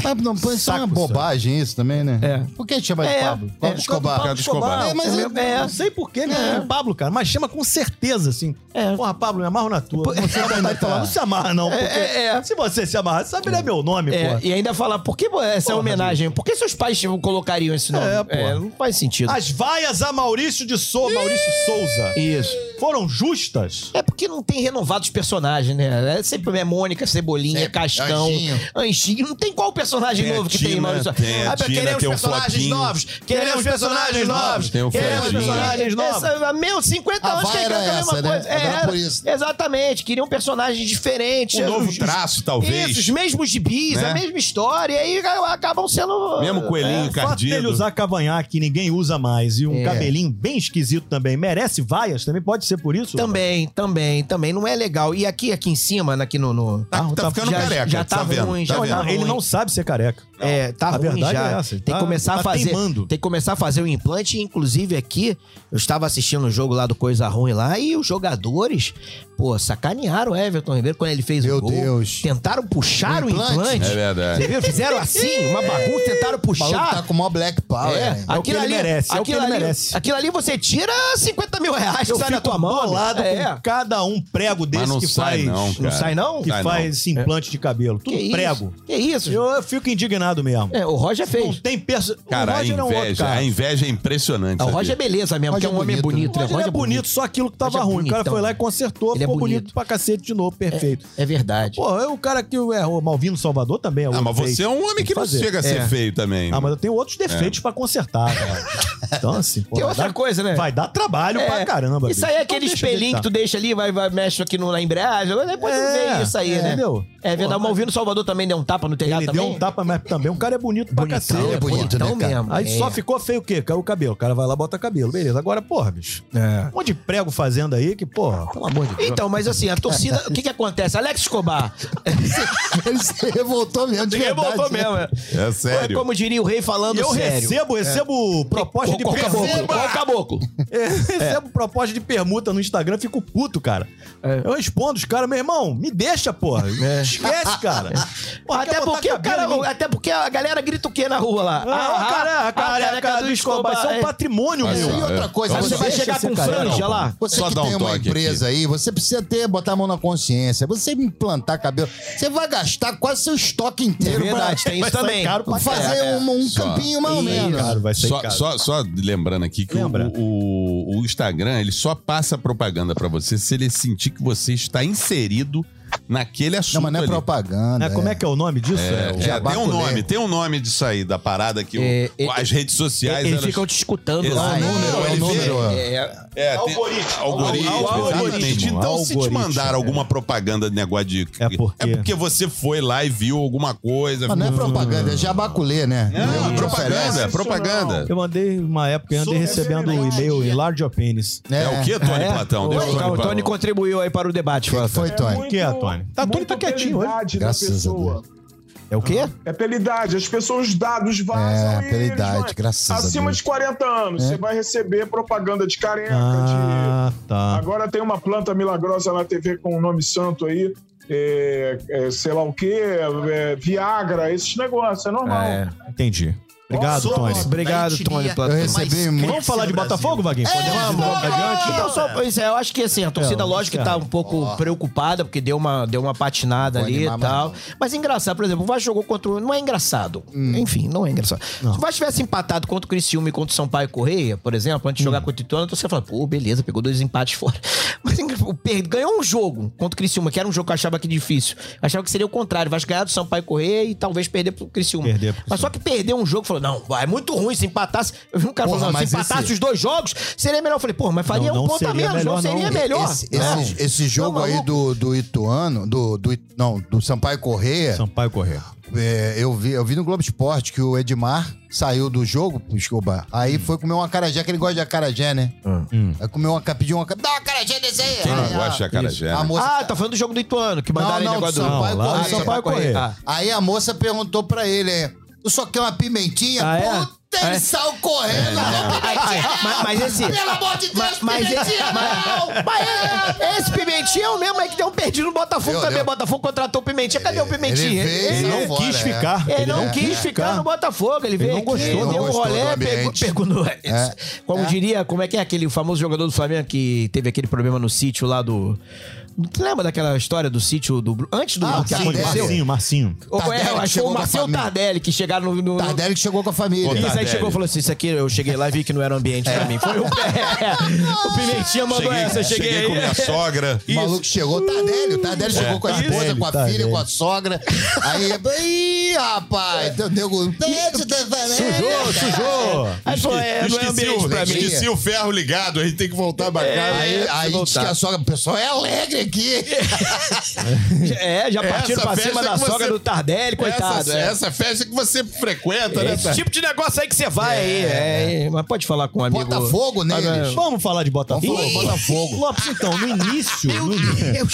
Speaker 3: Ah, não, pô, isso é uma
Speaker 2: Saco,
Speaker 3: bobagem isso também, né?
Speaker 5: É.
Speaker 3: Por que chamar de
Speaker 5: É,
Speaker 3: Pablo?
Speaker 5: é.
Speaker 3: Pablo Escobar.
Speaker 5: Pablo Escobar.
Speaker 3: É, mas eu-
Speaker 5: É.
Speaker 2: Não sei porquê, me chama de Pablo, cara. Mas chama com certeza, assim.
Speaker 5: É. tá
Speaker 2: Porra, Pablo, me amarro na tua. Você dá vontade de falar, não se amarra, não. porque
Speaker 5: é, é.
Speaker 2: Se você se amarra, sabe, né, meu nome,
Speaker 5: É,
Speaker 2: porra.
Speaker 5: e ainda falar, por que essa homenagem? Por que seus pais tipo, colocariam esse nome?
Speaker 2: É, pô.
Speaker 5: não faz sentido.
Speaker 2: As vaias a Maurício de Souza, Maurício Souza,
Speaker 5: Isso.
Speaker 2: foram justas?
Speaker 5: É porque não tem renovado os personagens, né? É sempre é Mônica, Cebolinha,
Speaker 3: Sempre.
Speaker 5: Cascão,
Speaker 3: Anjinho.
Speaker 5: Anjinho. Não tem qual personagem
Speaker 4: Tem a
Speaker 5: novo que tem,
Speaker 4: É, Tina,
Speaker 5: Maurício.
Speaker 4: tem a
Speaker 5: Ah,
Speaker 4: Tina,
Speaker 5: queremos
Speaker 4: tem o
Speaker 5: personagens
Speaker 4: Floquinho.
Speaker 5: novos. Queremos personagens novos.
Speaker 4: Tem o
Speaker 5: um Queremos
Speaker 4: Floquinho.
Speaker 5: personagens novos. Essa, meu, 50
Speaker 3: A
Speaker 5: anos
Speaker 3: vaia
Speaker 5: que
Speaker 3: era
Speaker 5: a
Speaker 3: essa,
Speaker 5: mesma
Speaker 3: né?
Speaker 5: coisa.
Speaker 3: Era
Speaker 5: É,
Speaker 3: por isso.
Speaker 5: Exatamente. Queriam personagens diferentes.
Speaker 4: Um novo
Speaker 5: Os-
Speaker 4: traço, talvez.
Speaker 5: Isso, os mesmos gibis,
Speaker 4: Né?
Speaker 5: a mesma história. E aí acabam sendo... uh,
Speaker 4: Mesmo coelhinho
Speaker 2: O fato dele
Speaker 4: encardido.
Speaker 2: usar cavanhaque que ninguém
Speaker 5: É.
Speaker 2: usa mais e um cabelinho bem esquisito também, merece vaias também? Pode ser por isso?
Speaker 5: Também, também. também, também não é legal. E aqui, aqui em cima, aqui no. no
Speaker 4: Tá- tá ficando
Speaker 5: já,
Speaker 4: careca,
Speaker 5: Já
Speaker 4: tá
Speaker 5: tá,
Speaker 4: vendo,
Speaker 5: ruim,
Speaker 4: tá
Speaker 5: já
Speaker 4: vendo.
Speaker 5: tá
Speaker 2: Ele
Speaker 5: ruim.
Speaker 2: não sabe ser careca.
Speaker 5: É, tá
Speaker 2: A
Speaker 5: ruim
Speaker 2: verdade
Speaker 5: já.
Speaker 2: é essa, ele
Speaker 5: Tem
Speaker 2: tá-
Speaker 5: que começar
Speaker 2: tá
Speaker 5: a fazer.
Speaker 2: teimando.
Speaker 5: Tem que começar a fazer o implante. Inclusive, aqui, eu estava assistindo um jogo lá do Coisa Ruim lá, e os jogadores, pô, sacanearam o Everton Ribeiro quando ele fez
Speaker 3: Meu
Speaker 5: o gol.
Speaker 3: Deus.
Speaker 5: Tentaram puxar
Speaker 3: O
Speaker 5: o
Speaker 3: implante?
Speaker 5: implante.
Speaker 4: É verdade.
Speaker 5: Você viu? Fizeram assim, uma bagunça, tentaram
Speaker 3: O maluco tá
Speaker 5: puxar.
Speaker 3: com o maior black power.
Speaker 5: É,
Speaker 3: né?
Speaker 2: o que ele merece, é o que
Speaker 5: aquilo
Speaker 2: ele
Speaker 5: ali-
Speaker 2: merece.
Speaker 5: Aquilo ali você tira 50 mil reais que
Speaker 2: Eu
Speaker 5: sai na
Speaker 2: fico
Speaker 5: tua mão.
Speaker 2: bolado
Speaker 5: É.
Speaker 2: com cada um prego
Speaker 4: Mas
Speaker 2: desse
Speaker 4: não
Speaker 2: que
Speaker 4: sai,
Speaker 2: faz...
Speaker 4: não, cara.
Speaker 5: Não sai, não?
Speaker 2: Que
Speaker 4: Sai, não.
Speaker 2: faz esse implante de cabelo. Tudo
Speaker 5: Que
Speaker 2: prego.
Speaker 5: isso? Que isso?
Speaker 2: Eu, eu fico indignado mesmo.
Speaker 5: É, o Roger
Speaker 2: Não
Speaker 5: fez.
Speaker 2: tem perso...
Speaker 4: Cara,
Speaker 2: o
Speaker 4: a
Speaker 2: Roger é um outro
Speaker 4: inveja, a
Speaker 2: cara.
Speaker 4: inveja é impressionante.
Speaker 5: Ah, O
Speaker 4: sabia?
Speaker 5: Roger é beleza mesmo,
Speaker 3: Roger
Speaker 5: porque é um
Speaker 3: é
Speaker 5: homem
Speaker 3: bonito,
Speaker 5: bonito.
Speaker 2: O
Speaker 5: né?
Speaker 2: Roger é bonito, só aquilo que tava
Speaker 5: Roger é
Speaker 2: ruim. O cara
Speaker 5: bonitão,
Speaker 2: foi lá e
Speaker 5: né?
Speaker 2: consertou,
Speaker 5: Ele é
Speaker 2: ficou bonito.
Speaker 5: bonito.
Speaker 2: pra cacete de novo, perfeito.
Speaker 5: É verdade.
Speaker 2: Pô, é o cara que é o Malvino Salvador também é
Speaker 4: Ah,
Speaker 2: outro
Speaker 4: mas você
Speaker 2: feio.
Speaker 4: é um homem
Speaker 2: Tem
Speaker 4: que não
Speaker 2: fazer.
Speaker 4: chega a ser
Speaker 5: É.
Speaker 4: feio É. também.
Speaker 2: Ah, mas eu tenho outros defeitos pra consertar, cara. Então, assim, pô,
Speaker 5: Tem
Speaker 2: vai
Speaker 5: outra
Speaker 2: dar-
Speaker 5: coisa, né?
Speaker 2: Vai dar trabalho
Speaker 5: É.
Speaker 2: pra caramba.
Speaker 5: Isso
Speaker 2: bicho.
Speaker 5: aí é
Speaker 2: Então
Speaker 5: aquele
Speaker 2: deixa
Speaker 5: espelhinho que
Speaker 2: deitar.
Speaker 5: tu deixa ali, vai, vai mexe aqui no, na embreagem. Agora Depois não vê isso aí, né?
Speaker 2: É, Entendeu?
Speaker 5: É verdade. O Malvino Salvador também deu um tapa no telhado
Speaker 2: Ele deu
Speaker 5: também.
Speaker 2: um tapa, mas também o cara é bonito pra
Speaker 5: Bonitão,
Speaker 2: cacete.
Speaker 3: Ele é
Speaker 5: pô,
Speaker 3: bonito, né,
Speaker 5: então
Speaker 3: cara?
Speaker 5: mesmo.
Speaker 2: Aí
Speaker 5: é.
Speaker 2: só ficou feio o quê? Caiu o cabelo. O cara vai lá, bota cabelo. Beleza. Agora, porra, bicho. Um monte de prego fazendo aí que, porra, pelo amor de Deus.
Speaker 5: Então, mas assim, a torcida... o que que acontece? Alex Escobar.
Speaker 3: Ele se revoltou mesmo, de
Speaker 5: Ele
Speaker 3: verdade. né?
Speaker 5: revoltou mesmo. é. Foi
Speaker 4: É sério.
Speaker 5: como diria o rei falando
Speaker 2: né? eu
Speaker 5: sério.
Speaker 2: recebo, recebo proposta de
Speaker 5: Qual
Speaker 2: permuta.
Speaker 5: caboclo? Qual caboclo?
Speaker 2: É, recebo proposta de permuta no Instagram, fico puto, cara. Eu respondo os caras, meu irmão, me deixa, porra. Esquece, cara. Porra,
Speaker 5: Até
Speaker 2: quer botar
Speaker 5: porque, o
Speaker 2: cabelo em
Speaker 5: cara,
Speaker 2: mim?
Speaker 5: até porque a galera grita o quê na rua
Speaker 2: Ah,
Speaker 5: lá?
Speaker 2: o cara, a careca do Escobar. Isso é um
Speaker 5: é.
Speaker 2: patrimônio
Speaker 4: Olha
Speaker 2: meu.
Speaker 4: só,
Speaker 3: outra
Speaker 4: é.
Speaker 3: coisa,
Speaker 5: Aí você vai
Speaker 3: Deixa
Speaker 5: chegar
Speaker 2: ser
Speaker 5: com
Speaker 2: careca,
Speaker 5: franja
Speaker 2: não,
Speaker 5: lá.
Speaker 3: Você
Speaker 4: Só
Speaker 3: que
Speaker 4: dá um
Speaker 3: tem uma
Speaker 4: toque
Speaker 3: empresa aí, você precisa ter, botar a mão na consciência. Você implantar cabelo, você vai gastar quase seu estoque
Speaker 5: É
Speaker 3: inteiro pra
Speaker 5: verdade, tem
Speaker 2: Vai
Speaker 5: isso
Speaker 2: sair
Speaker 5: também.
Speaker 2: caro pra
Speaker 3: fazer
Speaker 2: caralho.
Speaker 3: um, um
Speaker 4: Só.
Speaker 3: campinho mais ou
Speaker 2: Ih,
Speaker 3: menos.
Speaker 2: caro, vai sair
Speaker 4: Só,
Speaker 2: caro.
Speaker 4: só, só lembrando aqui que o,
Speaker 2: Lembra.
Speaker 4: o, o Instagram ele só passa propaganda pra você se ele sentir que você está inserido naquele assunto.
Speaker 3: Não, mas não é
Speaker 4: ali.
Speaker 3: propaganda.
Speaker 2: Né, Como é que é o nome disso? É, o-
Speaker 4: É,
Speaker 3: Jabá
Speaker 4: tem um
Speaker 3: Colher.
Speaker 4: nome, tem um nome disso aí, da parada que o-
Speaker 5: É, ele-
Speaker 4: as redes sociais.
Speaker 5: Eles
Speaker 4: elas-
Speaker 5: ficam te escutando
Speaker 4: Exato.
Speaker 5: lá.
Speaker 3: Ah, é,
Speaker 5: né?
Speaker 4: número,
Speaker 3: é,
Speaker 4: ele
Speaker 3: o número. é.
Speaker 5: É,
Speaker 4: É, tem-
Speaker 2: Algoritmo.
Speaker 4: Algoritmo,
Speaker 2: Al- al-
Speaker 4: exatamente.
Speaker 2: algoritmo,
Speaker 4: Então, se te
Speaker 2: algoritmo,
Speaker 4: mandaram
Speaker 2: é.
Speaker 4: alguma propaganda de negócio de.
Speaker 2: É porque-
Speaker 4: você foi lá e viu alguma coisa.
Speaker 3: Mas não é propaganda, é jabaculê, né?
Speaker 4: Não,
Speaker 3: Não,
Speaker 4: é propaganda,
Speaker 3: oferece.
Speaker 4: propaganda.
Speaker 2: Eu mandei uma época, eu andei
Speaker 6: Sou-
Speaker 2: recebendo o e-mail Enlarge Your Penis.
Speaker 4: É, o que, Tony
Speaker 5: Ah, é?
Speaker 4: Platão? Deixa
Speaker 5: Tony,
Speaker 4: o
Speaker 5: o
Speaker 4: Tony
Speaker 5: Tony
Speaker 4: Platão.
Speaker 5: contribuiu aí para o debate.
Speaker 3: O que
Speaker 5: Fala.
Speaker 3: foi, Tony?
Speaker 2: que é, Tony? Tá, Tony tá quietinho hoje.
Speaker 3: Graças a
Speaker 6: Graças a Deus.
Speaker 5: É o quê?
Speaker 6: É pela idade. As pessoas, os dados vazam.
Speaker 3: É,
Speaker 6: e
Speaker 3: pela
Speaker 6: eles
Speaker 3: idade,
Speaker 6: vão-
Speaker 3: graças a
Speaker 6: Acima
Speaker 3: Deus.
Speaker 6: de 40 anos, você vai receber propaganda de careca, de...
Speaker 2: Ah, tá.
Speaker 6: Agora tem uma planta milagrosa na TV com o nome santo aí, é, é, sei lá o quê, é, Viagra, esses negócios, é normal.
Speaker 2: Entendi. Obrigado, Tony.
Speaker 5: Obrigado, Tony
Speaker 3: Eu
Speaker 5: Platão.
Speaker 3: recebi muito.
Speaker 2: Vamos falar de Botafogo, Vaguinho? Podemos vamos adiante?
Speaker 5: É, Então, só, isso é, eu acho que assim, a torcida,
Speaker 2: É,
Speaker 5: lógico que
Speaker 2: é.
Speaker 5: tá um pouco preocupada, porque deu uma, deu uma patinada
Speaker 3: Não vou
Speaker 5: ali e
Speaker 3: animar mais um.
Speaker 5: tal. Mas é engraçado, por exemplo, o Vasco jogou contra o. Não é engraçado.
Speaker 3: Hum.
Speaker 5: Enfim, não é engraçado. Se o Vasco tivesse empatado contra o Criciúma e contra o Sampaio Correia, por exemplo, antes de
Speaker 3: Hum.
Speaker 5: jogar contra o Ituano, você fala, pô, beleza, pegou dois empates fora. Mas engra- o per- ganhou um jogo contra o Criciúma, que era um jogo que eu achava que difícil. Eu achava que seria o contrário, o Vasco ganhar do Sampaio Correia e talvez perder pro Criciúma.
Speaker 2: Perder pro
Speaker 5: Mas só que perdeu um jogo, falou, não, é muito ruim se empatasse. Eu vi um cara
Speaker 3: Porra,
Speaker 5: falando, se
Speaker 3: mas
Speaker 5: empatasse
Speaker 3: esse-
Speaker 5: os dois jogos, seria melhor. Eu falei, pô, mas faria
Speaker 2: Não, não
Speaker 5: um ponto a
Speaker 2: seria
Speaker 5: menos,
Speaker 2: melhor,
Speaker 5: não seria
Speaker 2: não.
Speaker 5: melhor.
Speaker 3: Esse,
Speaker 5: né?
Speaker 3: esse- esse jogo
Speaker 5: Não,
Speaker 3: aí
Speaker 5: maluco.
Speaker 3: do, do Ituano, do, do, It- não, do Sampaio Correia,
Speaker 2: Sampaio Correia.
Speaker 3: é, eu, vi, eu vi no Globo Esporte que o Edmar saiu do jogo, desculpa, aí
Speaker 4: Hum.
Speaker 3: foi comer uma acarajé, que ele gosta de acarajé, né? Aí comeu uma, ca- pediu uma, ca- dá uma acarajé desse aí.
Speaker 4: Ah. Quem não
Speaker 3: Aí a-
Speaker 4: gosta de acarajé?
Speaker 3: A
Speaker 4: né?
Speaker 3: moça
Speaker 5: Ah, tá falando do jogo do Ituano, que mandaram
Speaker 3: não,
Speaker 5: aí negócio
Speaker 3: do
Speaker 5: do...
Speaker 3: Sampaio
Speaker 2: Não, lá
Speaker 5: Ah,
Speaker 2: do
Speaker 3: Correia.
Speaker 2: Sampaio Correia.
Speaker 5: Ah.
Speaker 3: Aí a moça perguntou pra ele, é, tu só quer uma pimentinha?
Speaker 2: Ah, é?
Speaker 3: Puta, ele saiu correndo. "Não, pimentinha
Speaker 5: Ah, mas- mas esse-
Speaker 3: não, Pelo amor de Deus,
Speaker 5: Mas, É. mas, esse,
Speaker 3: pimentinha não!
Speaker 5: mas, mas é- esse Pimentinha é o mesmo aí que deu um perdido no Botafogo
Speaker 3: Deu,
Speaker 5: também.
Speaker 3: deu.
Speaker 5: Botafogo contratou o Pimentinha. Cadê o Pimentinha?
Speaker 3: ele veio,
Speaker 2: Ele não
Speaker 3: Fora,
Speaker 2: quis
Speaker 3: é.
Speaker 2: ficar.
Speaker 5: Ele não
Speaker 3: É,
Speaker 5: quis
Speaker 3: é.
Speaker 5: ficar no Botafogo, ele veio
Speaker 2: não
Speaker 5: aqui,
Speaker 2: gostou,
Speaker 5: deu
Speaker 2: não
Speaker 5: um
Speaker 3: gostou do
Speaker 5: rolé, pegou,
Speaker 3: ambiente.
Speaker 5: pegou no- Como diria, como é que é aquele famoso jogador do Flamengo que teve aquele problema no sítio lá do... Tu lembra daquela história do sítio do... Antes do
Speaker 3: Ah,
Speaker 5: que
Speaker 3: sim,
Speaker 5: aconteceu?
Speaker 2: Marcinho, Marcinho.
Speaker 5: Ou
Speaker 3: Tardelli
Speaker 5: é, eu
Speaker 3: que
Speaker 5: acho que
Speaker 3: chegou
Speaker 5: o
Speaker 3: com a
Speaker 5: Marcelo
Speaker 3: família.
Speaker 5: Tardelli que chegaram no... no- no-
Speaker 3: Tardelli que chegou com a família. É.
Speaker 5: isso aí
Speaker 4: Tardelli.
Speaker 5: chegou e falou assim: Isso aqui eu cheguei lá e vi que não era ambiente pra mim. Foi o pé. o Pimentinha mandou essa, eu cheguei.
Speaker 4: É. cheguei com
Speaker 5: aí.
Speaker 4: minha sogra.
Speaker 3: O maluco chegou, tá Tardelli, o Tardelli chegou com a esposa,
Speaker 2: Tardelli,
Speaker 3: com a
Speaker 2: Tardelli.
Speaker 3: filha, com a sogra. Aí, ih, rapaz, teu nego.
Speaker 2: Sujou, sujou.
Speaker 5: Aí falou: é, não é
Speaker 4: Esqueci
Speaker 5: ambiente
Speaker 4: o,
Speaker 5: pra mim.
Speaker 4: esqueci o ferro ligado, a gente tem que voltar pra casa.
Speaker 3: Aí, aí diz que a sogra, o pessoal é alegre aqui.
Speaker 5: É, já partiram
Speaker 4: Essa
Speaker 5: pra
Speaker 4: festa
Speaker 5: cima da
Speaker 4: que você-
Speaker 5: sogra do Tardelli, coitado.
Speaker 4: essa,
Speaker 5: é.
Speaker 4: essa festa que você frequenta, né?
Speaker 5: Esse
Speaker 4: Tardelli?
Speaker 5: tipo de negócio aí que você vai aí. é, mas pode falar com um amigo.
Speaker 3: Botafogo
Speaker 2: Tá
Speaker 3: neles.
Speaker 2: Vamos falar de Botafogo.
Speaker 3: Vamos falar de Botafogo.
Speaker 2: Lopes, então,
Speaker 5: né?
Speaker 2: no início. No início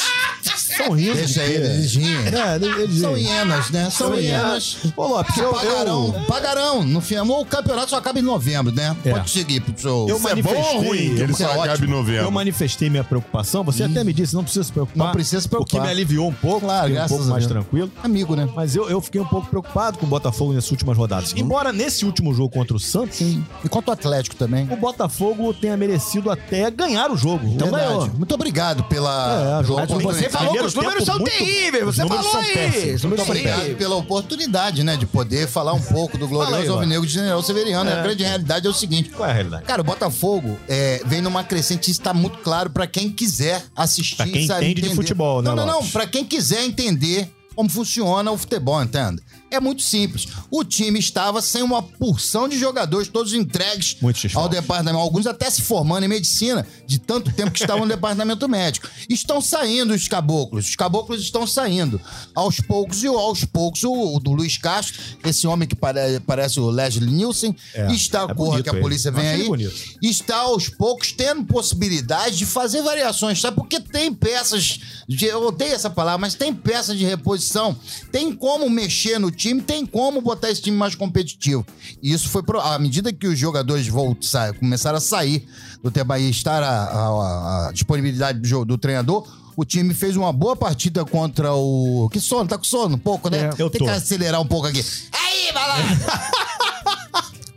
Speaker 2: São rindo.
Speaker 3: Deixa aí, eles riem.
Speaker 2: É, eles-
Speaker 3: São hienas, né? São, hienas.
Speaker 2: Ô, Lopes, eu.
Speaker 3: Pagarão,
Speaker 2: eu...
Speaker 3: pagarão. No fim, amor, o campeonato só acaba em novembro, né? Pode seguir pro seu.
Speaker 2: É. Eu
Speaker 4: Isso é bom ou
Speaker 2: manifestei.
Speaker 4: ruim? que Ele
Speaker 3: Isso é
Speaker 4: só acaba
Speaker 3: ótimo.
Speaker 4: em
Speaker 2: Eu
Speaker 4: novembro.
Speaker 2: manifestei minha preocupação. Você até me disse, não precisa se preocupar.
Speaker 3: Não precisa se
Speaker 2: O que
Speaker 3: preocupar.
Speaker 2: me aliviou um pouco,
Speaker 3: Claro,
Speaker 2: fiquei um
Speaker 3: graças
Speaker 2: pouco
Speaker 3: a
Speaker 2: mais
Speaker 3: Deus.
Speaker 2: tranquilo.
Speaker 3: Amigo, né?
Speaker 2: Mas eu, eu fiquei um pouco preocupado com o Botafogo nessas últimas rodadas. Embora nesse último jogo contra o Santos,
Speaker 3: Sim. E quanto ao Atlético também.
Speaker 2: o Botafogo tenha merecido até ganhar o jogo. Então
Speaker 3: Verdade. Ah,
Speaker 2: ganhou.
Speaker 3: Muito obrigado pela.
Speaker 2: É, jogo.
Speaker 3: pela
Speaker 2: Mas
Speaker 5: Você
Speaker 3: oportunidade.
Speaker 5: falou que os
Speaker 2: Primeiro
Speaker 5: números são
Speaker 2: tempo muito-
Speaker 5: terríveis.
Speaker 2: os
Speaker 5: Você
Speaker 2: números
Speaker 5: falou
Speaker 2: são
Speaker 5: aí.
Speaker 2: péssimos,
Speaker 5: Os números
Speaker 2: muito
Speaker 5: são
Speaker 2: obrigado.
Speaker 5: terríveis.
Speaker 3: pela oportunidade, né? De poder falar um pouco do
Speaker 2: Fala aí,
Speaker 3: glorioso
Speaker 2: Ló.
Speaker 3: Alvinegro de General Severiano. A grande realidade é o seguinte:
Speaker 2: Qual é a realidade?
Speaker 3: Cara, o Botafogo é, vem numa crescente, isso tá muito claro pra quem quiser assistir.
Speaker 2: Pra quem entende de futebol, né,
Speaker 3: Não, não, não,
Speaker 2: Lopes?
Speaker 3: pra quem quiser entender como funciona o futebol, entende? É muito simples. O time estava sem uma porção de jogadores, todos entregues
Speaker 2: Muitos desfalques.
Speaker 3: ao departamento, alguns até se formando em medicina, de tanto tempo que estavam no departamento médico. Estão saindo os caboclos, os caboclos estão saindo aos poucos, e aos poucos o, o do Luiz Castro, esse homem que pare- parece o Leslie Nielsen,
Speaker 2: É,
Speaker 3: está
Speaker 2: é
Speaker 3: a corra
Speaker 2: bonito
Speaker 3: que a
Speaker 2: ele.
Speaker 3: polícia vem
Speaker 2: Achei ele
Speaker 3: aí,
Speaker 2: bonito.
Speaker 3: está aos poucos tendo possibilidade de fazer variações, sabe? Porque tem peças, de, eu odeio essa palavra, mas tem peças de reposição, tem como mexer no time, tem como botar esse time mais competitivo. E isso foi pro, à medida que os jogadores volt- sa- começaram a sair do Tebaí, estar a, a- a disponibilidade do, jo- do treinador. O time fez uma boa partida contra o. Que sono? Tá com sono um pouco, né?
Speaker 2: É. eu
Speaker 3: Tem
Speaker 2: tô.
Speaker 3: que acelerar um pouco aqui. Aí, balada!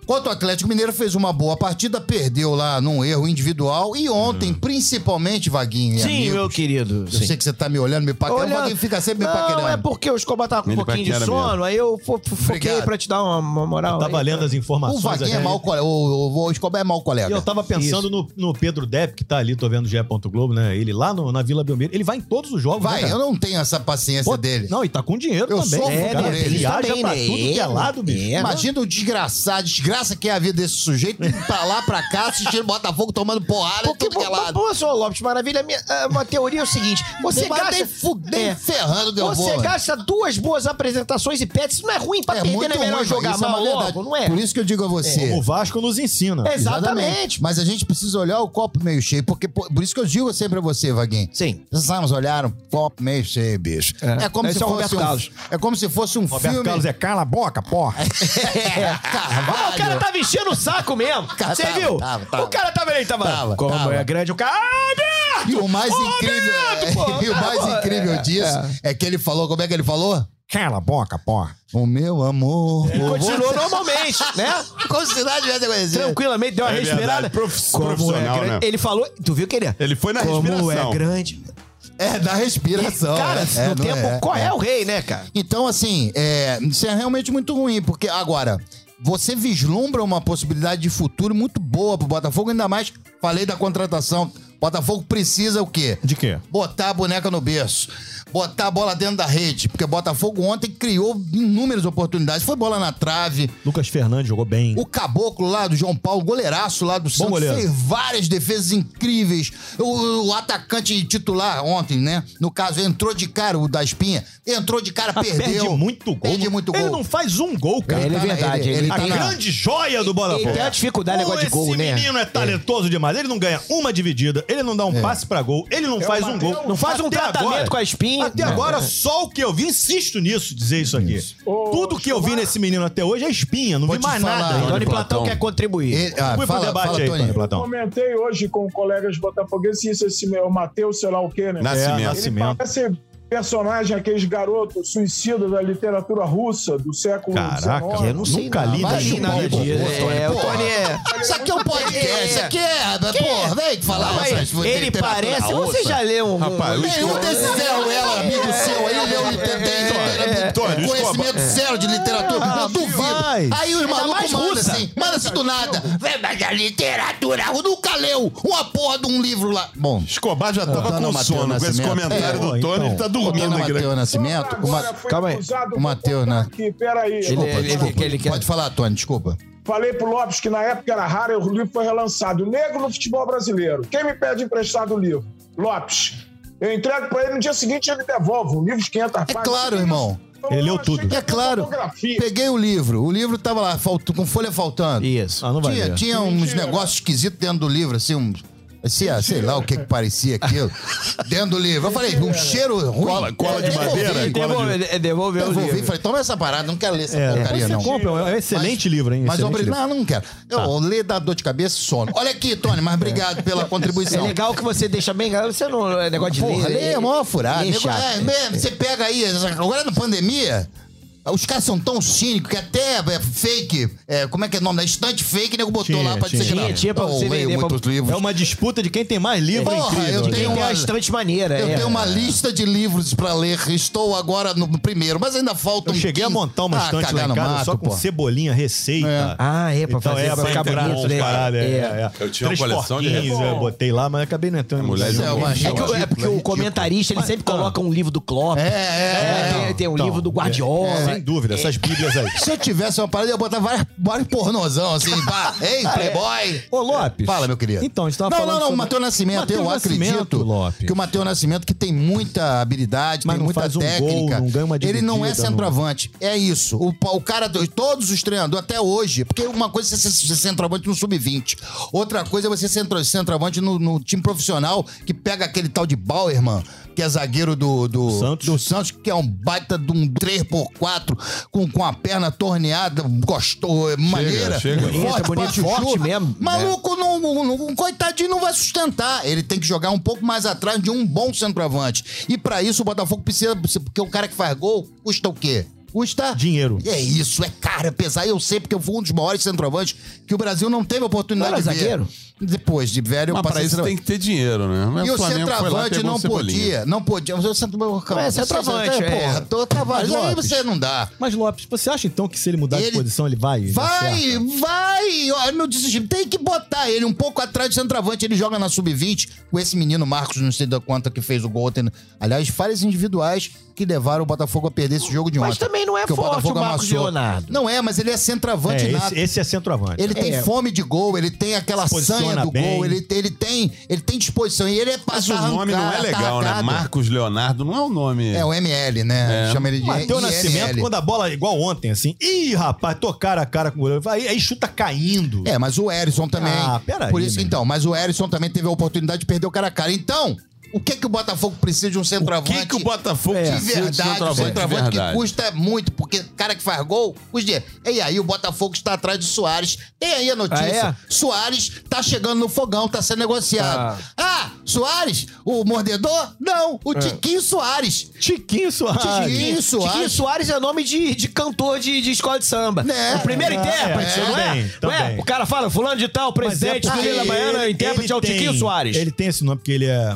Speaker 3: Quanto o Atlético Mineiro fez uma boa partida, perdeu lá num erro individual e ontem, principalmente, Vaguinho. e
Speaker 5: Hum. Sim,
Speaker 3: amigo,
Speaker 5: meu querido.
Speaker 3: eu sei que você tá me olhando, me paquerando.
Speaker 5: Olha-
Speaker 3: O Vaguinho fica sempre me
Speaker 5: Não,
Speaker 3: paquerando.
Speaker 5: é porque o Escobar tava com um
Speaker 4: Ele
Speaker 5: pouquinho de
Speaker 4: paquera
Speaker 5: sono,
Speaker 4: mesmo. Tá
Speaker 5: aí eu fo fo- foquei
Speaker 3: Obrigado.
Speaker 5: pra te dar uma, uma moral.
Speaker 2: Eu tava
Speaker 5: aí.
Speaker 2: lendo as
Speaker 3: O
Speaker 2: informações.
Speaker 3: Vaguinho é
Speaker 2: aqui.
Speaker 3: mau colega. O, o, o Escobar é mau colega.
Speaker 2: E eu tava pensando no, no Pedro Depp, que tá ali, tô vendo o GE. Globo, né? Ele lá no- na Vila Belmiro. Ele vai em todos os jogos, né,
Speaker 3: Vai,
Speaker 2: cara?
Speaker 3: eu não tenho essa paciência
Speaker 2: Pô,
Speaker 3: dele.
Speaker 2: Não, e tá com dinheiro
Speaker 3: Eu
Speaker 2: também.
Speaker 3: sofro
Speaker 2: É,
Speaker 3: por
Speaker 2: cara,
Speaker 3: ele.
Speaker 2: ele viaja
Speaker 5: Também,
Speaker 2: pra
Speaker 5: né?
Speaker 2: tudo que é lado, bicho.
Speaker 5: É,
Speaker 3: Imagina o desgraçado, desgraça que é a vida desse sujeito, indo pra lá, pra cá, assistindo Botafogo, tomando porrada
Speaker 5: Porque,
Speaker 3: e tudo que é
Speaker 5: mas,
Speaker 3: lado.
Speaker 5: pô, senhor Lopes, maravilha, minha, ah, uma teoria é o seguinte: você
Speaker 3: Mas
Speaker 5: gasta.
Speaker 3: nem fu- tá nem
Speaker 5: É.
Speaker 3: ferrando deu
Speaker 5: Você
Speaker 3: bola.
Speaker 5: gasta duas boas apresentações e pets, isso não é ruim pra perder, não é melhor
Speaker 3: ruim,
Speaker 5: jogar
Speaker 3: isso é
Speaker 5: mal
Speaker 3: uma
Speaker 5: logo,
Speaker 3: verdade.
Speaker 5: não é?
Speaker 3: Por isso que eu digo a você.
Speaker 2: O Vasco nos ensina.
Speaker 5: É. Exatamente.
Speaker 3: Mas a gente precisa olhar o copo meio cheio, porque por, por isso que eu digo sempre a você, Vaguinho.
Speaker 5: Sim.
Speaker 3: Precisamos olhar o copo meio cheio, bicho.
Speaker 5: É.
Speaker 3: É, como
Speaker 5: Esse
Speaker 3: se
Speaker 5: é o
Speaker 3: fosse
Speaker 5: Roberto
Speaker 3: um,
Speaker 5: Carlos.
Speaker 3: É como se fosse um
Speaker 2: Roberto
Speaker 3: filme.
Speaker 2: Carlos é cala a boca, porra.
Speaker 3: é,
Speaker 5: Ah,
Speaker 3: Carvalho.
Speaker 5: o cara tava enchendo o saco mesmo.
Speaker 3: Cara,
Speaker 5: Você
Speaker 3: tava,
Speaker 5: viu?
Speaker 3: tava, tava.
Speaker 5: O cara tava ali, tava.
Speaker 3: Tava,
Speaker 5: Como
Speaker 3: tava.
Speaker 5: é grande o cara. Ah,
Speaker 3: E o mais
Speaker 5: Ô,
Speaker 3: incrível, é
Speaker 5: Roberto, pô,
Speaker 3: e o
Speaker 5: tá
Speaker 3: mais
Speaker 5: bom,
Speaker 3: incrível
Speaker 5: é,
Speaker 3: disso é. que ele falou, como é que ele falou?
Speaker 2: Cala a boca, porra.
Speaker 3: O meu amor.
Speaker 5: meu! Continuou normalmente, né?
Speaker 3: É? Como se nada tivesse acontecido.
Speaker 5: Tranquilamente, deu uma
Speaker 4: É verdade,
Speaker 5: respirada.
Speaker 4: prof-
Speaker 5: Como é
Speaker 4: profissional,
Speaker 5: grande-
Speaker 4: né?
Speaker 5: Ele falou, tu viu que ele é?
Speaker 4: Ele foi na
Speaker 5: Como
Speaker 4: respiração.
Speaker 5: é grande.
Speaker 3: É, da respiração.
Speaker 5: cara,
Speaker 3: é,
Speaker 5: no
Speaker 3: não
Speaker 5: tempo, qual é,
Speaker 3: é
Speaker 5: o rei, né, cara?
Speaker 3: Então, assim, é, isso é realmente muito ruim, porque agora, você vislumbra uma possibilidade de futuro muito boa pro Botafogo, ainda mais, falei da contratação. Botafogo precisa o quê?
Speaker 2: De quê?
Speaker 3: Botar a boneca no berço. Botar a bola dentro da rede. Porque o Botafogo ontem criou inúmeras oportunidades. Foi bola na trave.
Speaker 2: Lucas Fernandes jogou bem.
Speaker 3: O caboclo lá do João Paulo, goleiraço lá do Santos,
Speaker 2: goleiro.
Speaker 3: fez várias defesas incríveis. O, o atacante titular ontem, né? No caso, entrou de cara, o da espinha. Entrou de cara,
Speaker 2: Ah,
Speaker 3: perdeu.
Speaker 2: Perde muito gol.
Speaker 3: Perde muito
Speaker 2: Ele
Speaker 3: gol.
Speaker 2: não faz um gol, cara.
Speaker 5: Ele é
Speaker 3: tá na-
Speaker 5: verdade, ele-
Speaker 3: Ele, ele
Speaker 2: a
Speaker 3: tá na-
Speaker 2: grande joia do Botafogo.
Speaker 5: Ele tem uma dificuldade,
Speaker 2: Pô,
Speaker 5: negócio de gol,
Speaker 2: esse
Speaker 5: né?
Speaker 2: menino é talentoso demais. Ele não ganha uma dividida, ele não dá um passe pra gol, ele
Speaker 6: É
Speaker 2: não faz um gol.
Speaker 5: Não faz um
Speaker 2: Até
Speaker 5: tratamento com a espinha.
Speaker 2: Até
Speaker 5: Não.
Speaker 2: agora, só o que eu vi, insisto nisso, dizer isso aqui.
Speaker 6: Ô,
Speaker 2: Tudo que eu vi nesse menino até hoje é espinha, não
Speaker 3: Vou
Speaker 2: vi
Speaker 3: te
Speaker 2: mais
Speaker 3: falar,
Speaker 2: nada.
Speaker 3: Tony
Speaker 5: Tony Platão,
Speaker 4: Platão.
Speaker 5: quer contribuir.
Speaker 3: ele- ah,
Speaker 2: Fui pro
Speaker 3: fala,
Speaker 2: debate
Speaker 3: fala,
Speaker 2: aí,
Speaker 3: Tony.
Speaker 2: Tony Platão.
Speaker 6: Comentei hoje com colegas botafoguenses isso, esse meu Matheus, sei lá o quê, né?
Speaker 4: Nascimento.
Speaker 2: É,
Speaker 6: Ele
Speaker 2: Nascimento.
Speaker 6: parece personagem, aqueles garotos suicidas da literatura russa do século
Speaker 2: Caraca,
Speaker 6: XIX.
Speaker 2: eu não sei nunca li
Speaker 5: Não
Speaker 3: nada,
Speaker 2: nada
Speaker 5: imagina nada
Speaker 2: disso.
Speaker 5: disso. É, o Tony é...
Speaker 3: Isso aqui é um podcast, isso aqui é. Porra, vem falar
Speaker 5: Mas
Speaker 3: essas
Speaker 5: ele
Speaker 3: literatura
Speaker 5: parece.
Speaker 3: russa.
Speaker 5: Você já leu um.
Speaker 4: Rapaz, o
Speaker 3: Nenhum
Speaker 4: Escobar-
Speaker 3: desses zero, ela, amigo seu, aí o meu tem- tem-
Speaker 4: Tony,
Speaker 3: tem
Speaker 4: o
Speaker 3: é, conhecimento zero de literatura, eu duvido. Aí os malucos
Speaker 5: mais
Speaker 3: mandam
Speaker 5: russa.
Speaker 3: assim, manda assim do nada. Vem, mas a literatura, eu nunca leu uma porra de um livro lá. Bom,
Speaker 4: Escobar já tava
Speaker 3: Antônio
Speaker 4: com
Speaker 3: Mateus
Speaker 4: sono. Com esse
Speaker 3: Nascimento.
Speaker 4: comentário
Speaker 2: É,
Speaker 4: do Tony,
Speaker 2: então.
Speaker 4: ele tá
Speaker 3: Antônio
Speaker 4: dormindo aqui. né?
Speaker 3: Mateus Nascimento,
Speaker 6: Agora
Speaker 3: uma...
Speaker 6: foi
Speaker 5: calma aí.
Speaker 6: acusado
Speaker 3: O Mateus, né?
Speaker 6: Aqui, peraí. é-
Speaker 5: Ele-
Speaker 3: Desculpa,
Speaker 5: ele-
Speaker 3: desculpa.
Speaker 5: ele quer-
Speaker 3: Pode falar, Tony, desculpa.
Speaker 6: Falei pro Lopes que na época era raro e o livro foi relançado. Negro no futebol brasileiro. Quem me pede emprestado o livro? Lopes. Eu entrego pra ele no dia seguinte ele devolve um livro de 500
Speaker 3: É
Speaker 6: páginas.
Speaker 3: claro, irmão.
Speaker 6: Então,
Speaker 2: Ele
Speaker 6: eu
Speaker 2: leu
Speaker 6: achei
Speaker 2: tudo.
Speaker 6: que
Speaker 3: É
Speaker 6: era
Speaker 3: claro.
Speaker 6: fotografia.
Speaker 3: Peguei o livro. O livro tava lá, faltou, com folha faltando.
Speaker 5: Isso.
Speaker 2: Ah, não vai
Speaker 3: Tinha,
Speaker 2: ler.
Speaker 3: tinha uns
Speaker 4: né?
Speaker 6: Mentira.
Speaker 3: negócios esquisitos dentro do livro, assim, um. Assim, ah, sei lá o que que parecia aquilo. dentro do livro. Eu falei, um cheiro ruim.
Speaker 4: Cola- cola de
Speaker 3: Eu devolvi.
Speaker 4: madeira,
Speaker 5: Ele devolve- ele devolveu o
Speaker 3: Devolvi,
Speaker 5: livro.
Speaker 3: falei, toma essa parada, não quero ler essa
Speaker 2: É,
Speaker 3: porcaria,
Speaker 2: você
Speaker 3: não.
Speaker 2: compra, é um- é um excelente livro, hein?
Speaker 3: Mas
Speaker 2: excelente livro.
Speaker 3: obrigado.
Speaker 2: Tá.
Speaker 3: Não, não quero. Eu, lê, dá dor de cabeça e sono. Olha aqui, Tony, mas obrigado pela
Speaker 5: É
Speaker 3: contribuição.
Speaker 5: legal que você deixa bem claro, você não é negócio de
Speaker 3: Porra,
Speaker 5: ler.
Speaker 3: lê é mó furada.
Speaker 5: Lê é
Speaker 3: Nego-
Speaker 5: chato.
Speaker 3: é, mesmo, Você pega aí, agora na pandemia, os caras são tão cínicos que até é, fake, é, como é que é o nome? da Estante fake, nego botou
Speaker 2: Tinha,
Speaker 3: lá É, pra
Speaker 2: tinha.
Speaker 3: dizer que não.
Speaker 5: Tinha, tinha pra
Speaker 3: Eu
Speaker 5: você
Speaker 3: leio
Speaker 5: vender,
Speaker 3: muitos
Speaker 5: pra-
Speaker 3: livros.
Speaker 2: É uma disputa de quem tem mais livro, é
Speaker 3: Porra,
Speaker 2: incrível. né?
Speaker 5: Tem
Speaker 3: eu tenho
Speaker 5: que ter
Speaker 3: uma-
Speaker 5: a estante maneira.
Speaker 3: Eu
Speaker 5: é.
Speaker 3: tenho uma lista de livros pra ler, estou agora no primeiro, mas ainda falta
Speaker 2: Eu
Speaker 3: um
Speaker 2: cheguei a
Speaker 3: 15.
Speaker 2: montar uma
Speaker 3: Ah,
Speaker 2: estante lá
Speaker 3: cagar
Speaker 2: em
Speaker 3: no
Speaker 2: casa
Speaker 3: mato,
Speaker 2: só com
Speaker 3: pô.
Speaker 2: cebolinha, receita.
Speaker 5: Ah, é, pra
Speaker 2: Então,
Speaker 5: fazer,
Speaker 2: é,
Speaker 5: pra
Speaker 2: pra
Speaker 5: ficar
Speaker 2: integrar
Speaker 5: bonito,
Speaker 2: os
Speaker 5: né?
Speaker 2: caralho, é,
Speaker 5: É.
Speaker 2: é.
Speaker 4: Eu tinha uma
Speaker 2: Três
Speaker 4: coleção de
Speaker 2: porquinhos,
Speaker 4: revista.
Speaker 2: Eu botei lá, mas acabei não entrando em lugar
Speaker 4: Mulher de
Speaker 2: nenhum.
Speaker 3: uma-
Speaker 5: É, que o- é porque o comentarista ele sempre coloca um livro do Klopp.
Speaker 3: É, é, é.
Speaker 5: tem, tem um
Speaker 2: Então, É.
Speaker 5: livro do Guardiola.
Speaker 2: Sem dúvida, essas bíblias aí.
Speaker 3: Se eu tivesse uma parada, eu ia botar várias, vários pornozão, assim, pá, ei,
Speaker 2: Ah, é.
Speaker 3: playboy.
Speaker 2: Ô, Lopes.
Speaker 3: Fala, meu querido.
Speaker 2: Então, a gente tava
Speaker 3: não,
Speaker 2: falando
Speaker 3: Não, não,
Speaker 2: sobre-
Speaker 3: o Matheus Nascimento,
Speaker 2: Matheus
Speaker 3: eu
Speaker 2: Nascimento,
Speaker 3: acredito
Speaker 2: Lopes.
Speaker 3: que o Matheus Nascimento, que tem muita habilidade,
Speaker 2: Mas
Speaker 3: tem
Speaker 2: não
Speaker 3: muita
Speaker 2: faz um
Speaker 3: técnica.
Speaker 2: gol, não ganha uma
Speaker 3: ele não é
Speaker 2: dividida, não-
Speaker 3: centroavante. É isso. O, pa- o cara, todos os treinadores, até hoje, porque uma coisa é você ser centroavante no sub-20. Outra coisa é você ser centro- centroavante no, no time profissional que pega aquele tal de Bauerman, que é zagueiro do, do,
Speaker 2: Santos.
Speaker 3: do Santos, que é um baita de um 3x4, com, com a perna torneada, gostou, maneira.
Speaker 4: chega.
Speaker 3: Forte,
Speaker 5: Bonito, bonito,
Speaker 3: pra chuchu.
Speaker 5: forte mesmo,
Speaker 3: Maluco, não, não, não- coitadinho não vai sustentar. Ele tem que jogar um pouco mais atrás de um bom centroavante. E pra isso o Botafogo precisa, porque o cara que faz gol custa o quê? Custa
Speaker 2: Dinheiro.
Speaker 3: É isso, é caro, é pesado. Eu sei porque eu fui um dos maiores centroavantes que o Brasil não teve oportunidade
Speaker 5: Não era
Speaker 3: de
Speaker 5: zagueiro?
Speaker 3: ver. Depois de velho, eu
Speaker 4: Ah, Mas pra
Speaker 3: passei
Speaker 4: isso
Speaker 3: centroavante.
Speaker 4: tem que ter dinheiro, né? Mas
Speaker 3: E
Speaker 4: Flamengo
Speaker 3: o
Speaker 4: foi lá,
Speaker 3: centroavante
Speaker 4: pegou
Speaker 3: não
Speaker 4: o Cebolinha.
Speaker 3: podia, não podia. Mas o centroavante,
Speaker 5: É, centroavante, é.
Speaker 3: porra, tô Tavares.
Speaker 2: Mas,
Speaker 3: Aí
Speaker 2: Lopes,
Speaker 3: você não dá.
Speaker 2: Mas, Lopes, você acha então que se ele mudar de
Speaker 3: Ele-
Speaker 2: posição, ele vai? dar
Speaker 3: Vai,
Speaker 2: certo?
Speaker 3: vai! Olha, meu desistir. assim, Tem que botar ele um pouco atrás de centroavante. Ele joga na sub-20 com esse menino Marcos, não sei da quanto que fez o gol. ontem. Aliás, falhas individuais que levaram o Botafogo a perder esse jogo de ontem.
Speaker 5: Mas também não é
Speaker 3: Porque
Speaker 5: forte o
Speaker 3: Botafogo
Speaker 5: Marcos Leonardo.
Speaker 3: Não é, mas ele é centroavante
Speaker 2: É,
Speaker 3: nato.
Speaker 2: esse, esse é centroavante.
Speaker 3: Ele tem
Speaker 5: É.
Speaker 3: fome de gol, ele tem aquela
Speaker 2: Se posiciona
Speaker 3: sanha do
Speaker 2: bem.
Speaker 3: gol, ele, ele, tem, ele tem disposição. E ele é
Speaker 4: Mas
Speaker 3: passar
Speaker 4: o nome não é legal, né? Marcos Leonardo não é um nome.
Speaker 3: É o ML, né?
Speaker 4: É.
Speaker 3: Chama ele de
Speaker 2: Mateu
Speaker 3: IML.
Speaker 2: Nascimento, quando a bola, igual ontem, assim, ih, rapaz, tocaram a cara com o goleiro. Aí, aí chuta caindo.
Speaker 3: É, mas o Erisson também.
Speaker 2: Ah, peraí,
Speaker 3: Por isso que,
Speaker 2: meu.
Speaker 3: então, mas o Erisson também teve a oportunidade de perder o cara a cara. Então, o que que o Botafogo precisa de um
Speaker 4: O
Speaker 3: centroavante?
Speaker 4: que, que o Botafogo
Speaker 3: de
Speaker 4: precisa de um
Speaker 3: verdade,
Speaker 4: centroavante?
Speaker 3: centroavante,
Speaker 4: de
Speaker 3: centroavante que
Speaker 4: verdade?
Speaker 3: custa muito, porque cara que faz gol, custa dinheiro. E aí o Botafogo está atrás de Soares. Tem aí a
Speaker 5: Ah,
Speaker 3: notícia.
Speaker 5: é?
Speaker 3: Soares tá chegando no fogão, tá sendo negociado. Ah, Soares? O mordedor? Não, o Tiquinho Soares.
Speaker 2: Tiquinho Soares.
Speaker 3: Tiquinho Soares.
Speaker 5: Tiquinho Soares é nome de, de cantor de, de escola de samba.
Speaker 3: Né?
Speaker 5: O primeiro
Speaker 2: É,
Speaker 5: intérprete,
Speaker 2: é,
Speaker 5: não é?
Speaker 2: também,
Speaker 5: Não é?
Speaker 2: também. é
Speaker 5: O cara fala, fulano de tal, presidente do Lila Baiana, o intérprete é o Tiquinho Soares.
Speaker 2: Ele tem esse nome porque ele é.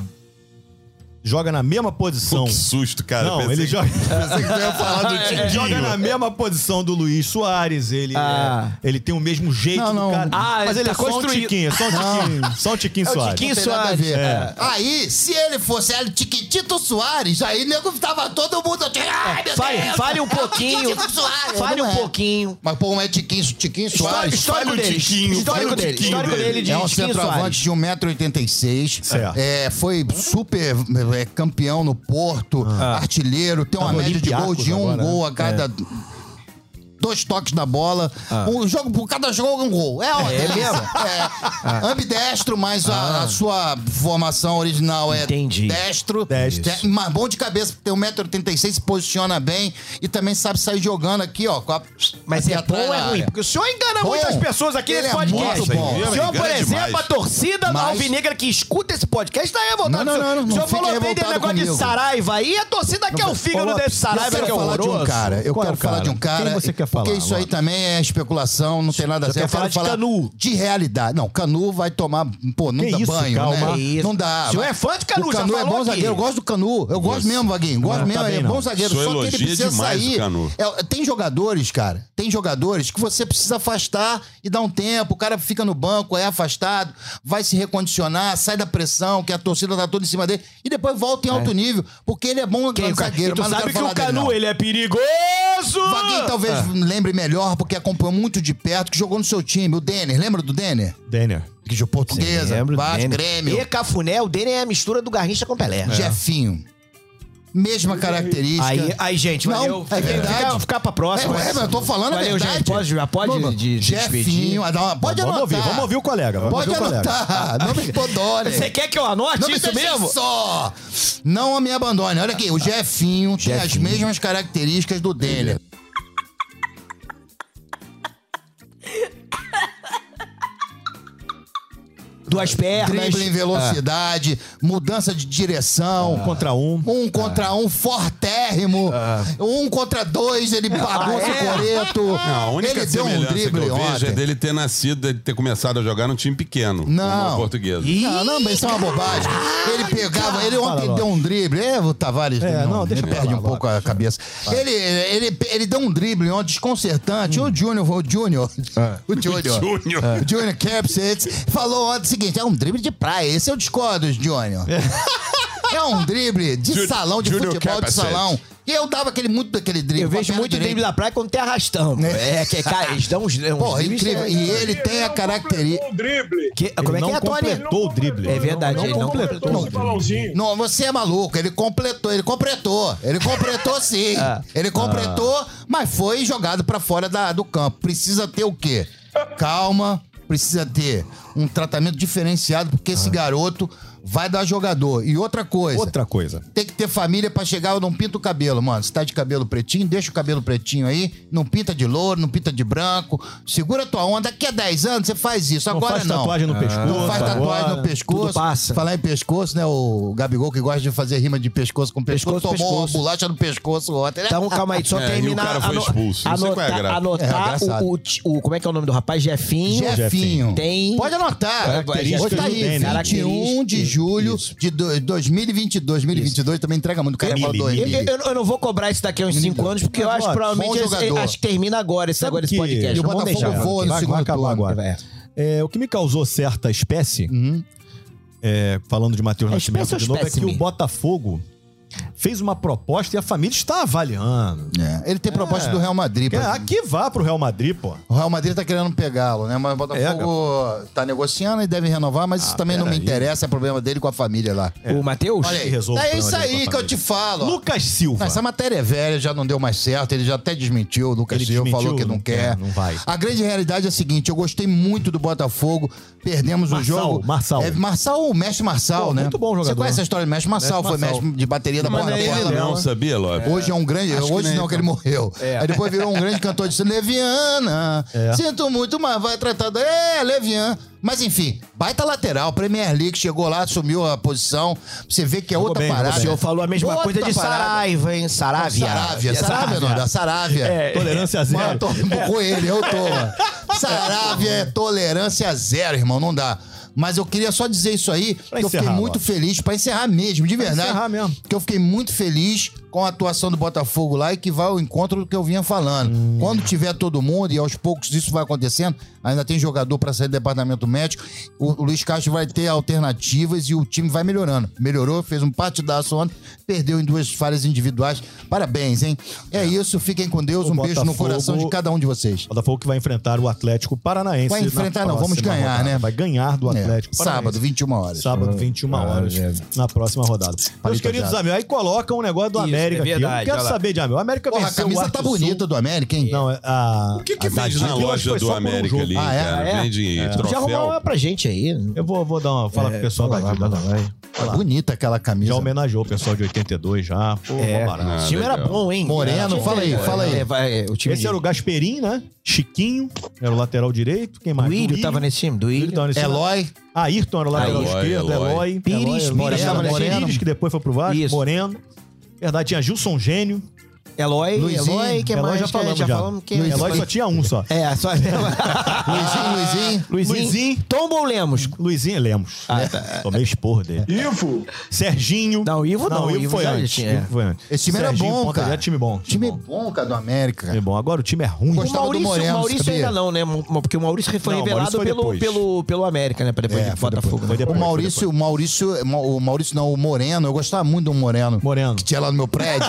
Speaker 2: Joga na mesma posição.
Speaker 4: Que susto, cara.
Speaker 2: Não,
Speaker 4: Pensei
Speaker 2: ele
Speaker 4: que-
Speaker 2: joga.
Speaker 4: pensei que tu ia falar do Tiquinho.
Speaker 2: Joga na mesma posição do Luiz Soares, ele,
Speaker 5: Ah.
Speaker 2: é- ele tem o mesmo jeito
Speaker 3: Não, não.
Speaker 2: do cara.
Speaker 5: Ah,
Speaker 2: mas ele
Speaker 5: tá
Speaker 2: é só um
Speaker 5: construído.
Speaker 2: tiquinho, é só um tiquinho, só um tiquinho
Speaker 5: é o
Speaker 2: Soares.
Speaker 5: Tiquinho
Speaker 3: Não tem nada a
Speaker 5: Soares.
Speaker 3: ver.
Speaker 5: É.
Speaker 3: Aí, se ele fosse El Tiquitito Soares, aí nego tava todo mundo. Ai, meu
Speaker 5: É, Fale,
Speaker 3: Deus!
Speaker 5: fale um
Speaker 3: É o
Speaker 5: pouquinho.
Speaker 3: Tiquitito Soares.
Speaker 5: Fale
Speaker 3: Não
Speaker 5: um
Speaker 3: é.
Speaker 5: pouquinho.
Speaker 3: Mas, pô, é Tiquinho, Tiquinho
Speaker 5: Histórico,
Speaker 3: Soares. um
Speaker 5: histórico
Speaker 4: fale o
Speaker 5: dele.
Speaker 4: Tiquinho, fale
Speaker 5: Histórico
Speaker 4: o
Speaker 5: dele.
Speaker 4: Tiquinho
Speaker 5: Histórico
Speaker 4: dele.
Speaker 5: dele de
Speaker 3: É um
Speaker 5: Tiquinho Soares.
Speaker 3: centroavante de 1,86m.
Speaker 2: Certo.
Speaker 3: É, foi super é, campeão no Porto,
Speaker 5: Ah.
Speaker 3: artilheiro, tem uma
Speaker 2: Tá no
Speaker 3: média de gol de um
Speaker 2: Olympiacos agora,
Speaker 3: gol a
Speaker 2: né?
Speaker 3: cada.
Speaker 5: É.
Speaker 3: Dois toques na bola. Um jogo, por cada jogo, um gol. É, uma
Speaker 5: Ah. É
Speaker 3: delícia.
Speaker 5: mesmo? Ah.
Speaker 3: É. Ambidestro, mas a- a, sua formação original é
Speaker 5: Entendi.
Speaker 3: destro.
Speaker 2: Destro.
Speaker 3: Te- Mas bom de cabeça, porque tem 1,86m, se posiciona bem e também sabe sair jogando aqui, ó. com a-
Speaker 5: Mas
Speaker 3: aqui
Speaker 5: é bom
Speaker 3: atrás
Speaker 5: ou é
Speaker 3: na
Speaker 5: ruim?
Speaker 3: área.
Speaker 5: Porque o senhor engana
Speaker 3: Bom,
Speaker 5: muitas pessoas aqui
Speaker 3: ele
Speaker 5: nesse
Speaker 3: é
Speaker 5: podcast.
Speaker 3: muito bom.
Speaker 5: O senhor,
Speaker 4: Ele
Speaker 5: por
Speaker 4: engana
Speaker 5: exemplo,
Speaker 4: demais.
Speaker 5: a torcida da
Speaker 3: Mas-
Speaker 5: alvinegra que escuta esse podcast tá revoltada.
Speaker 3: Não, não, não, não,
Speaker 5: o senhor
Speaker 3: não
Speaker 5: falou
Speaker 3: fique
Speaker 5: bem desse
Speaker 3: revoltado
Speaker 5: negócio de
Speaker 3: comigo.
Speaker 5: Saraiva aí, a torcida quer o fígado
Speaker 2: Ô,
Speaker 5: desse
Speaker 3: Eu
Speaker 5: Saraiva
Speaker 3: quero
Speaker 5: que é
Speaker 3: falar de um
Speaker 5: horroroso.
Speaker 3: cara. Eu
Speaker 2: Qual é
Speaker 3: quero
Speaker 2: o
Speaker 3: falar
Speaker 2: cara?
Speaker 3: de um cara.
Speaker 2: Quem você quer falar,
Speaker 3: Porque isso aí
Speaker 2: Lopes?
Speaker 3: também é especulação, não tem nada a
Speaker 2: Você
Speaker 3: ver. Eu
Speaker 2: quer falar
Speaker 3: quero falar
Speaker 2: de Canu?
Speaker 3: de realidade. Não, Canu vai tomar. Pô, não
Speaker 2: Que
Speaker 3: dá
Speaker 2: isso,
Speaker 3: banho,
Speaker 2: calma.
Speaker 3: né?
Speaker 2: Que
Speaker 5: isso.
Speaker 3: Não dá.
Speaker 5: O senhor
Speaker 3: Vai-
Speaker 5: é fã de Canu,
Speaker 3: O
Speaker 5: já
Speaker 3: Canu é
Speaker 5: falou
Speaker 3: bom
Speaker 5: aqui.
Speaker 3: zagueiro. Eu gosto do Canu. Eu gosto mesmo, Vaguinho. Gosto
Speaker 2: tá
Speaker 3: mesmo.
Speaker 2: bem,
Speaker 3: é
Speaker 2: não.
Speaker 3: bom zagueiro.
Speaker 4: O senhor
Speaker 3: Só que ele
Speaker 4: elogia
Speaker 3: precisa
Speaker 4: demais o
Speaker 3: sair.
Speaker 4: Canu.
Speaker 3: É, tem jogadores, cara. Tem jogadores que você precisa afastar e dar um tempo. O cara fica no banco, é afastado, vai se recondicionar, sai da pressão, que a torcida tá toda em cima dele. E depois volta em alto nível. Porque ele é bom
Speaker 5: Quem o cara-
Speaker 3: zagueiro.
Speaker 5: e tu
Speaker 3: mas não
Speaker 5: sabe
Speaker 3: quero
Speaker 5: que
Speaker 3: falar
Speaker 5: o
Speaker 3: dele,
Speaker 5: Canu,
Speaker 3: não.
Speaker 5: ele Ah. é perigoso!
Speaker 3: Vaguinho então. talvez lembre melhor, porque acompanhou muito de perto, que jogou no seu time, o Denner. Lembra do Denner?
Speaker 2: Denner.
Speaker 3: Igreja Portuguesa,
Speaker 5: Lembro,
Speaker 3: Vasco,
Speaker 5: Denner.
Speaker 3: Grêmio, É.
Speaker 5: E Cafuné, o Denner é a mistura do Garrincha com Pelé.
Speaker 3: Jefinho. Mesma característica.
Speaker 5: É. Aí, aí, gente,
Speaker 3: Não,
Speaker 5: valeu.
Speaker 3: é
Speaker 5: Fica-
Speaker 3: verdade.
Speaker 5: Ficar pra
Speaker 3: é,
Speaker 5: próxima.
Speaker 3: ué, mas eu tô falando a
Speaker 5: Valeu,
Speaker 3: verdade.
Speaker 5: gente. Pode, já pode
Speaker 3: Mano,
Speaker 5: de, de despedir.
Speaker 3: Jefinho, ah, não, pode
Speaker 2: Vamos
Speaker 3: anotar.
Speaker 2: ouvir, vamos ouvir o colega. vamos
Speaker 3: Pode
Speaker 2: ouvir o colega.
Speaker 3: anotar. Não me podone.
Speaker 5: Você quer que eu anote
Speaker 3: Não me
Speaker 5: isso
Speaker 3: deixe
Speaker 5: mesmo?
Speaker 3: só! Não me abandone. Olha aqui, o Jefinho tinha as
Speaker 5: Jefinho.
Speaker 3: mesmas características do Denner.
Speaker 5: Duas
Speaker 4: é
Speaker 5: pernas.
Speaker 3: Drible em velocidade, mudança de direção.
Speaker 2: Um contra um.
Speaker 3: Um contra um fortérrimo. Um contra dois, ele bagunça
Speaker 5: é?
Speaker 3: o coreto.
Speaker 4: Ah. Não, a única
Speaker 3: ele deu um
Speaker 4: semelhança que
Speaker 3: drible
Speaker 4: eu vejo é
Speaker 3: ontem.
Speaker 4: dele ter nascido, dele ter começado a jogar num time pequeno.
Speaker 3: Não.
Speaker 4: Como o português.
Speaker 3: Não, não, mas isso é uma bobagem. Ele pegava, ele ontem
Speaker 2: Fala,
Speaker 3: deu um drible. É, o Tavares
Speaker 2: É, não, deixa
Speaker 3: ele
Speaker 2: pra lá,
Speaker 3: perde um
Speaker 2: Lopes.
Speaker 3: pouco a cabeça. Ele, ele, ele deu um drible ontem desconcertante. O Júnior, o Júnior, o Júnior.
Speaker 4: Júnior.
Speaker 3: O Júnior Capsitz falou ontem o seguinte: é um drible de praia. Esse eu discordo, Júnior. É um drible de
Speaker 4: Ju-
Speaker 3: salão, de
Speaker 4: Júnior
Speaker 3: futebol de
Speaker 4: Capsitz.
Speaker 3: salão. E eu dava aquele, muito daquele drible.
Speaker 5: Eu
Speaker 3: com a
Speaker 5: vejo
Speaker 3: perna
Speaker 5: muito drible
Speaker 3: direita.
Speaker 5: da praia quando tem arrastão.
Speaker 3: É.
Speaker 5: É, que cara, eles dão uns, uns
Speaker 3: Porra,
Speaker 5: dribles,
Speaker 3: incrível.
Speaker 5: é,
Speaker 3: E ele tem a
Speaker 6: não
Speaker 3: característica.
Speaker 6: completou O drible.
Speaker 5: que- como é
Speaker 2: não
Speaker 5: que é, Tony?
Speaker 2: completou. Completou o drible.
Speaker 5: É verdade, ele não completou o
Speaker 6: esse
Speaker 5: drible.
Speaker 6: balãozinho.
Speaker 3: Não, você é maluco. Ele completou, ele completou. Ele completou sim. Ele completou, mas foi jogado pra fora da- do campo. Precisa ter o quê? Calma, precisa ter um tratamento diferenciado, porque esse garoto vai dar jogador. E outra coisa.
Speaker 2: Outra coisa.
Speaker 3: Tem que ter família pra chegar, eu não pinto o cabelo, mano. Se tá de cabelo pretinho, deixa o cabelo pretinho aí. Não pinta de louro, não pinta de branco. Segura tua onda. Daqui a 10 anos você faz isso.
Speaker 2: Não
Speaker 3: Agora
Speaker 2: faz
Speaker 3: não. Ah.
Speaker 2: tatuagem no pescoço.
Speaker 3: Não faz tatuagem
Speaker 2: agora.
Speaker 3: no pescoço.
Speaker 5: tudo passa.
Speaker 3: Falar em pescoço, né? O Gabigol que gosta de fazer rima de pescoço com pescoço,
Speaker 5: Pescoço,
Speaker 3: tomou
Speaker 5: pescoço.
Speaker 3: uma bolacha no pescoço ontem, né?
Speaker 5: Então, calma aí, só
Speaker 4: É, e o
Speaker 5: terminar.
Speaker 4: cara foi expulso. Não sei qual é a
Speaker 5: anotar
Speaker 4: graça.
Speaker 3: É,
Speaker 5: anotar
Speaker 3: engraçado.
Speaker 5: o, o ti- o- Como é que é o nome do rapaz? Jefinho.
Speaker 3: Jefinho.
Speaker 5: Tem-
Speaker 3: Pode anotar.
Speaker 5: Características
Speaker 3: Hoje tá
Speaker 5: do
Speaker 3: aí,
Speaker 5: Denner.
Speaker 3: 21 de
Speaker 5: Características.
Speaker 3: julho
Speaker 5: Isso.
Speaker 3: de do- 2022. 2022 também entrega muito. O cara é
Speaker 2: Emílio,
Speaker 3: fala do
Speaker 5: Eu,
Speaker 3: Emílio.
Speaker 5: eu- eu não vou cobrar isso daqui a uns 5 anos, porque eu acho que
Speaker 2: Bom
Speaker 5: provavelmente
Speaker 3: jogador.
Speaker 5: esse- é, acho que termina agora, esse, agora esse
Speaker 2: que-
Speaker 5: podcast.
Speaker 3: E o
Speaker 5: Vamos
Speaker 3: Botafogo
Speaker 5: deixar.
Speaker 3: voa no
Speaker 2: Vai-
Speaker 3: segundo
Speaker 2: vai acabar
Speaker 3: turno.
Speaker 2: agora.
Speaker 5: É.
Speaker 2: É, o que me causou certa espécie,
Speaker 3: Uhum.
Speaker 2: é, falando de Matheus
Speaker 5: É
Speaker 2: Nascimento
Speaker 5: espécie ou
Speaker 2: de novo, é que
Speaker 5: espécime?
Speaker 2: o Botafogo fez uma proposta e a família está avaliando.
Speaker 3: É, Ele tem proposta do Real Madrid.
Speaker 2: Que-
Speaker 3: É pra-
Speaker 2: Aqui vá pro Real Madrid, pô.
Speaker 3: O Real Madrid tá querendo pegá-lo, né? Mas o Botafogo tá negociando e deve renovar, mas isso também não
Speaker 2: Ah,
Speaker 3: me
Speaker 2: peraí.
Speaker 3: interessa, é problema dele com a família lá.
Speaker 5: O Matheus?
Speaker 3: Olha aí,
Speaker 2: resolve o
Speaker 3: é
Speaker 2: problema
Speaker 3: isso
Speaker 2: dele com a
Speaker 3: aí que eu
Speaker 2: família.
Speaker 3: te falo. ó.
Speaker 2: Lucas Silva.
Speaker 3: Não, essa matéria é velha, já não deu mais certo, ele já até desmentiu, o Lucas
Speaker 2: Ele
Speaker 3: Silva
Speaker 2: desmentiu,
Speaker 3: falou que não
Speaker 2: não
Speaker 3: quer.
Speaker 2: quer, não vai.
Speaker 3: A grande realidade é a seguinte, eu gostei muito do Botafogo, perdemos o
Speaker 2: Marçal,
Speaker 3: jogo.
Speaker 2: Marçal.
Speaker 3: É, Marçal, o mestre Marçal,
Speaker 2: Pô,
Speaker 3: né?
Speaker 2: muito bom jogador.
Speaker 3: Você conhece a história do mestre Marçal,
Speaker 2: Mestre
Speaker 3: foi
Speaker 2: Marçal.
Speaker 3: mestre de bateria da
Speaker 4: Mas
Speaker 3: Borda
Speaker 4: não é
Speaker 3: Bola.
Speaker 4: ele não, sabia, Lopes?
Speaker 3: Hoje é um grande.
Speaker 4: Acho que
Speaker 3: hoje
Speaker 4: nem
Speaker 3: não, que ele morreu. Aí depois virou um grande cantor de Leviana.
Speaker 2: É.
Speaker 3: Sinto muito, mas vai tratado. É, Levian. Mas enfim, baita lateral. Premier League chegou lá, assumiu a posição. Você vê que é
Speaker 2: Jogou
Speaker 3: outra
Speaker 2: bem, jogou
Speaker 3: parada.
Speaker 2: bem.
Speaker 5: O senhor falou a mesma
Speaker 3: Outra
Speaker 5: coisa de
Speaker 3: parada.
Speaker 5: Saraiva, hein? Saravia.
Speaker 3: Sarávia. Sarávia, não, da Sarávia.
Speaker 2: É,
Speaker 3: é,
Speaker 2: Tolerância zero.
Speaker 3: Mano, tô com ele, eu tô, mano. Sarávia é tolerância zero, irmão, não dá. Mas eu queria só dizer isso aí,
Speaker 2: Pra
Speaker 3: que eu fiquei
Speaker 2: encerrar,
Speaker 3: muito
Speaker 2: Lopes.
Speaker 3: feliz, pra encerrar mesmo, de verdade.
Speaker 2: encerrar mesmo.
Speaker 3: Que eu fiquei muito feliz com a atuação do Botafogo lá e que vai ao encontro do que eu vinha falando.
Speaker 2: Hum.
Speaker 3: Quando tiver todo mundo, e aos poucos isso vai acontecendo, ainda tem jogador pra sair do departamento médico, o, o Luiz Castro vai ter alternativas e o time vai melhorando. Melhorou, fez um partidaço ontem, perdeu em duas falhas individuais. Parabéns, hein? É isso, fiquem com Deus,
Speaker 2: O
Speaker 3: um beijo no
Speaker 2: Botafogo-
Speaker 3: coração de cada um de vocês.
Speaker 2: Botafogo que vai enfrentar o Atlético Paranaense.
Speaker 3: Vai enfrentar,
Speaker 2: na
Speaker 3: não, vamos
Speaker 2: próxima
Speaker 3: ganhar,
Speaker 2: rodada.
Speaker 3: né?
Speaker 2: Vai ganhar do
Speaker 3: É,
Speaker 2: Atlético
Speaker 3: Sábado, 21 horas.
Speaker 4: Hum,
Speaker 2: Sábado, 21
Speaker 4: ah,
Speaker 2: horas,
Speaker 4: é.
Speaker 2: na próxima rodada. Meus queridos
Speaker 3: adiado.
Speaker 2: amigos, aí colocam um negócio do
Speaker 5: Isso,
Speaker 2: América
Speaker 5: é verdade,
Speaker 2: aqui. Eu não
Speaker 5: olha
Speaker 2: quero
Speaker 5: lá.
Speaker 2: saber de América. O América
Speaker 3: Porra, a
Speaker 2: venceu o
Speaker 3: camisa tá
Speaker 2: Arco
Speaker 3: bonita
Speaker 2: Sul.
Speaker 3: do América, hein?
Speaker 2: Não, é a...
Speaker 4: O que, que
Speaker 2: a da
Speaker 4: vende na
Speaker 2: Gil, eu acho que
Speaker 4: loja
Speaker 2: foi
Speaker 4: do
Speaker 2: só por um
Speaker 4: América
Speaker 2: jogo.
Speaker 4: ali,
Speaker 3: Ah, é?
Speaker 4: cara?
Speaker 5: É?
Speaker 4: Vende
Speaker 5: Já arrumou uma
Speaker 4: troféu.
Speaker 5: pra gente aí.
Speaker 2: Eu vou, vou dar uma... Fala pro pessoal da Gil.
Speaker 3: Tá bonita aquela camisa.
Speaker 2: Já homenageou o pessoal de 82 já. Pô,
Speaker 5: É.
Speaker 2: mó barato.
Speaker 5: o time era
Speaker 4: legal.
Speaker 5: bom, hein?
Speaker 3: Moreno,
Speaker 5: É,
Speaker 3: fala aí,
Speaker 5: é,
Speaker 3: fala aí.
Speaker 5: é, vai, é, o time
Speaker 2: Esse era o Gasperin, né? Chiquinho, era o lateral direito. Quem mais?
Speaker 5: do Ilho tava nesse time, do
Speaker 2: Duílio
Speaker 5: Ilho.
Speaker 2: tava nesse Ah,
Speaker 3: Eloy,
Speaker 2: Ayrton era o lateral
Speaker 4: Eloy,
Speaker 2: esquerdo.
Speaker 4: Eloy.
Speaker 2: Eloy.
Speaker 5: Pires,
Speaker 2: Eloy,
Speaker 5: Pires
Speaker 2: Moreno,
Speaker 3: tava nesse
Speaker 2: Moreno.
Speaker 5: time.
Speaker 2: Pires, que depois foi pro Vasco.
Speaker 5: Isso.
Speaker 2: Moreno. Verdade, tinha Gilson Gênio.
Speaker 5: Eloy,
Speaker 3: Luizinho,
Speaker 5: Eloy, que
Speaker 2: Eloy
Speaker 5: mais? É,
Speaker 2: já
Speaker 5: que-
Speaker 2: falamos já.
Speaker 5: que
Speaker 2: Eloy só tinha um só.
Speaker 5: É, só
Speaker 2: Ah,
Speaker 3: Luizinho, Luizinho.
Speaker 5: Luizinho.
Speaker 2: Luizinho.
Speaker 5: Tombo ou Lemos?
Speaker 2: Luizinho Lemos. né? Tomei esporro dele.
Speaker 6: Ivo,
Speaker 2: Serginho.
Speaker 5: Não, o Ivo não,
Speaker 2: o
Speaker 5: o Ivo
Speaker 2: foi
Speaker 5: já
Speaker 2: antes.
Speaker 5: tinha.
Speaker 2: o Ivo foi antes.
Speaker 3: Esse time era
Speaker 2: Serginho,
Speaker 3: bom,
Speaker 2: ponta
Speaker 3: cara.
Speaker 2: direita, time bom.
Speaker 3: time bom, cara, do América.
Speaker 2: Time bom. Agora o time é ruim.
Speaker 5: O
Speaker 3: Gostava do
Speaker 5: Maurício,
Speaker 3: Moreno,
Speaker 5: o Maurício
Speaker 3: sabia?
Speaker 5: ainda não, né? Porque o Maurício foi
Speaker 2: Não, o
Speaker 5: revelado
Speaker 2: Maurício foi
Speaker 5: pelo,
Speaker 2: depois.
Speaker 5: pelo, pelo América, né? Pra Depois
Speaker 3: É,
Speaker 5: de
Speaker 3: foi
Speaker 5: Botafogo.
Speaker 2: Foi
Speaker 5: né?
Speaker 3: O
Speaker 2: depois, foi
Speaker 3: Maurício, o Maurício, o Maurício não, o Moreno, eu gostava muito do Moreno.
Speaker 2: Moreno.
Speaker 3: Que tinha lá no meu prédio.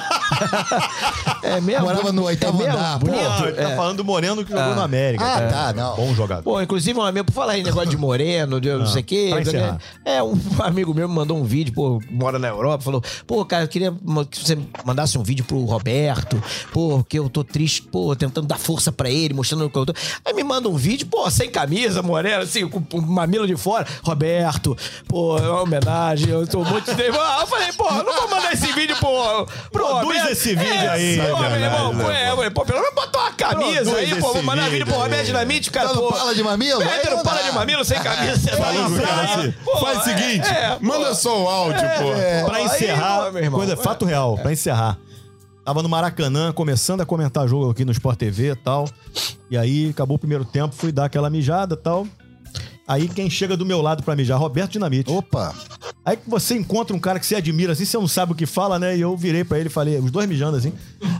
Speaker 5: É mesmo?
Speaker 3: Morava no oitavo
Speaker 5: é mesmo?
Speaker 3: andar,
Speaker 5: Bonito?
Speaker 2: Não, ele tá
Speaker 5: É.
Speaker 2: falando do Moreno que jogou na América.
Speaker 3: Ah,
Speaker 2: É.
Speaker 3: tá, não.
Speaker 2: Bom jogador.
Speaker 5: Pô, inclusive um amigo, por falar aí, negócio de moreno, de não sei o
Speaker 2: Ah,
Speaker 5: quê.
Speaker 2: pra
Speaker 5: blá, blá.
Speaker 2: encerrar.
Speaker 5: É, um amigo meu me mandou um vídeo, pô, mora na Europa, falou, pô, cara, eu queria ma- que você mandasse um vídeo pro Roberto, pô, que eu tô triste, pô, tentando dar força pra ele, mostrando o que eu tô. Aí me manda um vídeo, pô, sem camisa, moreno, assim, com o mamilo de fora. Roberto, pô, é uma homenagem, eu tô muito... Ah, eu falei, pô, eu não vou mandar esse vídeo pro, pro
Speaker 2: Produz
Speaker 5: Roberto. É,
Speaker 2: esse vídeo aí,
Speaker 5: Pô, meu
Speaker 2: caralho,
Speaker 5: irmão, pô,
Speaker 2: né,
Speaker 5: é, eu falei, pô, pelo menos botou uma camisa
Speaker 2: Produz
Speaker 5: aí, pô,
Speaker 2: esse
Speaker 5: vou mandar vídeo pro
Speaker 2: vídeo,
Speaker 5: Roberto
Speaker 2: né?
Speaker 5: Dinamite, cara,
Speaker 3: Tá no
Speaker 5: pô.
Speaker 3: pala de mamilo?
Speaker 5: É,
Speaker 3: Aí
Speaker 5: não
Speaker 3: não
Speaker 5: para
Speaker 3: dá.
Speaker 5: de mamilo sem camisa. você vai
Speaker 2: Falou
Speaker 5: na praia,
Speaker 2: frase.
Speaker 5: pô,
Speaker 4: Faz o
Speaker 5: é,
Speaker 4: seguinte,
Speaker 5: é, pô.
Speaker 4: manda só o áudio, pô.
Speaker 3: É.
Speaker 2: Pra
Speaker 5: É. Aí,
Speaker 2: encerrar,
Speaker 5: ó, meu irmão,
Speaker 2: coisa,
Speaker 5: é.
Speaker 2: fato real, pra encerrar. Tava no Maracanã, começando a comentar jogo aqui no Sport TV e tal. E aí, acabou o primeiro tempo, fui dar aquela mijada e tal. Aí quem chega do meu lado pra mijar? Roberto Dinamite.
Speaker 3: Opa.
Speaker 2: Aí que você encontra um cara que você admira assim, você não sabe o que fala, né? E eu virei pra ele e falei, os dois mijando assim.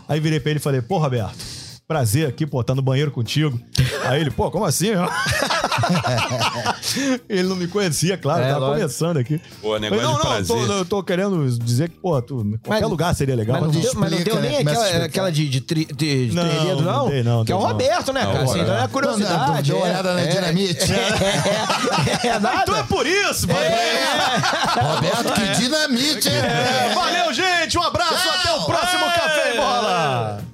Speaker 2: Aí virei pra ele e falei, pô, Roberto, prazer aqui, pô, tá no banheiro contigo. Aí ele, pô, como assim? ele não me conhecia, claro,
Speaker 5: É,
Speaker 2: tava
Speaker 5: lógico.
Speaker 2: começando aqui.
Speaker 4: Pô, negócio
Speaker 2: não,
Speaker 4: de
Speaker 2: não, tô,
Speaker 4: prazer.
Speaker 2: eu tô querendo dizer que, pô, tu, qualquer
Speaker 5: Mas-
Speaker 2: lugar seria legal.
Speaker 5: Mas não,
Speaker 2: Mas
Speaker 5: deu, mas não
Speaker 3: explica,
Speaker 5: deu
Speaker 3: né?
Speaker 5: nem
Speaker 3: Começa a
Speaker 5: aquela,
Speaker 3: explicar.
Speaker 5: aquela de, de, tri, de, de
Speaker 2: Não,
Speaker 5: terreiro,
Speaker 2: não
Speaker 5: não?
Speaker 2: dei, não,
Speaker 5: que é
Speaker 2: dei,
Speaker 5: o
Speaker 2: não.
Speaker 5: Roberto, né, cara? Assim,
Speaker 4: Roberto.
Speaker 5: Então é curiosidade.
Speaker 3: Não, não, deu
Speaker 5: é,
Speaker 3: olhada na
Speaker 5: é,
Speaker 3: dinamite.
Speaker 5: É, é, é nada.
Speaker 2: Então é por isso, mano.
Speaker 3: Roberto, que dinamite, hein?
Speaker 2: É.
Speaker 5: É.
Speaker 2: Valeu, gente. Um abraço. Até o próximo Café e Bola.